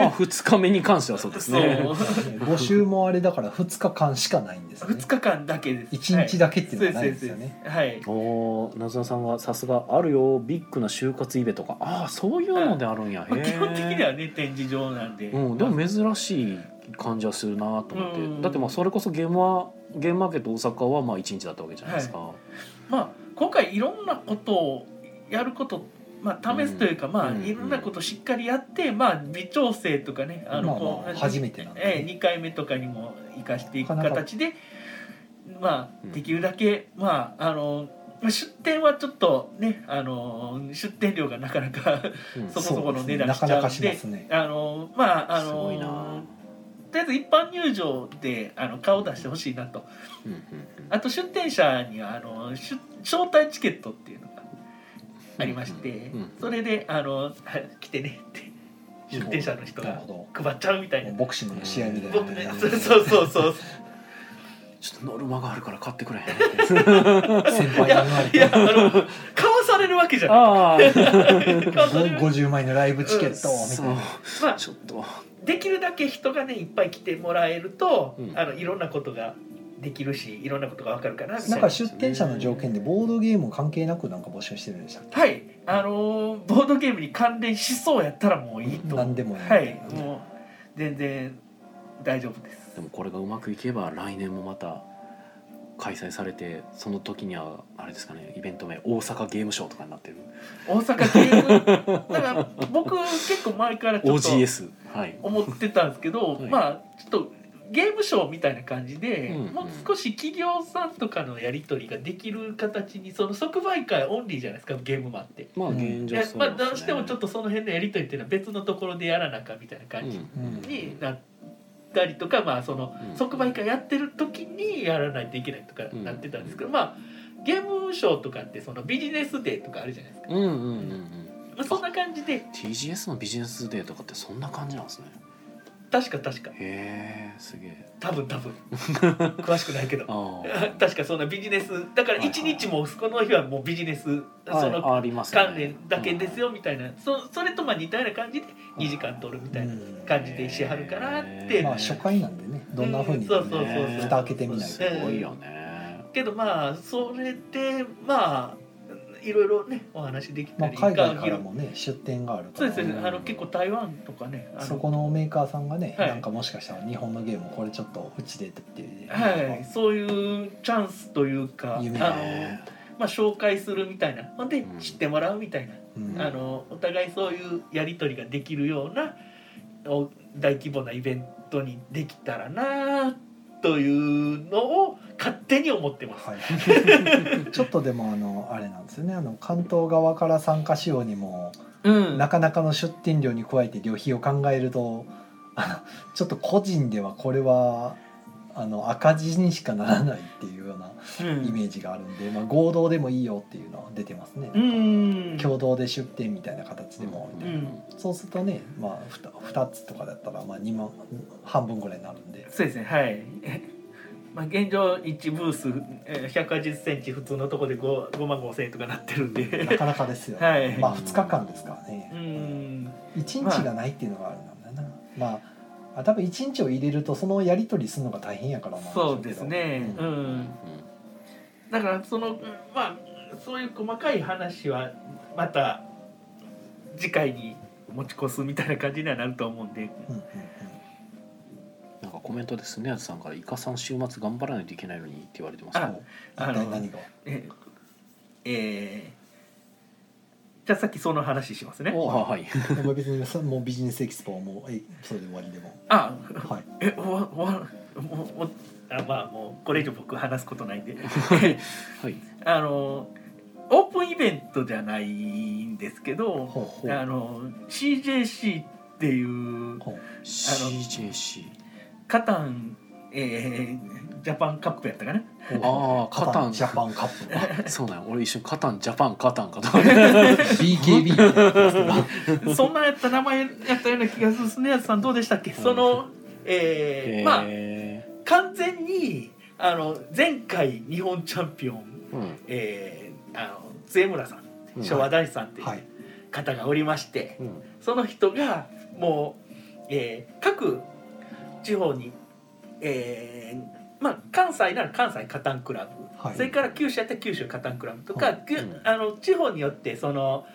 [SPEAKER 1] あ2日目に関してはそうですね
[SPEAKER 3] そう
[SPEAKER 2] 募集もあれだから2日間しかないんですよね
[SPEAKER 3] 2日間だけです
[SPEAKER 2] 1日だけっていうのはないんですよね、
[SPEAKER 3] はい
[SPEAKER 1] おーなずなさんがさすがあるよビッグな就活イベとかああそういうのであるんや、
[SPEAKER 3] まあ、
[SPEAKER 1] へー
[SPEAKER 3] 基本的にはね展示場なんで、
[SPEAKER 1] うん、でも珍しい感じはするなと思って、
[SPEAKER 3] うん
[SPEAKER 1] だってまあそれこそゲームはゲームマーケット大阪はまあ1日だったわけじゃないですか、
[SPEAKER 3] まあ、今回いろんなことをやること、まあ、試すというか、まあ、
[SPEAKER 1] うん
[SPEAKER 3] いろんなことをしっかりやって、まあ、微調整とかねあ
[SPEAKER 2] まあ
[SPEAKER 3] の
[SPEAKER 2] まあ
[SPEAKER 3] こう
[SPEAKER 2] 初めてなんでね
[SPEAKER 3] ええ2回目とかにも生かしていく
[SPEAKER 2] なかなか
[SPEAKER 3] 形でま
[SPEAKER 1] うん
[SPEAKER 3] あできるだけ、まああの出店はちょっとねあの出店料がなかなか [laughs]
[SPEAKER 1] うん
[SPEAKER 3] そ
[SPEAKER 1] す
[SPEAKER 3] もそもの値段し
[SPEAKER 2] そうですね
[SPEAKER 3] ち
[SPEAKER 2] なか
[SPEAKER 3] ゃ
[SPEAKER 2] なか
[SPEAKER 3] うん
[SPEAKER 2] しま
[SPEAKER 3] です
[SPEAKER 2] ね
[SPEAKER 3] あのまああ
[SPEAKER 1] ごいな
[SPEAKER 3] のとりあえず一般入場であの顔を出してほしいなと
[SPEAKER 1] うんうん
[SPEAKER 3] あと出店者にはあの出招待チケットっていうのがありまして、
[SPEAKER 1] うんうん
[SPEAKER 3] それであの [laughs] はい来てねって出店者の人
[SPEAKER 2] なる
[SPEAKER 3] が
[SPEAKER 2] ほ
[SPEAKER 3] 配っちゃうみたい
[SPEAKER 2] ど
[SPEAKER 3] な。
[SPEAKER 2] ボクシングの試合みたいな
[SPEAKER 3] 僕ね、 [laughs] そうそうそうそう
[SPEAKER 1] ちょっとノルマがあるから買ってくれ
[SPEAKER 3] [laughs]
[SPEAKER 2] 先輩に言われ
[SPEAKER 3] いや
[SPEAKER 1] [laughs]
[SPEAKER 2] て
[SPEAKER 3] あの買わされるわけじゃない
[SPEAKER 1] ああ
[SPEAKER 3] 買わされるわけ
[SPEAKER 2] 50枚のライブチケットみたい
[SPEAKER 1] そう
[SPEAKER 2] な
[SPEAKER 3] まあ
[SPEAKER 1] ちょっと
[SPEAKER 3] できるだけ人がねいっぱい来てもらえると、
[SPEAKER 1] うん
[SPEAKER 3] あのいろんなことができるしいろんなことがわかるかなみたい
[SPEAKER 2] なんか出店者の条件でボードゲーム関係なくなんか募集してるんでしたっけ
[SPEAKER 3] はいあのーボードゲームに関連しそうやったらもういいと
[SPEAKER 2] 何でもいい
[SPEAKER 3] はいもう全然大丈夫です
[SPEAKER 1] でもこれがうまくいけば来年もまた開催されてその時にはあれですかねイベント名大阪ゲームショーとかになってる
[SPEAKER 3] 大阪ゲームだから僕結構前からちょっと
[SPEAKER 1] OGS はい
[SPEAKER 3] 思ってたんですけど、
[SPEAKER 1] はい
[SPEAKER 3] まあちょっとゲームショーみたいな感じで、
[SPEAKER 1] うんうん
[SPEAKER 3] もう少し企業さんとかのやり取りができる形にその即売会オンリーじゃないですかゲームマンって。
[SPEAKER 1] まあ
[SPEAKER 2] うん
[SPEAKER 1] 現
[SPEAKER 3] い
[SPEAKER 1] 状
[SPEAKER 3] や
[SPEAKER 1] そう
[SPEAKER 3] まあ、
[SPEAKER 1] ですね
[SPEAKER 3] どうしてもちょっとその辺のやり取りっていうのは別のところでやらなあかんみたいな感じ
[SPEAKER 1] うん
[SPEAKER 3] になったりとか、まあその
[SPEAKER 1] うん
[SPEAKER 3] 即売会やってる時にやらないといけないとかなってたんですけど、まあゲームショーとかってそのビジネスデーとかあるじゃないですか、
[SPEAKER 1] うんうんうんうん
[SPEAKER 3] まあ、そんな感じで
[SPEAKER 1] TGS のビジネスデーとかってそんな感じなんですね
[SPEAKER 3] 確か確か
[SPEAKER 1] へえすげえ
[SPEAKER 3] 多分多分詳しくないけど [laughs]
[SPEAKER 1] ああ
[SPEAKER 3] 確かそんなビジネスだか
[SPEAKER 1] はい
[SPEAKER 3] ら
[SPEAKER 1] はい
[SPEAKER 3] 一日もこの日はもうビジネスその
[SPEAKER 1] はいありますよね
[SPEAKER 3] 関連だけですよみたいなそそれとまあ似たような感じで2時間取るみたいな
[SPEAKER 2] うん
[SPEAKER 3] 感じでしはるかなっ
[SPEAKER 1] へ
[SPEAKER 3] て
[SPEAKER 1] ー
[SPEAKER 2] まあ初回なんでねどんなふうに
[SPEAKER 3] うんそうそうそう
[SPEAKER 1] そう
[SPEAKER 2] 蓋開けてみない
[SPEAKER 1] す
[SPEAKER 2] と
[SPEAKER 1] ごいよね
[SPEAKER 3] けどまあそれでまあいろいろねお話でき
[SPEAKER 2] ま
[SPEAKER 3] た
[SPEAKER 2] あ
[SPEAKER 3] り
[SPEAKER 2] 海外から
[SPEAKER 3] 広
[SPEAKER 2] もね出店があるか
[SPEAKER 3] そう
[SPEAKER 2] ら
[SPEAKER 3] ですね
[SPEAKER 1] うん
[SPEAKER 3] あの結構台湾とかねあの
[SPEAKER 2] そこのメーカーさんがね、
[SPEAKER 3] はい
[SPEAKER 2] なんかもしかしたら日本のゲームこれちょっとうちでって言って、
[SPEAKER 3] はいそういうチャンスというかあの
[SPEAKER 2] 夢だ
[SPEAKER 1] ね
[SPEAKER 3] まあ紹介するみたいなほんで
[SPEAKER 1] うん
[SPEAKER 3] 知ってもらうみたいな
[SPEAKER 2] うん
[SPEAKER 3] あのお互いそういうやり取りができるようなお大規模なイベントにできたらなというのを勝手に思ってます。
[SPEAKER 2] はい、 [laughs] ちょっとでもあのあれなんですよねあの関東側から参加しようにも、
[SPEAKER 3] うん
[SPEAKER 2] なかなかの出店料に加えて旅費を考えるとあのちょっと個人ではこれはあの赤字にしかならないっていうようなイメージがあるんで、まあ、合同でもいいよっていうのは出てますね、
[SPEAKER 3] うん
[SPEAKER 2] 共同で出店みたいな形でもみたいな。
[SPEAKER 3] うん
[SPEAKER 2] そうするとね、まあ、2, 二つとかだったらまあ2万半分ぐらいになるんで
[SPEAKER 3] そうですねはい [laughs] まあ現状1ブースえー180センチ普通のとこで 5, 5万5千円とかなってるん
[SPEAKER 2] な
[SPEAKER 3] で
[SPEAKER 2] かなかですよ、
[SPEAKER 3] [laughs] はい
[SPEAKER 2] まあ2日間ですから
[SPEAKER 3] う
[SPEAKER 2] ね、
[SPEAKER 3] ん
[SPEAKER 2] 一1日がないっていうのがあるんだよな、まあ、あ多分1日を入れるとそのやり取りするのが大変やからなんしょ
[SPEAKER 3] そうう
[SPEAKER 2] け
[SPEAKER 3] で
[SPEAKER 2] ど
[SPEAKER 3] すねう
[SPEAKER 2] うん
[SPEAKER 3] んだからそのうんまあそういう細かい話はまた次回に持ち越すみたいな感じにはなると思うんで
[SPEAKER 2] うんうん
[SPEAKER 1] なんかコメントですねやつさんから「イカさん週末頑張らないといけないのに」って言われてます
[SPEAKER 3] あら
[SPEAKER 1] ね
[SPEAKER 2] うん
[SPEAKER 3] あ
[SPEAKER 2] 一体何
[SPEAKER 3] の [laughs]
[SPEAKER 2] が
[SPEAKER 3] ええーじゃあさっきその話しますね
[SPEAKER 1] おはい [laughs] はい
[SPEAKER 2] でも別にそもうビジネスエキスポはもうえそれで終わりでも
[SPEAKER 3] あ
[SPEAKER 2] はい
[SPEAKER 3] えおわおわもうもうあまあもうこれ以上僕話すことな
[SPEAKER 2] [laughs]
[SPEAKER 3] いんで
[SPEAKER 1] はい
[SPEAKER 3] あのオープンイベントじゃないんですけど
[SPEAKER 2] ほうほう
[SPEAKER 3] あの CJC っていう
[SPEAKER 2] ほう
[SPEAKER 1] CJC
[SPEAKER 3] カタン、えージャパンカップやったかな
[SPEAKER 1] ああカタン
[SPEAKER 2] ジャパンカップ
[SPEAKER 1] あそうなんや俺一瞬カタンジャパンカタン
[SPEAKER 3] [laughs]
[SPEAKER 1] かと思って
[SPEAKER 2] BKB みたいなやつが
[SPEAKER 3] そんなやった名前やったような気がするスネアさんどうでしたっけその、えーまあ
[SPEAKER 1] へ
[SPEAKER 3] 完全にあの前回日本チャンピオン、
[SPEAKER 1] ーうん
[SPEAKER 3] えーあの末村さん
[SPEAKER 1] うん
[SPEAKER 3] 昭和大師さんっていう
[SPEAKER 2] はい
[SPEAKER 3] 方がおりまして、
[SPEAKER 1] うん
[SPEAKER 3] その人がもう、えー各地方に、えーまあ、関西なら関西カタンクラブ、
[SPEAKER 2] はい
[SPEAKER 3] それから九州やったら九州カタンクラブとか、
[SPEAKER 2] は
[SPEAKER 3] きゅ
[SPEAKER 1] うん
[SPEAKER 3] あの地方によってその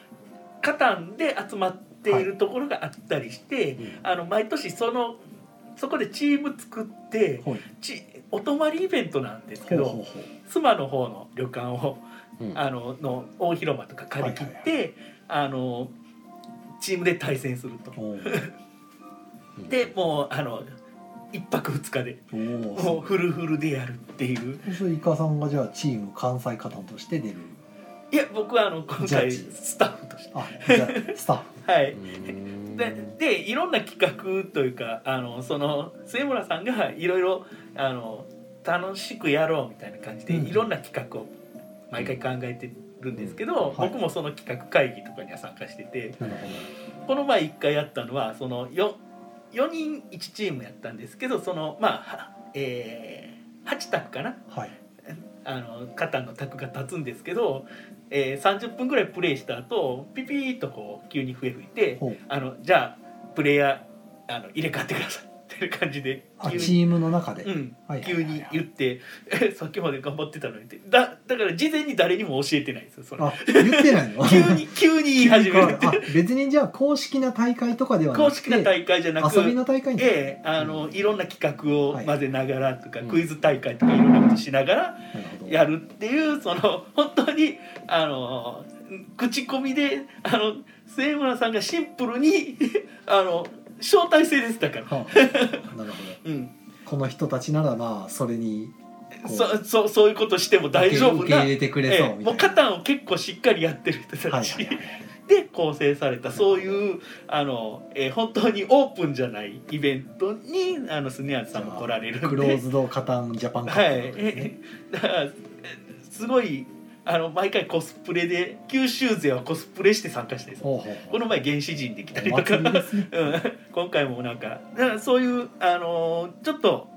[SPEAKER 3] カタンで集まっているところがあったりして、
[SPEAKER 1] うん
[SPEAKER 3] あの毎年そのそこでチーム作って
[SPEAKER 2] ほい
[SPEAKER 3] ちお泊まりイベントなんですけ
[SPEAKER 2] ほう
[SPEAKER 3] ど
[SPEAKER 2] ほうほう
[SPEAKER 3] 妻の方の旅館を
[SPEAKER 1] うん
[SPEAKER 3] あのの大広間とか借り切って、あのチームで対戦すると。
[SPEAKER 2] おう
[SPEAKER 3] でもうあの一泊二日で
[SPEAKER 2] おー
[SPEAKER 3] もうフルフルでやるっていう
[SPEAKER 2] それイカさんがじゃあチーム関西カタンとして出る
[SPEAKER 3] いや僕はあの今
[SPEAKER 2] ジャッ
[SPEAKER 3] 回
[SPEAKER 2] ジ
[SPEAKER 3] スタッフとして
[SPEAKER 2] あじゃあスタッフ
[SPEAKER 3] は
[SPEAKER 1] う
[SPEAKER 3] い
[SPEAKER 1] ん
[SPEAKER 3] ででいろんな企画というかあのその末村さんがいろいろあの楽しくやろうみたいな感じで、
[SPEAKER 2] うん
[SPEAKER 3] いろんな企画を毎回考えてるんですけど、
[SPEAKER 2] はい
[SPEAKER 3] 僕もその企画会議とかには参加してて
[SPEAKER 2] なるほど
[SPEAKER 3] この前一回やったのはそのよ4人1チームやったんですけどそのまあは、えー、8択かな
[SPEAKER 2] はい
[SPEAKER 3] あの肩の卓が立つんですけど、えー、30分ぐらいプレイした後ピピーっとこう急に笛吹いて
[SPEAKER 2] ほう
[SPEAKER 3] あのじゃあプレイヤーあの入れ替わってくださいっていう感じで
[SPEAKER 2] あチ
[SPEAKER 3] 急に,、
[SPEAKER 2] ームの中で、
[SPEAKER 3] うん
[SPEAKER 2] はいはい
[SPEAKER 3] 急
[SPEAKER 2] はいはい
[SPEAKER 3] に言って [laughs] えさっきまで頑張ってたのにってだだから事前に誰にも教えてないんですよそれ
[SPEAKER 2] あ言ってないの
[SPEAKER 3] [laughs] 急に急に言い始めるって
[SPEAKER 2] あ別にじゃあ公式な大会とかではなく
[SPEAKER 3] 公
[SPEAKER 2] て
[SPEAKER 3] 式な大会じゃなく
[SPEAKER 2] 遊びの大会に、
[SPEAKER 3] ええあの、いろんな企画を
[SPEAKER 2] はい
[SPEAKER 3] 混ぜながらとか、
[SPEAKER 1] うん
[SPEAKER 3] クイズ大会とかいろんなことしながら
[SPEAKER 2] なるほど
[SPEAKER 3] やるっていうその本当にあの口コミであの末村さんがシンプルにあの招待制ですだから。
[SPEAKER 2] はあなるほど
[SPEAKER 3] うん、
[SPEAKER 2] この人たちならまあそれにこう
[SPEAKER 3] そそそういうことしても大丈夫
[SPEAKER 2] 受け
[SPEAKER 3] な
[SPEAKER 2] 入れてくれ
[SPEAKER 3] え
[SPEAKER 2] そう
[SPEAKER 3] え
[SPEAKER 2] みた
[SPEAKER 3] も
[SPEAKER 2] いうな、
[SPEAKER 3] カタンを結構しっかりやってる人たち、
[SPEAKER 2] はいはいは
[SPEAKER 3] で構成されたそういうあの、ええ本当にオープンじゃないイベントにあのスネアズさんも来られるんで
[SPEAKER 2] クローズドカタンジャパンカ
[SPEAKER 3] は
[SPEAKER 2] ッ
[SPEAKER 3] い
[SPEAKER 2] プ、ですね、
[SPEAKER 3] えだからえすごいあの毎回コスプレで九州勢はコスプレして参加してるんです
[SPEAKER 2] ほうほうほ
[SPEAKER 3] こ
[SPEAKER 2] う
[SPEAKER 3] の前原始人できたり
[SPEAKER 2] お
[SPEAKER 3] とか、
[SPEAKER 2] 祭
[SPEAKER 3] う
[SPEAKER 2] り
[SPEAKER 3] ん、
[SPEAKER 2] [laughs] ですね
[SPEAKER 3] 今回もなんかだからそういう、あのーちょっと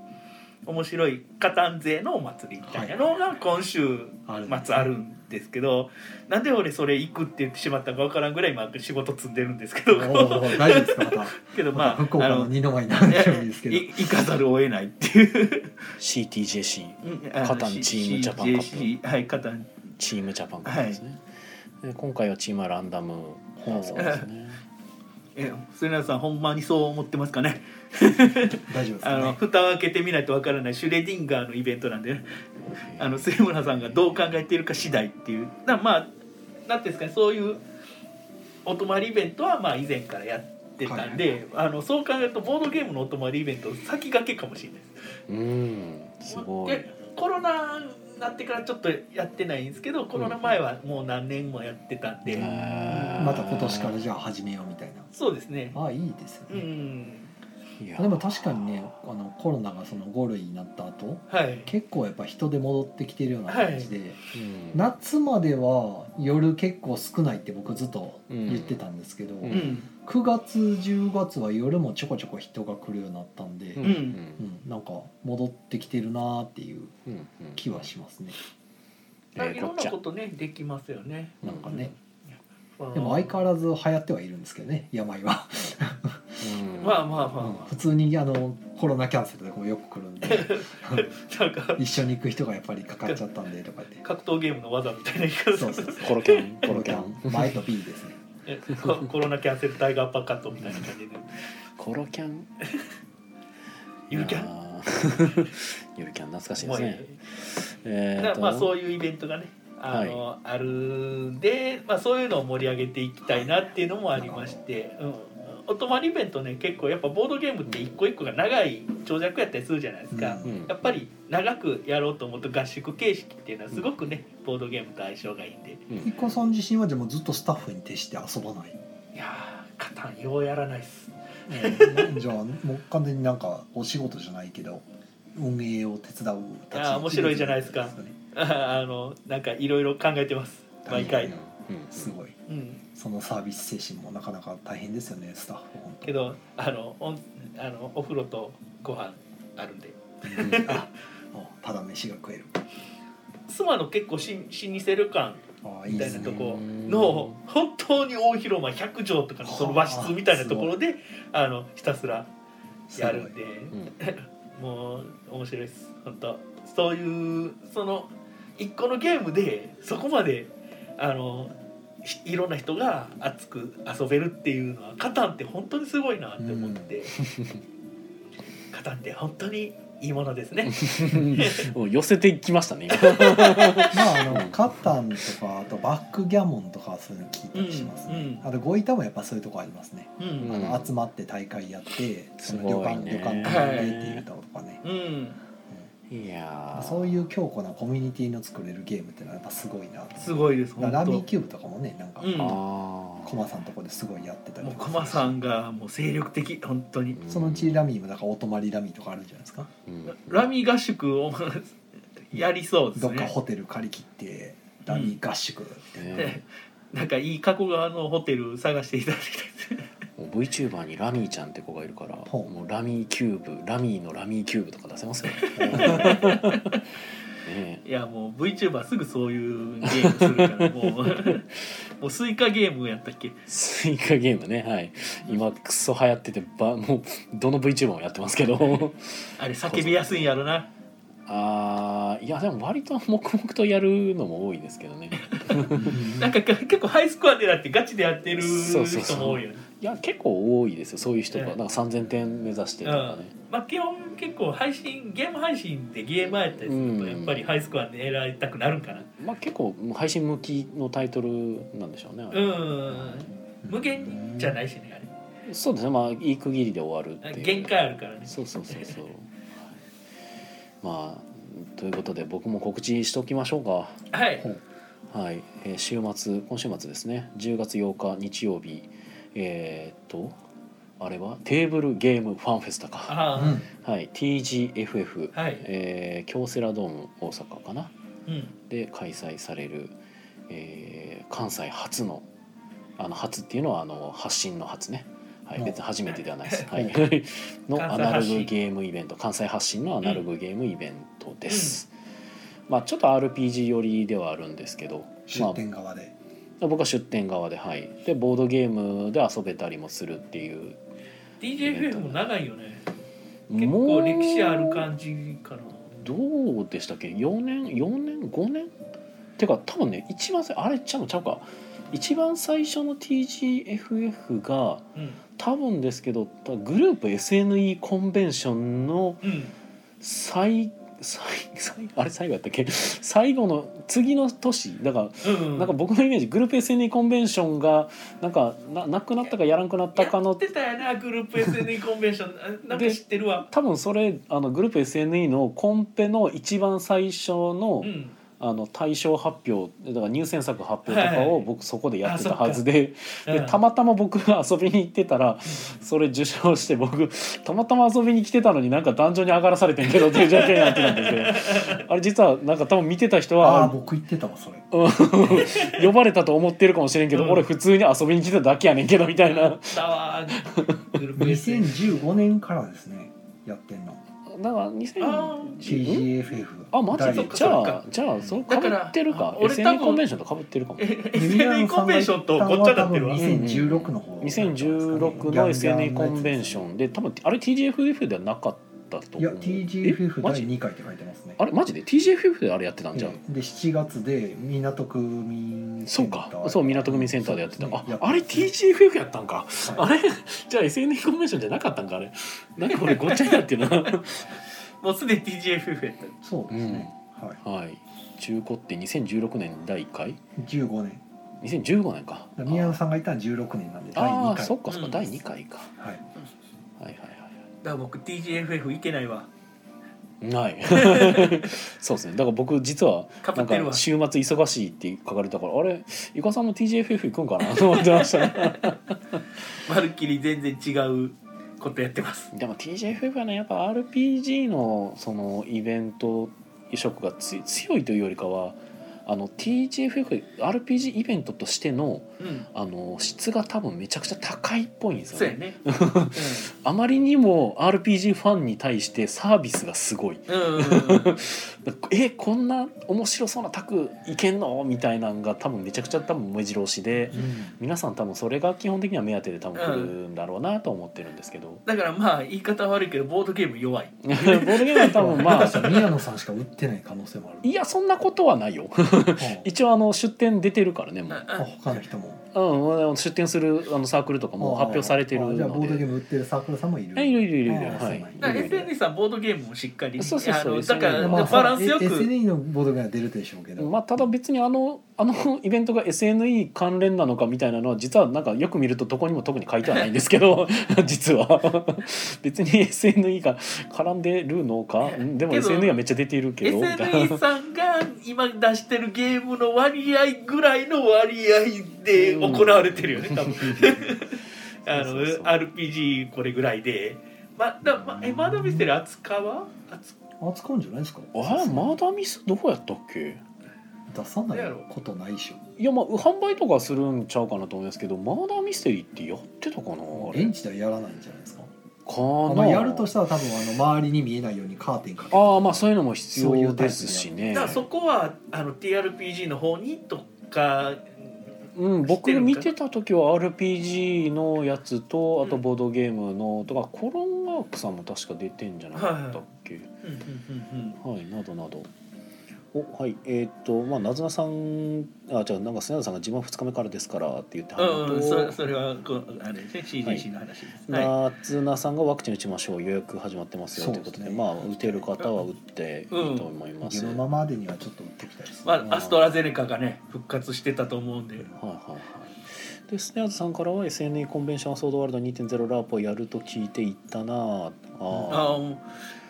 [SPEAKER 3] 面白いカタン勢のお祭りみたいなのが今週
[SPEAKER 2] あるんです
[SPEAKER 3] 末あるんですけどなんで俺それ行くって言ってしまったか分からんぐらい今仕事積んでるんですけ
[SPEAKER 2] お
[SPEAKER 3] ど
[SPEAKER 2] うおう大丈夫ですかまた
[SPEAKER 3] けど
[SPEAKER 2] また
[SPEAKER 3] まあ
[SPEAKER 2] 福岡
[SPEAKER 3] あ
[SPEAKER 2] の
[SPEAKER 3] の
[SPEAKER 2] 二の舞なんでもいいですけど
[SPEAKER 3] い [laughs] 行かざるを得ないっていう。
[SPEAKER 1] CTJC
[SPEAKER 3] カ
[SPEAKER 1] カタンチームジャパンカッ
[SPEAKER 3] プはいカタン
[SPEAKER 1] チームジャパンカップですね、で今回はチームはランダム
[SPEAKER 2] ほう
[SPEAKER 1] そうですね
[SPEAKER 3] え末永さんほんまにそう思ってますかね
[SPEAKER 2] 大丈夫です
[SPEAKER 3] あ
[SPEAKER 2] か
[SPEAKER 3] の
[SPEAKER 2] ね
[SPEAKER 3] 蓋を開けてみないとわからないシュレディンガーのイベントなんでねあの末村さんがどう考えているか次第っていうだからまあ何ていうんですかねそういうお泊まりイベントはまあ以前からやってたんで、あのそう考えるとボードゲームのお泊まりイベント先駆けかもしれないです
[SPEAKER 1] うんすごい
[SPEAKER 3] でコロナになってからちょっとやってないんですけどコロナ前はもう何年もやってたんで、
[SPEAKER 2] ま
[SPEAKER 1] ま
[SPEAKER 2] た今年からじゃあ始めようみたいな
[SPEAKER 3] そうですね
[SPEAKER 2] ああいいですよ
[SPEAKER 3] う
[SPEAKER 2] ね、
[SPEAKER 3] ん
[SPEAKER 2] でも確かにねあのコロナがその5類になった後
[SPEAKER 3] はい
[SPEAKER 2] 結構やっぱ人で戻ってきてるような感じで、
[SPEAKER 1] うん
[SPEAKER 2] 夏までは夜結構少ないって僕ずっと言ってたんですけど、
[SPEAKER 1] うん
[SPEAKER 3] うん
[SPEAKER 2] 9月10月は夜もちょこちょこ人が来るようになったんで、
[SPEAKER 1] う
[SPEAKER 2] うんん
[SPEAKER 1] うんうん
[SPEAKER 2] なんか戻ってきてるなーっていう
[SPEAKER 1] うん
[SPEAKER 2] 気はしますね、
[SPEAKER 1] え
[SPEAKER 3] だから
[SPEAKER 1] ー
[SPEAKER 3] い
[SPEAKER 1] こ
[SPEAKER 3] ろ
[SPEAKER 1] っ
[SPEAKER 3] ん
[SPEAKER 1] ち
[SPEAKER 3] な
[SPEAKER 1] ゃ
[SPEAKER 3] ことねできますよね
[SPEAKER 2] なんかね
[SPEAKER 3] うん
[SPEAKER 2] でも相変わらず流行ってはいるんですけどね病は、
[SPEAKER 1] うん
[SPEAKER 3] まあまあまあ、
[SPEAKER 2] うん
[SPEAKER 3] ま
[SPEAKER 2] 普通にあのコロナキャンセルとかもよく来る
[SPEAKER 3] [laughs]
[SPEAKER 2] んで
[SPEAKER 3] あ、なんか
[SPEAKER 2] 一緒に行く人がやっぱりかかっちゃったんでとかって
[SPEAKER 3] 格闘ゲームの技みたいな言い方
[SPEAKER 2] そうそうそう
[SPEAKER 1] コロキャンコ
[SPEAKER 2] コ
[SPEAKER 1] ロ
[SPEAKER 2] ロ
[SPEAKER 1] キ
[SPEAKER 2] キ
[SPEAKER 1] ャ
[SPEAKER 2] ャ
[SPEAKER 1] ン
[SPEAKER 2] ン前と B ですね
[SPEAKER 3] えココロナキャンセルタイガーパーカットみたいな感じで
[SPEAKER 1] コロキャン
[SPEAKER 3] ゆるキャン
[SPEAKER 1] ンゆるキャン懐かしいで
[SPEAKER 3] も
[SPEAKER 1] す
[SPEAKER 3] ういい
[SPEAKER 1] ねえー
[SPEAKER 3] だか
[SPEAKER 1] と
[SPEAKER 3] らまあそういうイベントがねあの、あるんで、まあ、そういうのを盛り上げていきたいなっていうのもありまして、うん、お泊まりイベントね結構やっぱボードゲームって一個一個が長い長尺やったりするじゃないですか、
[SPEAKER 2] うん
[SPEAKER 3] やっぱり長くやろうと思うと合宿形式っていうのはすごくね、ボードゲームと相性がいいんで
[SPEAKER 2] 一個さん自身はでもずっとスタッフに徹して遊ばない
[SPEAKER 3] いやーカタンようやらないっす
[SPEAKER 2] じゃあもう完全になんかお仕事じゃないけど運営を手伝う立ち位置
[SPEAKER 3] あー面白いじゃないですか [laughs] あのなんかいろいろ考えてます毎
[SPEAKER 2] う
[SPEAKER 3] 回
[SPEAKER 2] ん、
[SPEAKER 1] うん
[SPEAKER 2] すごい
[SPEAKER 3] うん、
[SPEAKER 2] そのサービス精神もなかなか大変ですよねスタッフ本当
[SPEAKER 3] けどあのおあのお風呂とご飯あるんで
[SPEAKER 1] うん
[SPEAKER 2] あもうただ飯が食える
[SPEAKER 3] 須磨の結構し老舗旅館
[SPEAKER 2] ああい
[SPEAKER 3] み
[SPEAKER 2] い
[SPEAKER 3] た
[SPEAKER 2] で
[SPEAKER 3] い
[SPEAKER 2] す
[SPEAKER 3] な
[SPEAKER 2] ね
[SPEAKER 3] とこ
[SPEAKER 1] うん
[SPEAKER 3] の本当に大広間100畳とかのその和室みたいなところであのひたすらやるんで
[SPEAKER 1] うん
[SPEAKER 3] もう面白いです本当そういうその一個のゲームでそこまであのひいろんな人が熱く遊べるっていうのはカタンって本当にすごいなって思って、カタンって本当にいいものですね
[SPEAKER 1] もう寄せていきましたね今
[SPEAKER 2] まああのカタンとかあとバックギャモンとかそういうの聞いたりしますね、
[SPEAKER 3] うん
[SPEAKER 2] あとゴイタもやっぱそういうとこありますね、
[SPEAKER 3] うん
[SPEAKER 1] う
[SPEAKER 2] あ
[SPEAKER 1] ん
[SPEAKER 2] の集まって大会やってその
[SPEAKER 1] す
[SPEAKER 2] 旅
[SPEAKER 1] ごい
[SPEAKER 2] 館、
[SPEAKER 1] ね
[SPEAKER 2] 旅館とかでっていうとことかね、
[SPEAKER 3] うん
[SPEAKER 1] いやー
[SPEAKER 2] そういう強固なコミュニティの作れるゲームってのはやっぱすごいな
[SPEAKER 3] すごいです
[SPEAKER 2] だ
[SPEAKER 3] 本
[SPEAKER 2] からラミー
[SPEAKER 3] 当
[SPEAKER 2] キューブとかもねなんか、
[SPEAKER 3] うん
[SPEAKER 1] あ
[SPEAKER 2] コマさんのとこですごいやってたり
[SPEAKER 3] もう
[SPEAKER 2] とか
[SPEAKER 3] コマさんがもう精力的本当に
[SPEAKER 1] ー
[SPEAKER 2] そのうちラミーもだからお泊まりラミーとかあるんじゃないですか、
[SPEAKER 1] うん
[SPEAKER 3] ラミ合宿をやりそうです
[SPEAKER 2] どっか
[SPEAKER 3] ね
[SPEAKER 2] ホテル借り切ってラミー合宿、
[SPEAKER 1] ね
[SPEAKER 3] [laughs] なんかいい加古川のホテル探していただきたいです
[SPEAKER 1] もう VTuber にラミーちゃんって子がいるから
[SPEAKER 2] ほう
[SPEAKER 1] もうラミーキューブラミーのラミーキューブとか出せますよねえ
[SPEAKER 3] いやもう VTuber すぐそういうゲームするからも
[SPEAKER 1] [laughs]
[SPEAKER 3] うもうスイカゲームやったっけ
[SPEAKER 1] スイカゲームねはい今クソ流行っててばもうどの VTuber もやってますけど
[SPEAKER 3] あれ叫びやすいんやろな
[SPEAKER 1] あーいやでも割と黙々とやるのも多いですけどね
[SPEAKER 3] なんかか結構ハイスコアでだってガチでやってる
[SPEAKER 1] そうそう
[SPEAKER 3] 人
[SPEAKER 1] そう
[SPEAKER 3] も多いよね
[SPEAKER 1] いや結構多いですよそういう人が
[SPEAKER 3] え
[SPEAKER 1] な
[SPEAKER 3] え
[SPEAKER 1] んか3,000点目指してとかね、
[SPEAKER 3] まあ基本結構配信ゲーム配信でゲーマーやったりすると
[SPEAKER 1] うん
[SPEAKER 3] やっぱりハイスコアで選びたくなるんかな
[SPEAKER 1] まあ結構配信向きのタイトルなんでしょうね、あ
[SPEAKER 3] う
[SPEAKER 1] れ
[SPEAKER 3] ん無限じゃないしね
[SPEAKER 1] そうですねまあいい区切りで終わるっ
[SPEAKER 3] あれ
[SPEAKER 1] ていう
[SPEAKER 3] 限界あるからね
[SPEAKER 1] そうそうそうそうまあということで僕も告知しておきましょうか
[SPEAKER 3] はい
[SPEAKER 1] はい、えー週末今週末ですね10月8日日曜日えーっとあれはテーブルゲームファンフェスタか
[SPEAKER 3] ああ
[SPEAKER 1] はい TGFF、
[SPEAKER 3] はい
[SPEAKER 1] えー京セラドーム大阪かな
[SPEAKER 3] うん
[SPEAKER 1] で開催される、えー関西初のあの初っていうのはあの発信の初ね、はい、
[SPEAKER 2] うん
[SPEAKER 1] 別に初めてではない
[SPEAKER 3] [laughs]
[SPEAKER 1] です、はい [laughs]
[SPEAKER 2] うん、
[SPEAKER 1] のア
[SPEAKER 3] 関西
[SPEAKER 1] ナロ
[SPEAKER 3] 発信
[SPEAKER 1] グゲームイベント関西発信のアナログゲームイベントです、まあちょっと RPG 寄りではあるんですけど、ま
[SPEAKER 2] 出
[SPEAKER 1] あ、
[SPEAKER 2] 店側で、
[SPEAKER 1] 僕は出店側ではいでボードゲームで遊べたりもするっていう
[SPEAKER 3] DJFF も長いよね結
[SPEAKER 1] も
[SPEAKER 3] 構
[SPEAKER 1] う
[SPEAKER 3] 歴史ある感じかな
[SPEAKER 1] どうでしたっけ4年4年5年てか多分ね一番最あれちゃうのちゃうか一番最初の TGFF が
[SPEAKER 3] うん
[SPEAKER 1] 多分ですけどグループ SNE コンベンションの
[SPEAKER 3] うん
[SPEAKER 1] 最最最あれ最後やったっけ最後の次の年だから
[SPEAKER 3] うん
[SPEAKER 1] なんか僕のイメージグループ SNE コンベンションがなんかななくなったかやらんくなったか
[SPEAKER 3] やっ
[SPEAKER 1] の
[SPEAKER 3] てたよなグループ SNE コンベンションあなんか知ってるわ
[SPEAKER 1] 多分それあのグループ SNE のコンペの一番最初の、
[SPEAKER 3] うん
[SPEAKER 1] あの大賞発表だから入選作発表とか
[SPEAKER 3] はいは
[SPEAKER 1] を
[SPEAKER 3] い
[SPEAKER 1] 僕そこでやってた
[SPEAKER 3] あそっか
[SPEAKER 1] はずで,、
[SPEAKER 3] う
[SPEAKER 1] で
[SPEAKER 3] ん
[SPEAKER 1] たまたま僕が遊びに行ってたらそれ受賞して僕たまたま遊びに来てたのになんか壇上に上がらされてんけどっていう状況になってたんです
[SPEAKER 3] [laughs]
[SPEAKER 1] けどあれ実はなんか多分見てた人
[SPEAKER 2] ああ
[SPEAKER 1] は
[SPEAKER 2] 僕言ってたわそれ
[SPEAKER 1] 呼ばれたと思ってるかもしれんけど、
[SPEAKER 3] うん
[SPEAKER 1] 俺普通に遊びに来てただけやねんけどみたいな
[SPEAKER 3] だわーグループ SNE
[SPEAKER 2] 2015年からですねやってんの
[SPEAKER 1] だから2000
[SPEAKER 3] あー
[SPEAKER 2] CGFF
[SPEAKER 1] あマジ
[SPEAKER 3] そ
[SPEAKER 1] で
[SPEAKER 3] っか
[SPEAKER 1] じゃ
[SPEAKER 3] そっ
[SPEAKER 1] あ
[SPEAKER 3] か
[SPEAKER 1] じゃあそれか
[SPEAKER 3] だ
[SPEAKER 1] ぶ
[SPEAKER 3] から
[SPEAKER 1] ってるか
[SPEAKER 3] 俺多分
[SPEAKER 1] SNE コンベンションとかぶってるかも。
[SPEAKER 3] SNE コンベンションとごっちゃになってるわ
[SPEAKER 1] ん
[SPEAKER 2] 2016の方
[SPEAKER 1] 2016の SNE コンベンションで多分あれ TGFF ではなかったと思う
[SPEAKER 2] いや
[SPEAKER 1] え
[SPEAKER 2] TGFF
[SPEAKER 1] マ
[SPEAKER 2] 第
[SPEAKER 1] ジ
[SPEAKER 2] 2回って書いてますね
[SPEAKER 1] あれマジで TGFF であれやってたんじゃん、
[SPEAKER 2] で7月で港区民
[SPEAKER 1] そうかそう港区民センターでやってた、ああれ
[SPEAKER 2] TGFF
[SPEAKER 1] TGFF やったんか、
[SPEAKER 2] は
[SPEAKER 1] あれじゃあ SNE コンベンションじゃなかったんかあれなんか俺ごっちゃになってるな
[SPEAKER 3] もうすでに TGFF やった
[SPEAKER 2] そうですね、はい
[SPEAKER 1] はい中古って2016年第1回
[SPEAKER 2] 15年
[SPEAKER 1] 2015年か
[SPEAKER 2] だから宮野さんがいたのは16年なんで第
[SPEAKER 1] あ
[SPEAKER 2] 2
[SPEAKER 1] あ
[SPEAKER 2] 回
[SPEAKER 1] そっかそっか、
[SPEAKER 3] うん
[SPEAKER 1] 第2回か
[SPEAKER 2] は
[SPEAKER 1] は
[SPEAKER 2] い、
[SPEAKER 1] いはいはいはい
[SPEAKER 3] だから僕 TGFF いけないわ
[SPEAKER 1] ない
[SPEAKER 3] [laughs]
[SPEAKER 1] そうですねだから僕実は
[SPEAKER 3] かぶ
[SPEAKER 1] な
[SPEAKER 3] っ
[SPEAKER 1] ん
[SPEAKER 3] てる
[SPEAKER 1] か
[SPEAKER 3] わ
[SPEAKER 1] 週末忙しいって書かれたからあれゆかさんも TGFF 行くんかなと思ってました
[SPEAKER 3] [laughs]
[SPEAKER 1] ね
[SPEAKER 3] まるっきり全然違うことやってます
[SPEAKER 1] でも TGFF はねやっぱ RPG のそのイベント色がつ強いというよりかはあの TGFFRPG イベントとしての
[SPEAKER 3] うん
[SPEAKER 1] あの質が多分めちゃくちゃ高いっぽいんです
[SPEAKER 3] そう
[SPEAKER 1] よ
[SPEAKER 3] や
[SPEAKER 1] ね
[SPEAKER 3] ね
[SPEAKER 1] あまりにも RPG ファンに対してサービスがすごい
[SPEAKER 3] うんうん
[SPEAKER 1] えこんな面白そうなタクいけんのみたいなんが多分めちゃくちゃ多分目白押しで
[SPEAKER 2] うん
[SPEAKER 1] 皆さん多分それが基本的には目当てで多分来るんだろうなと思ってるんですけ
[SPEAKER 2] [laughs]
[SPEAKER 1] ど、
[SPEAKER 3] だからまあ言い方悪いけどボードゲーム弱い
[SPEAKER 1] ボードゲームは多分まあ
[SPEAKER 2] 宮野さんしか売ってない可能性もある
[SPEAKER 1] いやそんなことはないよ一応あの出店出てるからねもう、
[SPEAKER 2] あ他の人も
[SPEAKER 1] うんうん、出店するあのサークルとかも発表されてる
[SPEAKER 2] あじゃあボード
[SPEAKER 1] の
[SPEAKER 2] ゲ
[SPEAKER 1] で
[SPEAKER 2] ーム売ってるサークルさんもいる
[SPEAKER 1] えいるいるいるいる
[SPEAKER 2] ああ
[SPEAKER 1] はい
[SPEAKER 2] そうなんや
[SPEAKER 3] だから SNS さんボードゲームをしっかり
[SPEAKER 1] そうそうそう
[SPEAKER 3] あの
[SPEAKER 1] そ
[SPEAKER 3] だ
[SPEAKER 1] う
[SPEAKER 3] か
[SPEAKER 1] いう
[SPEAKER 3] ら
[SPEAKER 1] の
[SPEAKER 2] まあ
[SPEAKER 3] バランスよく、
[SPEAKER 2] そう SNE のボードゲームは出るでしょうけど、
[SPEAKER 1] まあ、ただ別にあのあの [laughs] イベントが SNE 関連なのかみたいなのは実はなんかよく見るとどこにも特に書いてはないんですけど [laughs] 実は別に SNE が絡んでるのかうんでも
[SPEAKER 3] けど
[SPEAKER 1] SNE はめっちゃ出てるけどみたい
[SPEAKER 3] SNE
[SPEAKER 1] な。
[SPEAKER 3] さんが今出してるゲームの割合ぐらいの割合で行われてるよね多
[SPEAKER 1] [laughs]
[SPEAKER 3] 分あ
[SPEAKER 1] そ
[SPEAKER 3] の
[SPEAKER 1] うそうそう
[SPEAKER 3] RPG これぐらいでまだまえまだ見せてる扱わ扱
[SPEAKER 2] 扱うんじゃないですか
[SPEAKER 1] [laughs] あれマーダーミスどこやったっけ
[SPEAKER 2] 出さないことないでしょ
[SPEAKER 1] いやまあ販売とかするんちゃうかなと思いますけどマーダーミステリーってやってたかなあれ
[SPEAKER 2] 現地ではやらないんじゃないですか
[SPEAKER 1] か
[SPEAKER 2] ま
[SPEAKER 1] な
[SPEAKER 2] あ、やるとしたら多分あの周りに見えないようにカーテンかけて
[SPEAKER 1] ああまあそういうのも必要ですしね
[SPEAKER 3] だからそこはあの TRPG の方にとか
[SPEAKER 1] うん、
[SPEAKER 3] 知っ
[SPEAKER 1] 僕
[SPEAKER 3] てるんか
[SPEAKER 1] 見てた時は RPG のやつとあと
[SPEAKER 3] うん
[SPEAKER 1] ボードゲームのとか、コロンワークさんも確か出てんじゃなかったっけ、はい
[SPEAKER 3] うんうんうんうん
[SPEAKER 1] などなどおはいえーっとまあなずなさんあじゃあなんか砂田さんが「自分は2日目からですから」って言ってはる
[SPEAKER 3] うん
[SPEAKER 1] の
[SPEAKER 3] うん、
[SPEAKER 1] と、
[SPEAKER 3] そそれはこうあれですね CGC の話です、はい
[SPEAKER 1] なつなさんが「ワクチン打ちましょう予約始まってますよ」
[SPEAKER 2] そう
[SPEAKER 1] とい
[SPEAKER 2] で
[SPEAKER 1] う
[SPEAKER 2] す
[SPEAKER 1] こ
[SPEAKER 2] ね
[SPEAKER 1] とでまあ打てる方は打っていいと思います、
[SPEAKER 2] ゲ
[SPEAKER 1] はい
[SPEAKER 2] ノマまでにはちょっと打ってきたりする、
[SPEAKER 3] まあ、アストラゼネカがね復活してたと思うんで
[SPEAKER 1] はいはい。でスネアズさんからは SNE コンベンションアソードワールド2.0ラープをやると聞いて行ったなあ
[SPEAKER 3] あ
[SPEAKER 1] あ
[SPEAKER 3] ー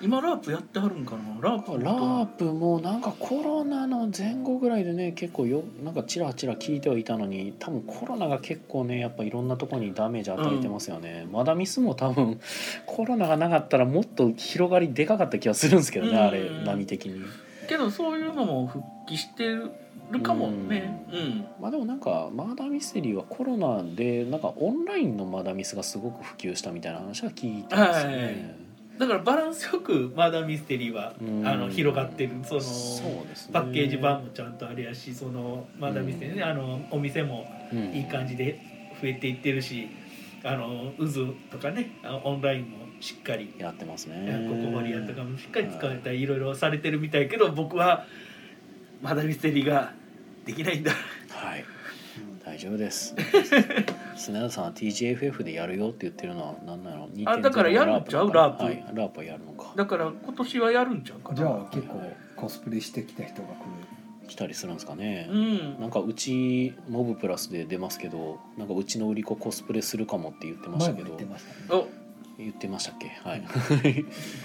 [SPEAKER 3] 今ラープやってはるんかなラープ
[SPEAKER 1] ラープもなんかコロナの前後ぐらいでね結構よなんかちらちら聞いてはいたのに多分コロナが結構ねやっぱいろんなところにダメージ与えてますよね、まだミスも多分コロナがなかったらもっと広がりでかかった気がするんですけどね、
[SPEAKER 3] うん
[SPEAKER 1] あれ波的に
[SPEAKER 3] けどそういうのも復帰してるかもねうん、
[SPEAKER 1] まあでもなんかマーダーミステリーはコロナでなんかオンラインのマーダーミスがすごく普及したみたいな話は聞いてますよね、
[SPEAKER 3] はいだからバランスよくマーダーミステリーは
[SPEAKER 1] うん
[SPEAKER 3] あの広がってるその
[SPEAKER 1] そうですね
[SPEAKER 3] パッケージ版もちゃんとあれやしそのマーダーミステリーね、あのお店もいい感じで増えていってるしあの渦とかねあのオンラインもしっかり
[SPEAKER 1] やってます
[SPEAKER 3] えー
[SPEAKER 1] ね
[SPEAKER 3] ココマリアとかもしっかり使えたりいろいろされてるみたいけど僕はまだミステリーができないんだ
[SPEAKER 1] はい大丈夫です
[SPEAKER 3] [laughs]
[SPEAKER 1] 砂田さんは TGFF でやるよって言ってるのは何なの
[SPEAKER 3] あだからやるんちゃう
[SPEAKER 1] 2.0の
[SPEAKER 3] ラ
[SPEAKER 1] は
[SPEAKER 3] ー
[SPEAKER 1] い、ラープはやるのか
[SPEAKER 3] だから今年はやるんちゃうかな
[SPEAKER 2] じゃあ結構コスプレしてきた人が来
[SPEAKER 1] 来たりするんですかね
[SPEAKER 3] う、ん
[SPEAKER 1] なんかうちモブプラスで出ますけどなんかうちの売り子コスプレするかもって言って
[SPEAKER 2] る
[SPEAKER 1] まし
[SPEAKER 2] 前
[SPEAKER 1] た
[SPEAKER 2] も
[SPEAKER 1] け
[SPEAKER 2] 言っ
[SPEAKER 1] ど
[SPEAKER 2] てましたね
[SPEAKER 3] お
[SPEAKER 1] 言ってましたっけはい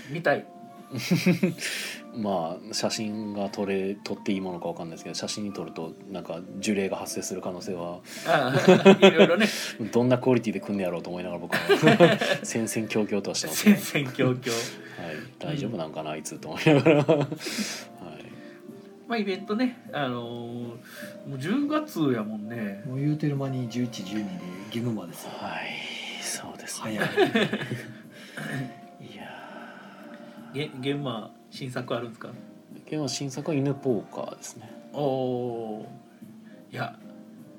[SPEAKER 3] 見たい
[SPEAKER 1] [laughs] まあ写真が撮れ撮っていいものかわかんないですけど写真に撮るとなんか樹齢が発生する可能性は
[SPEAKER 3] ああ [laughs] いろ
[SPEAKER 2] [laughs]
[SPEAKER 3] いろね
[SPEAKER 1] どんなクオリティで組んでやろうと思いながら僕
[SPEAKER 3] [laughs]
[SPEAKER 1] は戦々恐々とはしてます、
[SPEAKER 3] 戦
[SPEAKER 1] はい、
[SPEAKER 3] 々恐々
[SPEAKER 1] 大丈夫なんかなあいつと思いながらはい
[SPEAKER 3] まあイベントねあのーもう10月やもんね
[SPEAKER 2] もう言うてる間に1112でゲノマですよ
[SPEAKER 1] はいそうですね
[SPEAKER 2] 早い
[SPEAKER 1] いや
[SPEAKER 3] げ現場新作あるんですか
[SPEAKER 1] ー今日の新作は犬ポーカーですね
[SPEAKER 3] おおーいや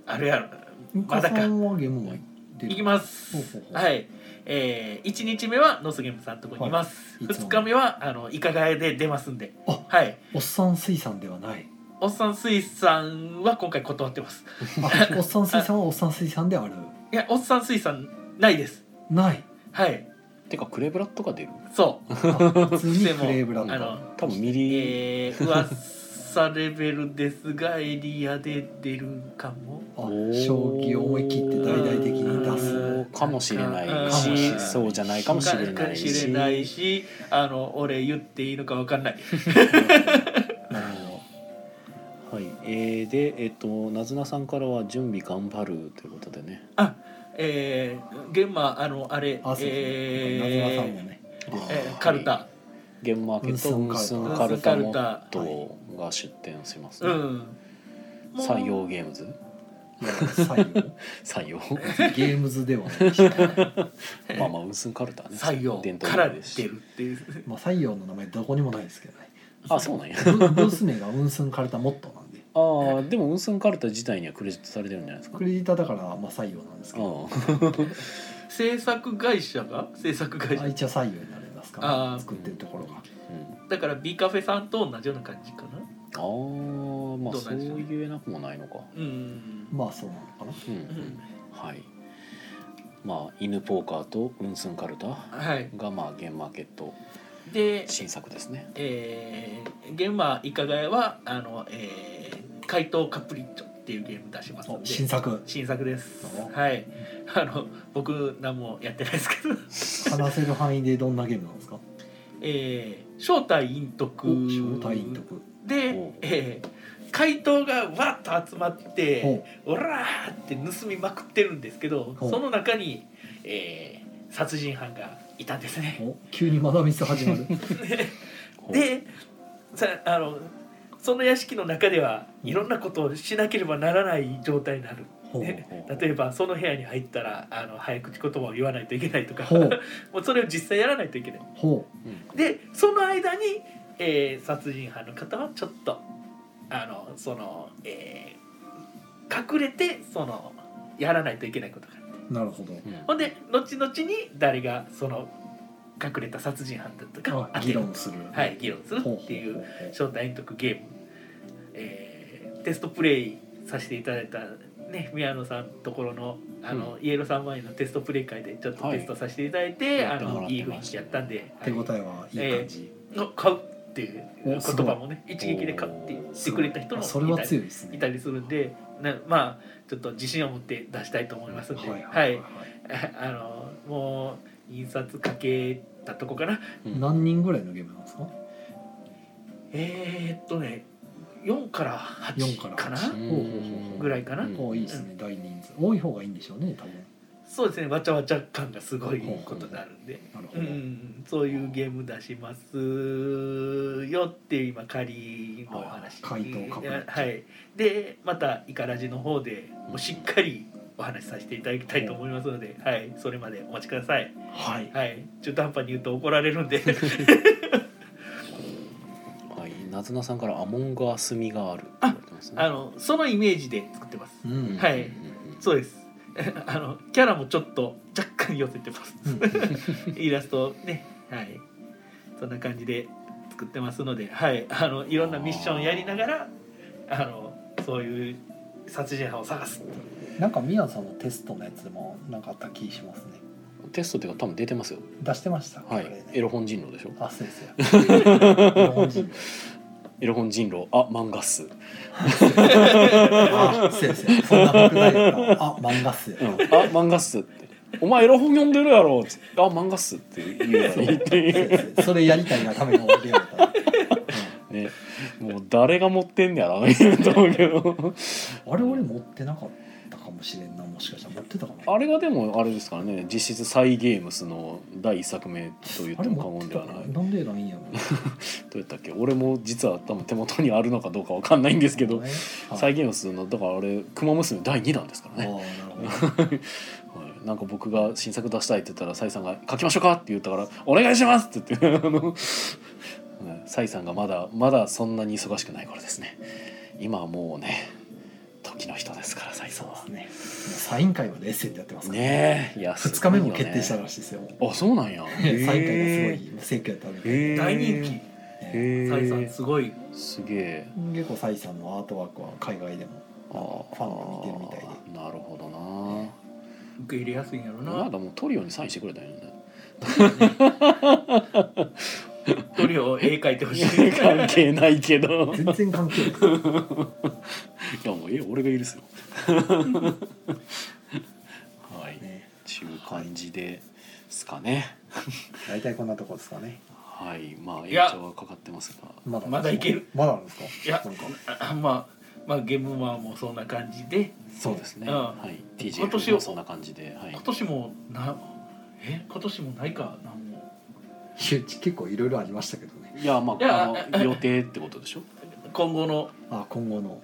[SPEAKER 3] あれやろ
[SPEAKER 2] ゆ
[SPEAKER 3] [laughs] ま
[SPEAKER 2] か
[SPEAKER 3] だ
[SPEAKER 2] さ
[SPEAKER 3] か
[SPEAKER 2] んはゲノマ出
[SPEAKER 3] いき
[SPEAKER 2] る
[SPEAKER 3] ます
[SPEAKER 2] ほうほうほう
[SPEAKER 3] はいえー、1日目はノスゲームさんのとこにいます、
[SPEAKER 2] はいいつも
[SPEAKER 3] 2日目はあのイカガヤで出ますんで
[SPEAKER 2] あ
[SPEAKER 3] はい
[SPEAKER 2] おっさん水産ではない
[SPEAKER 3] [laughs] おっさん水産は今回断ってます
[SPEAKER 2] あおっさん水産はおっさん水産である
[SPEAKER 3] いやおっさん水産ないです
[SPEAKER 2] ない
[SPEAKER 3] はい
[SPEAKER 1] てかクレブラットが出る
[SPEAKER 3] そう
[SPEAKER 2] あ普通に
[SPEAKER 3] でも
[SPEAKER 2] フレーブラン
[SPEAKER 3] あ
[SPEAKER 2] ド
[SPEAKER 3] の
[SPEAKER 1] 多分ミリ、
[SPEAKER 3] えー、噂レベルですがエリアで出るかも
[SPEAKER 2] あ
[SPEAKER 1] おー
[SPEAKER 2] 将棋を思い切って大々的に出す
[SPEAKER 1] かもしれない
[SPEAKER 2] かもし
[SPEAKER 1] し
[SPEAKER 2] れない
[SPEAKER 1] そうじゃないかもしれ
[SPEAKER 3] か
[SPEAKER 1] な
[SPEAKER 3] も
[SPEAKER 1] い
[SPEAKER 3] しれ
[SPEAKER 1] し
[SPEAKER 3] ないしあの俺言っていいのか分かんない
[SPEAKER 2] なるほ
[SPEAKER 1] はい、えー、で、えっ、と、なずなさんからは準備頑張るということでね。
[SPEAKER 3] あえー、現場あのあれ
[SPEAKER 2] どあそうですね
[SPEAKER 3] え
[SPEAKER 2] なずなさんも
[SPEAKER 3] ー
[SPEAKER 2] ね
[SPEAKER 3] えー、カルタ、
[SPEAKER 1] ゲームマーケット、
[SPEAKER 2] ウ
[SPEAKER 1] ウン
[SPEAKER 2] ン
[SPEAKER 1] ス
[SPEAKER 2] ス
[SPEAKER 1] ン
[SPEAKER 2] ン
[SPEAKER 1] カ
[SPEAKER 3] カ
[SPEAKER 1] ル
[SPEAKER 3] ル
[SPEAKER 1] タ
[SPEAKER 3] タ
[SPEAKER 1] モットが出展します、
[SPEAKER 3] う
[SPEAKER 1] ね。
[SPEAKER 3] んもう
[SPEAKER 1] 採用ゲームズ。
[SPEAKER 2] いや採用
[SPEAKER 1] 採用。
[SPEAKER 2] ゲームズではないし、
[SPEAKER 1] まあまあ、ウンスンカルタね。
[SPEAKER 3] 採用
[SPEAKER 1] 伝
[SPEAKER 3] か
[SPEAKER 1] 統
[SPEAKER 3] ら
[SPEAKER 1] 芸
[SPEAKER 3] 出
[SPEAKER 1] で
[SPEAKER 3] る
[SPEAKER 1] す
[SPEAKER 3] っ
[SPEAKER 1] して
[SPEAKER 3] いう
[SPEAKER 2] まあ、採用の名前どこにもないですけどね
[SPEAKER 1] あ、そうなんや。
[SPEAKER 2] ブブース名がウンスンカルタモットなんで
[SPEAKER 1] ああ、でも、ウンスンカルタ自体にはクレジットされてるんじゃないですか。
[SPEAKER 2] クレジターだからまあ採用なんですけど
[SPEAKER 1] う
[SPEAKER 3] 制作会社が制作会
[SPEAKER 2] あ
[SPEAKER 3] 社
[SPEAKER 2] 一応採用になりますか
[SPEAKER 3] あ
[SPEAKER 2] ら
[SPEAKER 3] ー
[SPEAKER 2] 作ってるところが
[SPEAKER 1] ん。うん
[SPEAKER 3] だから B カフェさんと同じような感じかな
[SPEAKER 1] ああ、まあ
[SPEAKER 3] どうな
[SPEAKER 1] そうん
[SPEAKER 3] でしょうね
[SPEAKER 1] 言えなくもないのか
[SPEAKER 3] うん
[SPEAKER 2] まあそうなのかな
[SPEAKER 1] うん、
[SPEAKER 3] うん
[SPEAKER 1] はいまあ犬ポーカーとウンスンカルタ
[SPEAKER 3] はい
[SPEAKER 1] がまあゲームマーケット
[SPEAKER 3] で
[SPEAKER 1] 新作ですね
[SPEAKER 3] えー、ゲームはいかがえはあの、えー、怪盗カプリッチョっていうゲーム出しますの
[SPEAKER 2] お
[SPEAKER 3] で
[SPEAKER 2] 新作
[SPEAKER 3] 新作です
[SPEAKER 2] お
[SPEAKER 3] はい [laughs] あの僕何もやってないですけど [laughs]
[SPEAKER 2] 話せる範囲でどんなゲームなんですか
[SPEAKER 3] えー、正体隠徳
[SPEAKER 2] 招待員徳
[SPEAKER 3] で
[SPEAKER 1] お、
[SPEAKER 3] えー、怪盗がわっと集まって
[SPEAKER 2] ほ
[SPEAKER 3] オラーって盗みまくってるんですけど
[SPEAKER 2] ほう
[SPEAKER 3] その中に、えー殺人犯がいたんです
[SPEAKER 2] う
[SPEAKER 3] ね。
[SPEAKER 2] お急にマダミス始ま
[SPEAKER 3] [laughs]
[SPEAKER 2] る
[SPEAKER 3] でさあのその屋敷の中ではいろんなことをしなければならない状態になる。
[SPEAKER 2] ほう
[SPEAKER 3] ね
[SPEAKER 1] ほう
[SPEAKER 3] 例えばその部屋に入ったらあの早口言葉を言わないといけないとか
[SPEAKER 2] ほう
[SPEAKER 3] [laughs] もうそれを実際やらないといけない。
[SPEAKER 2] ほ
[SPEAKER 3] でその間に、えー殺人犯の方はちょっとあのその、えー隠れてそのやらないといけないことがあって
[SPEAKER 2] うなるほど
[SPEAKER 1] うん
[SPEAKER 3] ほんで後々に誰がその隠れた殺人犯だったかを
[SPEAKER 2] あ
[SPEAKER 3] 当て
[SPEAKER 2] 議
[SPEAKER 3] る
[SPEAKER 2] 論する
[SPEAKER 3] はい議論する
[SPEAKER 2] ほ
[SPEAKER 3] ってい
[SPEAKER 2] ほ
[SPEAKER 3] う
[SPEAKER 2] ほ
[SPEAKER 3] 正体隠匿ゲーム、えーテストプレイさせていただいたね宮野さんところのあの、イエローさん前のテストプレイ会でちょっとテストさせていただい
[SPEAKER 1] は
[SPEAKER 3] て、
[SPEAKER 1] い
[SPEAKER 3] あ
[SPEAKER 1] やってもら
[SPEAKER 3] の
[SPEAKER 1] って
[SPEAKER 3] いい雰
[SPEAKER 1] ま
[SPEAKER 3] 囲
[SPEAKER 1] した
[SPEAKER 3] 気や
[SPEAKER 1] ね
[SPEAKER 3] ったんで、
[SPEAKER 2] 手応えはいい感じ
[SPEAKER 3] の買うっていう言葉もね一撃で買うって言ってくれた人も
[SPEAKER 2] あ
[SPEAKER 3] い
[SPEAKER 2] それは
[SPEAKER 3] たり
[SPEAKER 2] 強いですね
[SPEAKER 3] いたりするんでなまあちょっと自信を持って出したいと思いますんで、はい [laughs]
[SPEAKER 2] はい、
[SPEAKER 3] あのもう印刷かけたとこかな
[SPEAKER 1] うん
[SPEAKER 2] 何人ぐらいのゲームなんですか
[SPEAKER 3] えー、っとね4から
[SPEAKER 2] 4
[SPEAKER 3] 8
[SPEAKER 2] から
[SPEAKER 3] かな
[SPEAKER 2] 8ほうほうほうほう
[SPEAKER 3] ぐらいかな、
[SPEAKER 1] うん
[SPEAKER 2] おいいですね、大人数多い方がいいんでしょうね多分
[SPEAKER 3] そうですねわちゃわちゃ感がすごいことになるんで。
[SPEAKER 2] なるほど、
[SPEAKER 3] うん、そういうゲーム出しますよって今仮のお話
[SPEAKER 2] はい回答確認
[SPEAKER 3] はいでまたイカラジの方でもうしっかりお話しさせていただきたいと思いますので、はい、それまでお待ちください、
[SPEAKER 2] はい
[SPEAKER 3] はい、中途半端に言うと怒られる
[SPEAKER 2] [laughs]
[SPEAKER 3] んで
[SPEAKER 1] はいなずなさんからアモンガース味があるって言われてますね
[SPEAKER 3] あのそのイメージで作ってます
[SPEAKER 2] う
[SPEAKER 1] うん
[SPEAKER 2] ん
[SPEAKER 3] はい
[SPEAKER 1] うんうんうん
[SPEAKER 3] そうです [laughs] あのキャラもちょっと若干寄せてます
[SPEAKER 2] うん
[SPEAKER 3] イラストねはいそんな感じで作ってますのではいあのいろんなミッションやりながらあのそういう殺人犯を探す
[SPEAKER 2] なんか宮野さんのテストのやつもなんかあった気しますね
[SPEAKER 1] テストっていうか多分出てますよ
[SPEAKER 2] 出してましたっけ
[SPEAKER 1] は
[SPEAKER 2] あれ
[SPEAKER 1] い
[SPEAKER 2] ね
[SPEAKER 1] エロ本人狼でしょ
[SPEAKER 2] あそうですよ日本人
[SPEAKER 1] エロ本人狼あ漫画っす
[SPEAKER 2] あそうですよそんな僕ないから [laughs] あ漫画っすよ、
[SPEAKER 1] うん、あ漫画っすって「お前エロ本読んでるやろ」って「あ漫画っす」って言うのにって
[SPEAKER 2] そ
[SPEAKER 1] い
[SPEAKER 2] う [laughs]
[SPEAKER 1] う
[SPEAKER 2] ですよそれやりたいがためのゲームだったら
[SPEAKER 1] ねもう誰が持ってんねやろな言うと思うけど
[SPEAKER 2] [laughs] あれ俺持ってなかったかもしれんなもしかしたら持ってたかも
[SPEAKER 1] あれがでもあれですからね実質サイ・ゲームスの第一作目と言っても過言ではない
[SPEAKER 2] あれ
[SPEAKER 1] ど
[SPEAKER 2] 持ってたなんでなんやろ
[SPEAKER 1] うやったっけ俺も実は多分手元にあるのかどうかわかんないんですけど、
[SPEAKER 2] ねはい
[SPEAKER 1] サイ・ゲームスのだからあれ「熊娘」第2弾ですから
[SPEAKER 2] ああな
[SPEAKER 1] ね、
[SPEAKER 2] るほど
[SPEAKER 1] はい、なんか僕が新作出したいって言ったらサイさんが「書きましょうか」って言ったから「お願いします」って言ってあのはいサイさんがまだまだそんなに忙しくない頃ですね今はもうね時の人ですからサイさんは
[SPEAKER 2] そうですねサイン会までエッセンでやってますから
[SPEAKER 1] ねえいや
[SPEAKER 2] 2日目も決定し
[SPEAKER 1] す
[SPEAKER 2] た
[SPEAKER 1] ごいよね
[SPEAKER 2] らしいですよ。
[SPEAKER 1] あそうなん
[SPEAKER 2] [laughs]
[SPEAKER 1] や
[SPEAKER 2] サイン会がすごい盛況やったみたいで、
[SPEAKER 1] へえ
[SPEAKER 3] 大人気
[SPEAKER 1] へえ
[SPEAKER 3] サイさんすごい
[SPEAKER 1] すげえ
[SPEAKER 2] 結構サイさんのアートワークは海外でも
[SPEAKER 1] あー
[SPEAKER 2] ファンが見てるみたいで
[SPEAKER 1] なるほどな
[SPEAKER 3] 受け入れやすいんやろ
[SPEAKER 1] ま
[SPEAKER 3] な
[SPEAKER 1] だもうトリオにサインしてくれたんや
[SPEAKER 2] [laughs]
[SPEAKER 1] ね
[SPEAKER 3] トリオ絵描いてほし
[SPEAKER 1] [laughs]
[SPEAKER 3] い
[SPEAKER 1] 関係ないけど
[SPEAKER 2] 全然関係ない
[SPEAKER 1] [laughs] いやもうえ俺が許すよ。 [laughs] はい。
[SPEAKER 2] ね。
[SPEAKER 1] ちゅう感じですかね。
[SPEAKER 2] 大体こんなとこですかね。
[SPEAKER 1] はい。まあ
[SPEAKER 3] い
[SPEAKER 1] 延
[SPEAKER 3] や
[SPEAKER 1] 長はかかってますが。
[SPEAKER 2] まだ
[SPEAKER 3] まだいける。
[SPEAKER 2] まだなんですか。
[SPEAKER 3] いや
[SPEAKER 2] なんか
[SPEAKER 3] あまあまあゲームマンもそんな感じで
[SPEAKER 1] そうですね。
[SPEAKER 3] うん
[SPEAKER 1] はい。
[SPEAKER 3] 今年
[SPEAKER 1] TJ
[SPEAKER 3] を
[SPEAKER 1] もそんな感じで、はい
[SPEAKER 3] 今。年もなえ今年もないかなんも
[SPEAKER 2] いや結構いろいろありましたけどね。
[SPEAKER 1] いやま
[SPEAKER 3] いや
[SPEAKER 1] ああの予定ってことでしょ。
[SPEAKER 3] 今後の
[SPEAKER 2] あ今後の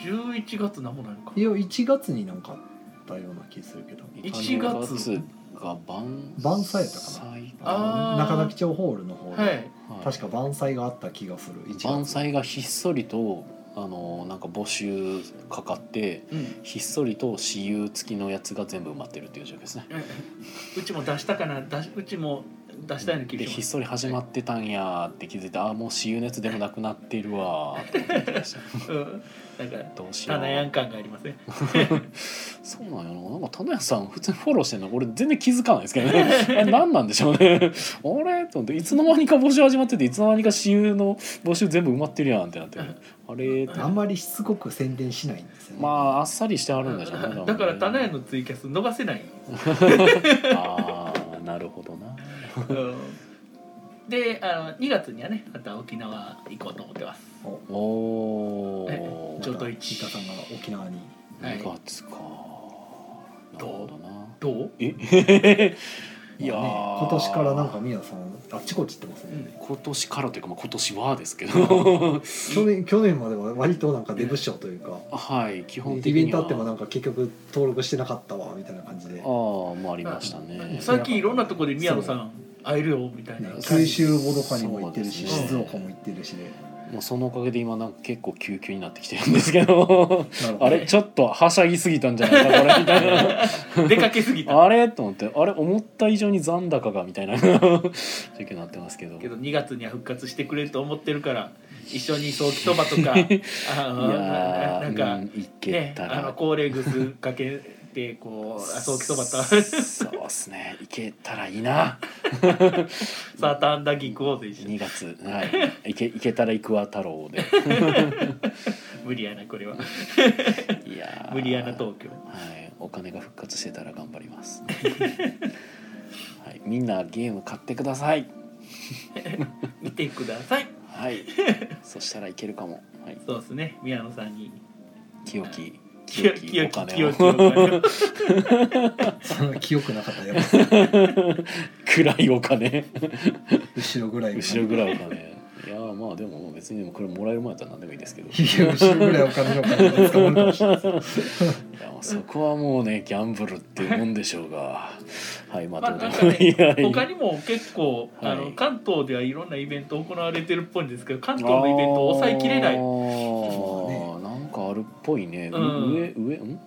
[SPEAKER 3] 11月なんもないのか
[SPEAKER 2] いや1月になんかあったような気するけど。
[SPEAKER 3] 1月
[SPEAKER 1] 1が晩
[SPEAKER 2] 晩祭やったかな
[SPEAKER 1] 祭
[SPEAKER 3] あー
[SPEAKER 2] 中崎町ホールの方で、
[SPEAKER 3] はい
[SPEAKER 1] はい
[SPEAKER 2] 確か万歳があった気がする。1月
[SPEAKER 1] 晩祭がひっそりとあのなんか募集かかって
[SPEAKER 3] うん
[SPEAKER 1] ひっそりと私有付きのやつが全部埋まってるっていう状況ですね。
[SPEAKER 3] うちも出したかな出しうちも出したような気が
[SPEAKER 1] で
[SPEAKER 3] し
[SPEAKER 1] ひ
[SPEAKER 3] ま
[SPEAKER 1] っ
[SPEAKER 3] す
[SPEAKER 1] そり始まってたんやって気づいてああもう私有熱でもなくなってるわーって思ってま
[SPEAKER 3] [laughs]
[SPEAKER 1] した
[SPEAKER 3] うん、なんか
[SPEAKER 1] どうしよ
[SPEAKER 3] タナヤン
[SPEAKER 1] う
[SPEAKER 3] 感がありますね
[SPEAKER 1] そうなんやななんか棚屋さん普通にフォローしてんの俺全然気づかないですけどね [laughs] あれ何なんでしょうね [laughs] あれと思っていつの間にか募集始まってていつの間にか私有の募集全部埋まってるやんってなってあれーって
[SPEAKER 2] あんまりしつこく宣伝しないんですよね、
[SPEAKER 1] まああっさりしてあるんでしょうね
[SPEAKER 3] [laughs] だからタナヤ
[SPEAKER 1] の
[SPEAKER 3] のツイキャス逃せない
[SPEAKER 1] ああなるほどな
[SPEAKER 3] であの2月にはねまた沖縄行こうと思ってます
[SPEAKER 2] お
[SPEAKER 1] おお
[SPEAKER 3] えちょっと
[SPEAKER 2] また三田さんが沖縄に
[SPEAKER 3] はい
[SPEAKER 1] 2月か、なるほどな
[SPEAKER 3] どう
[SPEAKER 1] え [laughs] いやー、
[SPEAKER 2] ね今年からなんか宮田さんあっちこっち行ってますね、
[SPEAKER 3] うん
[SPEAKER 1] 今年からというか、まあ、今年はですけど
[SPEAKER 2] 去年去年までは割となんか出不症というか、
[SPEAKER 1] はい基本
[SPEAKER 2] イ
[SPEAKER 1] 的
[SPEAKER 2] ベ
[SPEAKER 1] に
[SPEAKER 2] ント
[SPEAKER 1] は
[SPEAKER 2] あってもなんか結局登録してなかったわみたいな感じで、
[SPEAKER 1] ああもありましたね
[SPEAKER 3] 最近いろんなところで宮野さん会えるよみたいな
[SPEAKER 2] ね、九州ボドカにも行ってるし、
[SPEAKER 3] そうです
[SPEAKER 2] 静
[SPEAKER 3] ね
[SPEAKER 2] 岡も行ってるしで、
[SPEAKER 1] もうそのおかげで今なんか結構急遽になってきてるんですけ
[SPEAKER 3] [laughs]
[SPEAKER 1] ど
[SPEAKER 2] なるほど
[SPEAKER 1] あれちょっとはしゃぎすぎたんじゃないかこれみたいな。
[SPEAKER 3] 出かけすぎた
[SPEAKER 1] あれと思ってあれ思った以上に残高がみたいな
[SPEAKER 3] [laughs]
[SPEAKER 1] 状況になってますけど
[SPEAKER 3] けど2月には復活してくれると思ってるから一緒に早期そばと
[SPEAKER 1] [laughs]
[SPEAKER 3] かあの
[SPEAKER 1] いやー
[SPEAKER 3] ななんか、
[SPEAKER 1] うんいけ
[SPEAKER 3] ね
[SPEAKER 1] た
[SPEAKER 3] あ
[SPEAKER 1] ら、
[SPEAKER 3] の高齢グスかけてこ
[SPEAKER 1] [laughs]
[SPEAKER 3] うあ早期そばと [laughs]
[SPEAKER 1] そうですねいけたらいいな
[SPEAKER 3] サーターアンダギー食おうぜ一緒
[SPEAKER 1] 2
[SPEAKER 3] に
[SPEAKER 1] 月はいいけいけたら行くわ太郎で
[SPEAKER 3] 無理やなこれはい
[SPEAKER 1] やー
[SPEAKER 3] 無理やな東京
[SPEAKER 1] はいお金が復活してたら頑張ります、はい、みんなゲーム買ってください
[SPEAKER 3] 見てください
[SPEAKER 1] はいそしたらいけるかも、はい、
[SPEAKER 3] そうですね宮野さんに
[SPEAKER 1] 清き
[SPEAKER 3] 清
[SPEAKER 1] 清
[SPEAKER 3] き
[SPEAKER 1] きお
[SPEAKER 3] 清き
[SPEAKER 1] 金
[SPEAKER 3] 清
[SPEAKER 1] を
[SPEAKER 3] きお金
[SPEAKER 1] [laughs]
[SPEAKER 3] を
[SPEAKER 2] その記憶なかったらやっぱ
[SPEAKER 1] 暗いお金
[SPEAKER 2] 後ろぐらい
[SPEAKER 1] 後ろぐらいお金いやーまあでも別にでもこれもらえるもんやったら何でもいいですけど
[SPEAKER 2] いや後ろぐらいお金のお金が捕まるかもしれないです
[SPEAKER 1] いやまあそこはもうねギャンブルっていうもんでしょうがはいま
[SPEAKER 3] ま
[SPEAKER 1] あ
[SPEAKER 3] あ
[SPEAKER 1] どう
[SPEAKER 3] なん
[SPEAKER 1] で
[SPEAKER 3] か
[SPEAKER 1] も [laughs] いい
[SPEAKER 3] ね
[SPEAKER 1] はい
[SPEAKER 3] 他にも結構あ
[SPEAKER 1] は
[SPEAKER 3] の
[SPEAKER 1] い
[SPEAKER 3] 関東ではいろんなイベント行われてるっぽいんですけど関東のイベントを抑えきれない
[SPEAKER 1] あ
[SPEAKER 3] う
[SPEAKER 1] ーなんかあるっぽいね、
[SPEAKER 3] うん
[SPEAKER 1] 上上ん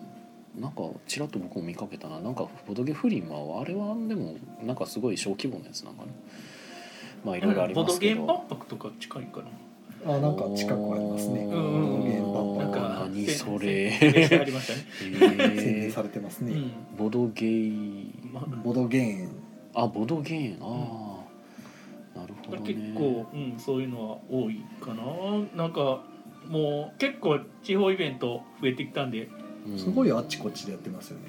[SPEAKER 1] なんかちらっと僕も見かけたななんかボドゲフリマはあれはでもなんかすごい小規模なやつなんかねまあいろいろあ
[SPEAKER 3] ん
[SPEAKER 1] り
[SPEAKER 3] ボ
[SPEAKER 1] ま
[SPEAKER 3] ド
[SPEAKER 1] す
[SPEAKER 3] ゲ
[SPEAKER 1] け
[SPEAKER 3] ーム
[SPEAKER 1] ど
[SPEAKER 3] 万博とか近いかな
[SPEAKER 2] あなんか近くありますね
[SPEAKER 1] う
[SPEAKER 2] ボ
[SPEAKER 1] ん
[SPEAKER 2] ドゲーム万
[SPEAKER 1] あ
[SPEAKER 2] 博
[SPEAKER 3] なんか
[SPEAKER 1] 何
[SPEAKER 3] せ
[SPEAKER 1] それ
[SPEAKER 3] 宣伝してありましたね。
[SPEAKER 2] 宣伝
[SPEAKER 1] え
[SPEAKER 2] されてます
[SPEAKER 3] う
[SPEAKER 2] ね、
[SPEAKER 3] ん
[SPEAKER 1] ー、ボドゲー
[SPEAKER 3] ま
[SPEAKER 2] ボドゲーン
[SPEAKER 1] あボドゲーンああ、なるほ
[SPEAKER 3] あ
[SPEAKER 1] どね
[SPEAKER 3] 結構、うん、そういうのは多いかな。なんかもう結構地方イベント増えてきたんで、
[SPEAKER 1] うん
[SPEAKER 2] すごいあっちこっちでやってますよ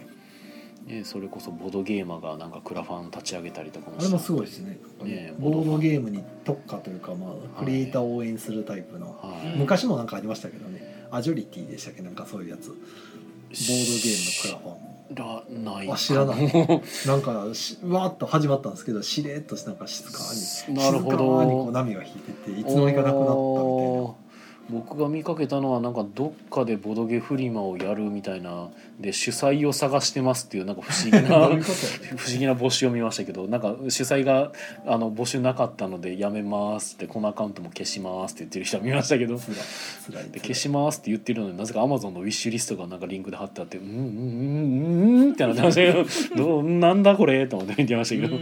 [SPEAKER 2] ね
[SPEAKER 1] ね、それこそボードゲーマーがなんかクラファン立ち上げたりとかも
[SPEAKER 2] あれもすごいですね
[SPEAKER 1] ね
[SPEAKER 2] ボードゲームに特化というか、まあ、クリエイターを応援するタイプの、
[SPEAKER 1] はい、
[SPEAKER 3] うん
[SPEAKER 2] 昔もなんかありましたけどねアジョリティでしたっけなんかそういうやつボードゲームのクラファン
[SPEAKER 1] ームのクラファンらない
[SPEAKER 2] あ知らない
[SPEAKER 1] い
[SPEAKER 2] なんかしわーっと始まったんですけどしれーっとなんか静かに
[SPEAKER 1] す
[SPEAKER 2] 静
[SPEAKER 1] なるほど
[SPEAKER 2] かにこう波が引いてていつの間にかなくなったみ
[SPEAKER 1] 僕が見かけたのはなんかどっかでボドゲフリマをやるみたいなで主催を探してますっていうなんか不思議
[SPEAKER 2] [laughs] たいな
[SPEAKER 1] な
[SPEAKER 2] どういうことや
[SPEAKER 1] [laughs]
[SPEAKER 2] ね
[SPEAKER 1] 不思議な募集を見ましたけどなんか主催があの募集なかったのでやめますってこのアカウントも消しますって言ってる人は見ましたけど
[SPEAKER 2] つらいつらい
[SPEAKER 1] で消し
[SPEAKER 2] ま
[SPEAKER 1] ますって言ってるのになぜかアマゾンのウィッシュリストがなんかリンクで貼ってあってうんうんうんうんうんってなってました
[SPEAKER 2] [laughs]
[SPEAKER 1] けどどうなんだこれと思って見てましたけ [laughs] ど、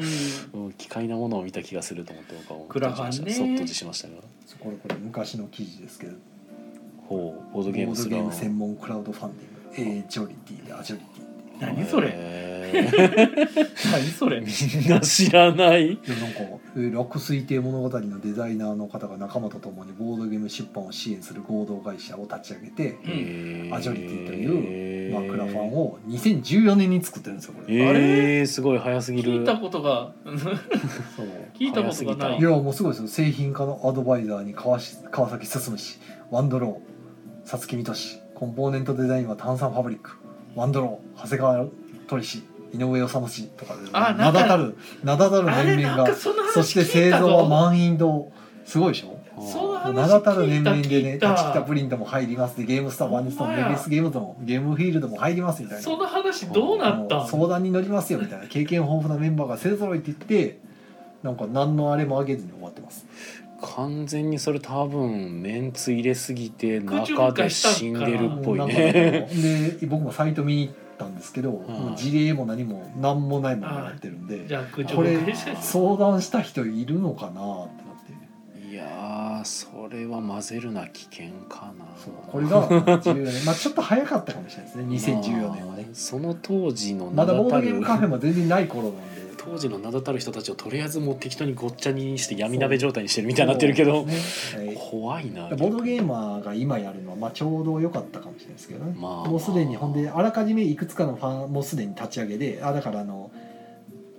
[SPEAKER 1] うん、機械なものを見た気がすると思って僕は思って
[SPEAKER 3] クラファンね
[SPEAKER 1] ましたそっとじしましたが
[SPEAKER 2] これこれ昔の記事ですけど
[SPEAKER 1] ほうボー
[SPEAKER 2] ボ
[SPEAKER 1] ドゲームす
[SPEAKER 2] ード
[SPEAKER 1] る
[SPEAKER 2] ゲーム専門クラウドファンディング A ジョリティでアジョリティ
[SPEAKER 3] 何それ
[SPEAKER 1] れ
[SPEAKER 3] 何それ。
[SPEAKER 1] みんな知らない
[SPEAKER 2] でなんか「えー落水亭物語」のデザイナーの方が仲間と共にボードゲーム出版を支援する合同会社を立ち上げて、
[SPEAKER 3] ん
[SPEAKER 2] アジョリティ
[SPEAKER 1] い
[SPEAKER 2] とまあ、クラファンを2014年に作ってるんですよこれ、
[SPEAKER 3] あ
[SPEAKER 1] え
[SPEAKER 3] れ
[SPEAKER 1] ー、すごい早すぎる
[SPEAKER 3] 聞いたことが [laughs]
[SPEAKER 2] そう
[SPEAKER 3] 聞いたことがない
[SPEAKER 2] い。やもうすごいですよ製品化のアドバイザーに川し川崎進氏ワンドローさつきみとしコンポーネントデザインは炭酸ファブリックワンドロー長谷川鳥氏井上治氏とかで
[SPEAKER 3] あ
[SPEAKER 2] 名だたる名だたる
[SPEAKER 3] あれ
[SPEAKER 2] 面
[SPEAKER 3] なん
[SPEAKER 2] 々
[SPEAKER 3] か
[SPEAKER 2] が
[SPEAKER 3] その
[SPEAKER 2] そし
[SPEAKER 3] 話
[SPEAKER 2] て
[SPEAKER 3] 聞
[SPEAKER 2] 製
[SPEAKER 3] いた
[SPEAKER 2] 造は
[SPEAKER 3] ぞ。
[SPEAKER 2] 満員堂すごいでしょ
[SPEAKER 1] あー
[SPEAKER 3] その話
[SPEAKER 2] 名だたる面々でね
[SPEAKER 3] 聞い
[SPEAKER 2] 立ち
[SPEAKER 3] た
[SPEAKER 2] きたプリントも入りますでゲームスター
[SPEAKER 3] ほ
[SPEAKER 2] ワ
[SPEAKER 3] ん
[SPEAKER 2] ン
[SPEAKER 3] まや
[SPEAKER 2] ニスタもメビウスゲームズもゲームフィールドも入りますみたいな
[SPEAKER 3] その話どうなっ
[SPEAKER 2] も
[SPEAKER 3] た
[SPEAKER 2] う。相談に乗りますよみたいな経験豊富なメンバーが勢ぞろいって言ってなんか何のあれもあげずに終わってます
[SPEAKER 1] 完全にそれ多分メンツ入れすぎて
[SPEAKER 3] 空中
[SPEAKER 1] 中
[SPEAKER 3] 分
[SPEAKER 1] で
[SPEAKER 3] 解したん
[SPEAKER 1] 死
[SPEAKER 3] か
[SPEAKER 1] ん
[SPEAKER 3] な
[SPEAKER 1] でるっぽい
[SPEAKER 2] なんか
[SPEAKER 1] ね
[SPEAKER 2] で僕もサイト見にったんですけど、
[SPEAKER 1] い
[SPEAKER 2] もう事例も何も何もないものになってるん
[SPEAKER 3] じ
[SPEAKER 2] で
[SPEAKER 3] ゃあ苦情
[SPEAKER 2] これ
[SPEAKER 3] でした
[SPEAKER 2] 相談した人いるのかなってなって
[SPEAKER 1] [laughs] いやーそれは混ぜるな危険かな
[SPEAKER 2] そうこれが14年まあちょっと早かったかもしれないですね2014年はね
[SPEAKER 1] まあその当時の
[SPEAKER 2] ま
[SPEAKER 1] 名
[SPEAKER 2] だ
[SPEAKER 1] だ
[SPEAKER 2] ボー
[SPEAKER 1] た
[SPEAKER 2] ドゲー
[SPEAKER 1] る
[SPEAKER 2] ムカフェも全然ない頃なんで
[SPEAKER 1] 当時の名だたる人たちをとりあえずもう適当にごっちゃにして闇鍋状態にしてるみたいになってるけど、
[SPEAKER 2] そうですねはい
[SPEAKER 1] 怖いな
[SPEAKER 2] ボードゲーマーが今やるのはまあちょうど良かったかもしれないですけどね、
[SPEAKER 1] まあ
[SPEAKER 2] もうすでにほんであらかじめいくつかのファンもうすでに立ち上げであだからあの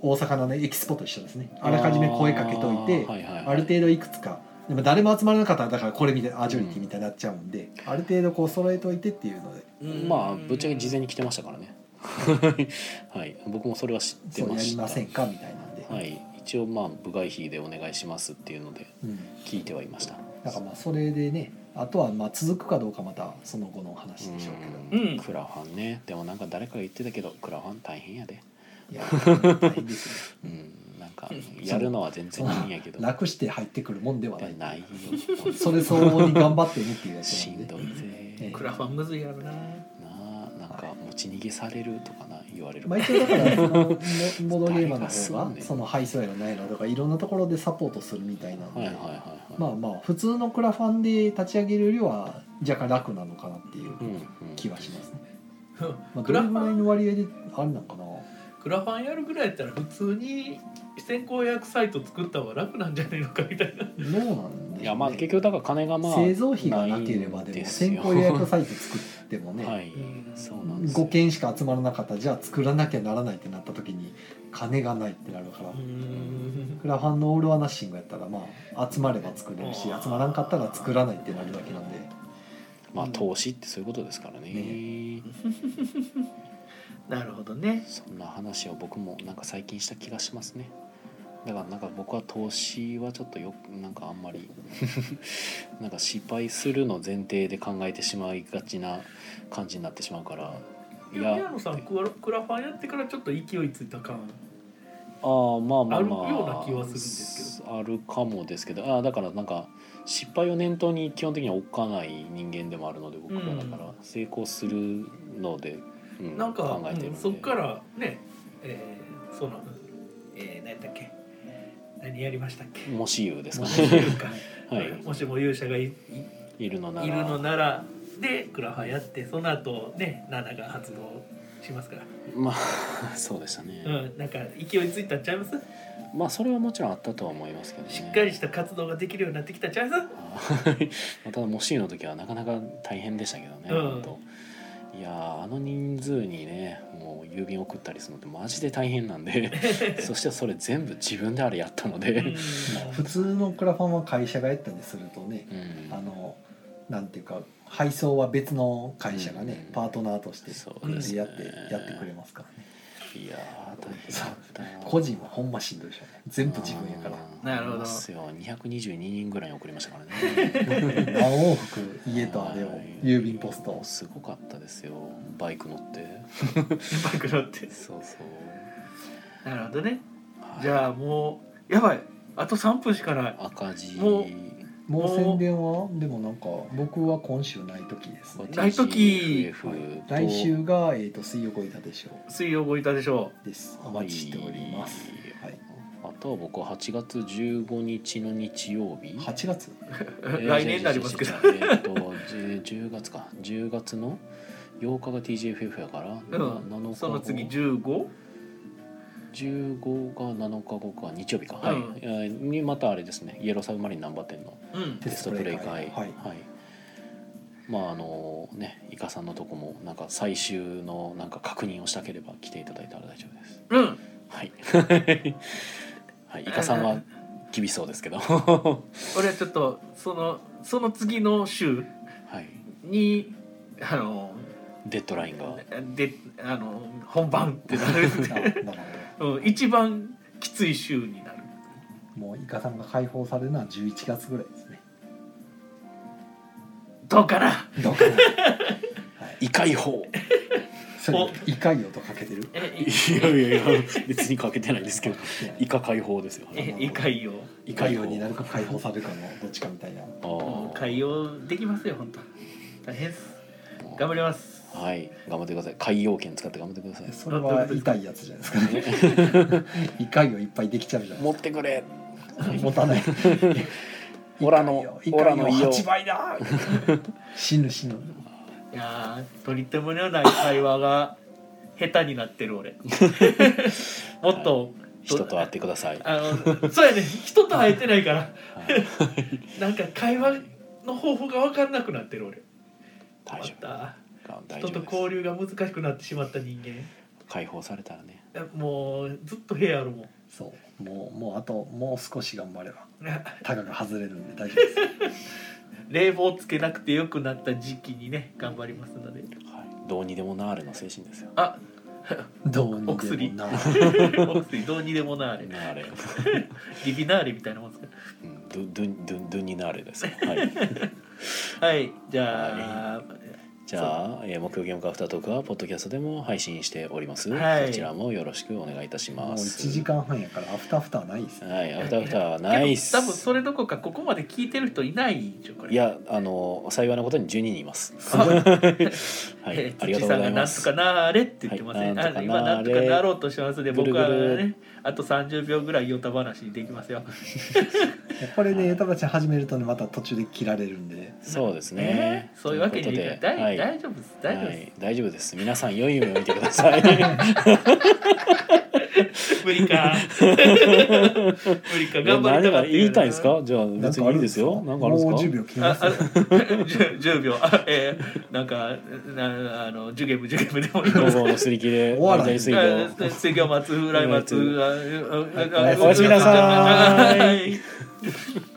[SPEAKER 2] 大阪のねエキスポと一緒ですねあらかじめ声かけといて
[SPEAKER 1] あー,、はいはいはい
[SPEAKER 2] ある程度いくつかでも誰も集まらなかったらだからこれみたいなアジョリティみたいになっちゃうんで、ある程度こう揃えといてっていうので
[SPEAKER 1] まあぶっちゃけ事前に来てましたからね [laughs] はい僕もそれは知って
[SPEAKER 2] そう
[SPEAKER 1] ま
[SPEAKER 2] やり
[SPEAKER 1] した
[SPEAKER 2] ませんかみたいなんで、
[SPEAKER 1] はい一応まあ部外費でお願いしますっていうので
[SPEAKER 2] うん、
[SPEAKER 1] 聞いてはいました
[SPEAKER 2] だからまあそれでねあとはまあ続くかどうかまたその後の話でしょう
[SPEAKER 1] [laughs]
[SPEAKER 2] けど、
[SPEAKER 1] うん
[SPEAKER 3] うん
[SPEAKER 1] クラファンねでもなんか誰かが言ってたけどクラファン大変やで
[SPEAKER 2] いや大変ですよ
[SPEAKER 1] うんなんかやるのは [laughs] 全然いいんやけど
[SPEAKER 2] 楽して入ってくるもんではない
[SPEAKER 1] ないよ
[SPEAKER 2] それ相応に頑張ってねっていうやつ
[SPEAKER 1] し
[SPEAKER 2] なん
[SPEAKER 1] ん
[SPEAKER 2] で
[SPEAKER 1] どいぜ
[SPEAKER 3] クラファンむずいやろ
[SPEAKER 1] な
[SPEAKER 3] な
[SPEAKER 1] あなんか持ち逃げされるとかな言われる
[SPEAKER 2] まあ一応だからそのモモードゲーマー
[SPEAKER 1] 誰がすん
[SPEAKER 2] の方
[SPEAKER 1] ね
[SPEAKER 2] が
[SPEAKER 1] ん
[SPEAKER 2] その配送やらないらとかいろんなところでサポートするみたいなの
[SPEAKER 1] はいはい
[SPEAKER 2] で
[SPEAKER 1] はいはい
[SPEAKER 2] まあまあ普通のクラファンで立ち上げるよりは若干楽なのかなっていう
[SPEAKER 1] うんうん
[SPEAKER 2] 気はしますね、まあ、ど
[SPEAKER 3] クラ
[SPEAKER 2] れ
[SPEAKER 3] フ
[SPEAKER 2] ぐらい
[SPEAKER 3] ァン
[SPEAKER 2] の割合であれなんかな
[SPEAKER 3] [laughs] クラファンやるぐらいやったら普通に先行予約サイト作った方が楽なんじゃないのかみたいな
[SPEAKER 2] どうなんでしょう、ね、
[SPEAKER 1] いやまあ結局だから金がまあ
[SPEAKER 2] 製造費がなければ
[SPEAKER 1] ないん
[SPEAKER 2] でも
[SPEAKER 1] ですよ
[SPEAKER 2] 先行予約サイト作ってもね、
[SPEAKER 1] はいそうなんですよ
[SPEAKER 2] 5件しか集まらなかったじゃあ作らなきゃならないってなった時に金がないってなるから、
[SPEAKER 3] うん
[SPEAKER 2] クラファンのオールはナッシングやったらまあ集まれば作れるし集まらんかったら作らないってなるだけなんで
[SPEAKER 1] まあ投資ってそういうことですからね
[SPEAKER 3] なるほどね
[SPEAKER 1] そんな話を僕もなんか最近した気がしますねだからなんか僕は投資はちょっとよくなんかあんま
[SPEAKER 2] [laughs]
[SPEAKER 1] りなんか失敗するの前提で考えてしまいがちな感じになってしまうから
[SPEAKER 3] いや宮野さんクラクラファンやってからちょっと勢いついた感
[SPEAKER 1] ああまあまあまあ
[SPEAKER 3] あるような気はするんです
[SPEAKER 1] けどあるかもですけどああだからなんか失敗を念頭に基本的には置かない人間でもあるので僕は
[SPEAKER 3] うん
[SPEAKER 1] だから成功するので、うん
[SPEAKER 3] なんか、
[SPEAKER 1] 考えてる
[SPEAKER 3] うんん
[SPEAKER 1] で
[SPEAKER 3] そっからねえー、そのえー、何やったっけ何やりましたっけ
[SPEAKER 1] もし言うですか
[SPEAKER 3] も
[SPEAKER 1] ね
[SPEAKER 3] し勇者
[SPEAKER 1] はい
[SPEAKER 3] もしも勇者がいい
[SPEAKER 1] [laughs] いるのなら
[SPEAKER 3] いるのならでクラファンやってその後ねナナが発動しますから
[SPEAKER 1] まあそうでしたね、
[SPEAKER 3] うんなんか勢いついたんちゃいます
[SPEAKER 1] まあそれはもちろんあったとは思いますけどね
[SPEAKER 3] しっかりした活動ができるようになってきたんちゃいます
[SPEAKER 1] あー [laughs] まあただもしの時はなかなか大変でしたけどね、
[SPEAKER 3] うん
[SPEAKER 1] 本当いやーあの人数にねもう郵便送ったりするのってマジで大変なん
[SPEAKER 3] [laughs]
[SPEAKER 1] でそしてそれ全部自分であれやったの
[SPEAKER 3] う
[SPEAKER 1] で、
[SPEAKER 2] 普
[SPEAKER 3] ん
[SPEAKER 2] 通のクラファンは会社がやったりするとね
[SPEAKER 1] うん
[SPEAKER 2] あのなんていうか配送は別の会社がね
[SPEAKER 1] うん
[SPEAKER 2] パートナーとして
[SPEAKER 1] そうですね
[SPEAKER 2] やってやってくれますからね
[SPEAKER 1] いやー大変だったな
[SPEAKER 2] 個人はほんましんどいでしょうね全部自分やから
[SPEAKER 1] うん
[SPEAKER 3] なるほど
[SPEAKER 1] いますよ222人ぐらいに送りましたから
[SPEAKER 2] [laughs]
[SPEAKER 1] ね
[SPEAKER 2] 何往復家とあれを郵便ポストを
[SPEAKER 1] すごかったですよバイク乗って
[SPEAKER 3] バクロって
[SPEAKER 1] そうそう
[SPEAKER 3] [laughs] なるほどね
[SPEAKER 1] はい
[SPEAKER 3] じゃあもうやばいあと3分しかない
[SPEAKER 1] 赤字
[SPEAKER 3] もう
[SPEAKER 2] もう宣伝はでもなんか僕は今週ない時ですね
[SPEAKER 3] ない時
[SPEAKER 1] TGFF と
[SPEAKER 2] 来週が、えー、と水曜ごいたでしょ
[SPEAKER 3] 水曜ごいたでしょ
[SPEAKER 2] うですお待ちしております、はい
[SPEAKER 1] あとは僕は8月15日の日曜日
[SPEAKER 2] 8月 [laughs]
[SPEAKER 3] う [laughs] 来年になりますけど
[SPEAKER 1] えーえっと 10, 10月か10月の8日が TGFF やから、7
[SPEAKER 3] [laughs] うん
[SPEAKER 1] 日
[SPEAKER 3] その次
[SPEAKER 1] 後
[SPEAKER 3] 15?
[SPEAKER 1] 15が7日後か日曜日か、はい
[SPEAKER 3] うん
[SPEAKER 1] えーにまたあれですねイエローサブマリン難波店の
[SPEAKER 3] うん
[SPEAKER 1] テストプレイ会
[SPEAKER 2] はい
[SPEAKER 1] はい、まああのねイカさんのとこもなんか最終のなんか確認をしたければ来ていただいたら大丈夫です
[SPEAKER 3] うん
[SPEAKER 1] はい。 [laughs] はい、イカさんは厳しそうですけど。
[SPEAKER 3] 俺はちょっとそのその次の週
[SPEAKER 1] はい。
[SPEAKER 3] にあの
[SPEAKER 1] デッドラインが。
[SPEAKER 3] であの本番って
[SPEAKER 2] [laughs]
[SPEAKER 3] なるん
[SPEAKER 1] [laughs]
[SPEAKER 2] あ
[SPEAKER 3] で、
[SPEAKER 2] なるほど
[SPEAKER 3] うん、一番きつい週になる
[SPEAKER 2] もうイカさんが解放されるのは11月ぐらいです [laughs] ね
[SPEAKER 3] どうかな
[SPEAKER 2] どうかな
[SPEAKER 1] 異解放。
[SPEAKER 2] それイカイオとかけてる
[SPEAKER 3] え
[SPEAKER 1] いやいやいや、別にかけてないですけ [laughs] ど。
[SPEAKER 2] ね
[SPEAKER 1] イカ解放ですよ。
[SPEAKER 3] えい海洋
[SPEAKER 2] イカイオになるか解放されるかのどっちかみたいな
[SPEAKER 1] ああ。
[SPEAKER 3] 海洋できますよ本当大変です頑張ります
[SPEAKER 1] はい頑張ってください海洋券使って頑張ってください
[SPEAKER 2] それは痛いやつじゃないですかね一回をいっぱいできちゃうじゃない
[SPEAKER 1] 持
[SPEAKER 2] で
[SPEAKER 1] ってくれ
[SPEAKER 2] す [laughs] か持たない
[SPEAKER 1] オラの
[SPEAKER 2] 一
[SPEAKER 1] オラ
[SPEAKER 2] 回
[SPEAKER 1] の
[SPEAKER 2] の
[SPEAKER 1] 異様
[SPEAKER 2] 8倍だ死ぬ死ぬ
[SPEAKER 3] いやー取り留めのない会話が下手になって
[SPEAKER 1] [laughs]
[SPEAKER 3] る俺もっと
[SPEAKER 1] 人と会ってください
[SPEAKER 3] あのそうやね人と会えてないから
[SPEAKER 1] はい
[SPEAKER 3] なんか会話の方法が分かんなくなってる俺
[SPEAKER 1] 大丈
[SPEAKER 3] ま
[SPEAKER 1] 夫
[SPEAKER 3] た
[SPEAKER 1] 大丈
[SPEAKER 3] 人
[SPEAKER 1] 夫
[SPEAKER 3] と
[SPEAKER 1] です
[SPEAKER 3] 交流が難しくなってしまった人間
[SPEAKER 1] 解放されたらね
[SPEAKER 3] もうずっと部屋あるもん
[SPEAKER 2] そうもうもうあともう少し頑張れば
[SPEAKER 3] な
[SPEAKER 2] タガが外れるんで大丈夫です
[SPEAKER 3] [laughs] 冷房つけなくてよくなった時期にね頑張りますので
[SPEAKER 1] はいどうにでもなーれの精神ですよ
[SPEAKER 3] あ
[SPEAKER 2] どうに
[SPEAKER 3] お
[SPEAKER 2] で
[SPEAKER 3] 薬
[SPEAKER 2] もな
[SPEAKER 3] お薬 [laughs] どうにでもなあれ
[SPEAKER 1] なーれ
[SPEAKER 3] リビナーレみたいなもんですか
[SPEAKER 1] うんドゥドゥドゥドゥになーれですはい
[SPEAKER 3] はいじゃあ
[SPEAKER 1] じゃあ、えー、目標ゲームカフタートークはポッドキャストでも配信しております、
[SPEAKER 3] はい
[SPEAKER 1] そちらもよろしくお願いいたし
[SPEAKER 2] もう
[SPEAKER 1] ます
[SPEAKER 2] 1時間半やからアフターアフターないですね
[SPEAKER 1] はいアフターアフターはないっす
[SPEAKER 3] けど多分それどこかここまで聞いてる人いないでしょこれ
[SPEAKER 1] いやあの幸いなことに12人い
[SPEAKER 3] [laughs]
[SPEAKER 1] ます
[SPEAKER 2] すごい
[SPEAKER 1] は
[SPEAKER 3] え
[SPEAKER 1] い
[SPEAKER 3] ー
[SPEAKER 1] ありがとう
[SPEAKER 3] 土さ
[SPEAKER 1] ご
[SPEAKER 3] ん
[SPEAKER 1] ざ
[SPEAKER 3] が
[SPEAKER 1] い
[SPEAKER 3] な
[SPEAKER 1] ま
[SPEAKER 3] んと
[SPEAKER 1] す
[SPEAKER 3] かなーれって言ってますね、
[SPEAKER 1] はいなんとか
[SPEAKER 3] あ今
[SPEAKER 1] な
[SPEAKER 3] な
[SPEAKER 1] ー
[SPEAKER 3] ん
[SPEAKER 1] れ
[SPEAKER 3] とかなろうとしてますで
[SPEAKER 1] ぐる
[SPEAKER 3] 僕
[SPEAKER 1] ぐ
[SPEAKER 3] は
[SPEAKER 1] る
[SPEAKER 3] ねあと30秒ぐらいヨタ話にできますよ
[SPEAKER 2] これねエタバちゃん始めるとねまた途中で切られるんで
[SPEAKER 1] そうですね
[SPEAKER 3] えーそういうわけにはい
[SPEAKER 1] ということ
[SPEAKER 3] かない
[SPEAKER 1] では
[SPEAKER 3] 大
[SPEAKER 1] い
[SPEAKER 3] 大丈夫です大丈夫
[SPEAKER 1] は
[SPEAKER 3] で
[SPEAKER 1] い、大丈夫です皆さん良い夢を見てくださ
[SPEAKER 3] [laughs]
[SPEAKER 1] い頑
[SPEAKER 3] す無
[SPEAKER 1] [laughs]
[SPEAKER 3] 理か無理か頑張りたかったよな
[SPEAKER 1] 言いたいんですかじゃあ別にいいですよなんかあるん
[SPEAKER 2] も
[SPEAKER 1] で
[SPEAKER 2] う
[SPEAKER 1] す
[SPEAKER 2] 10
[SPEAKER 1] か
[SPEAKER 2] 秒切りま
[SPEAKER 3] あ
[SPEAKER 2] す
[SPEAKER 3] あ
[SPEAKER 2] よ
[SPEAKER 3] [laughs] 10 10秒あえーなんかなあのジュゲムジュゲムでもいい
[SPEAKER 1] ど
[SPEAKER 3] で
[SPEAKER 1] う
[SPEAKER 3] す
[SPEAKER 1] ぞのすり切れ
[SPEAKER 2] 終わらない
[SPEAKER 1] 大水道
[SPEAKER 3] [laughs] あ次は松フライ松ああああ
[SPEAKER 1] おやすみなさーい
[SPEAKER 3] はい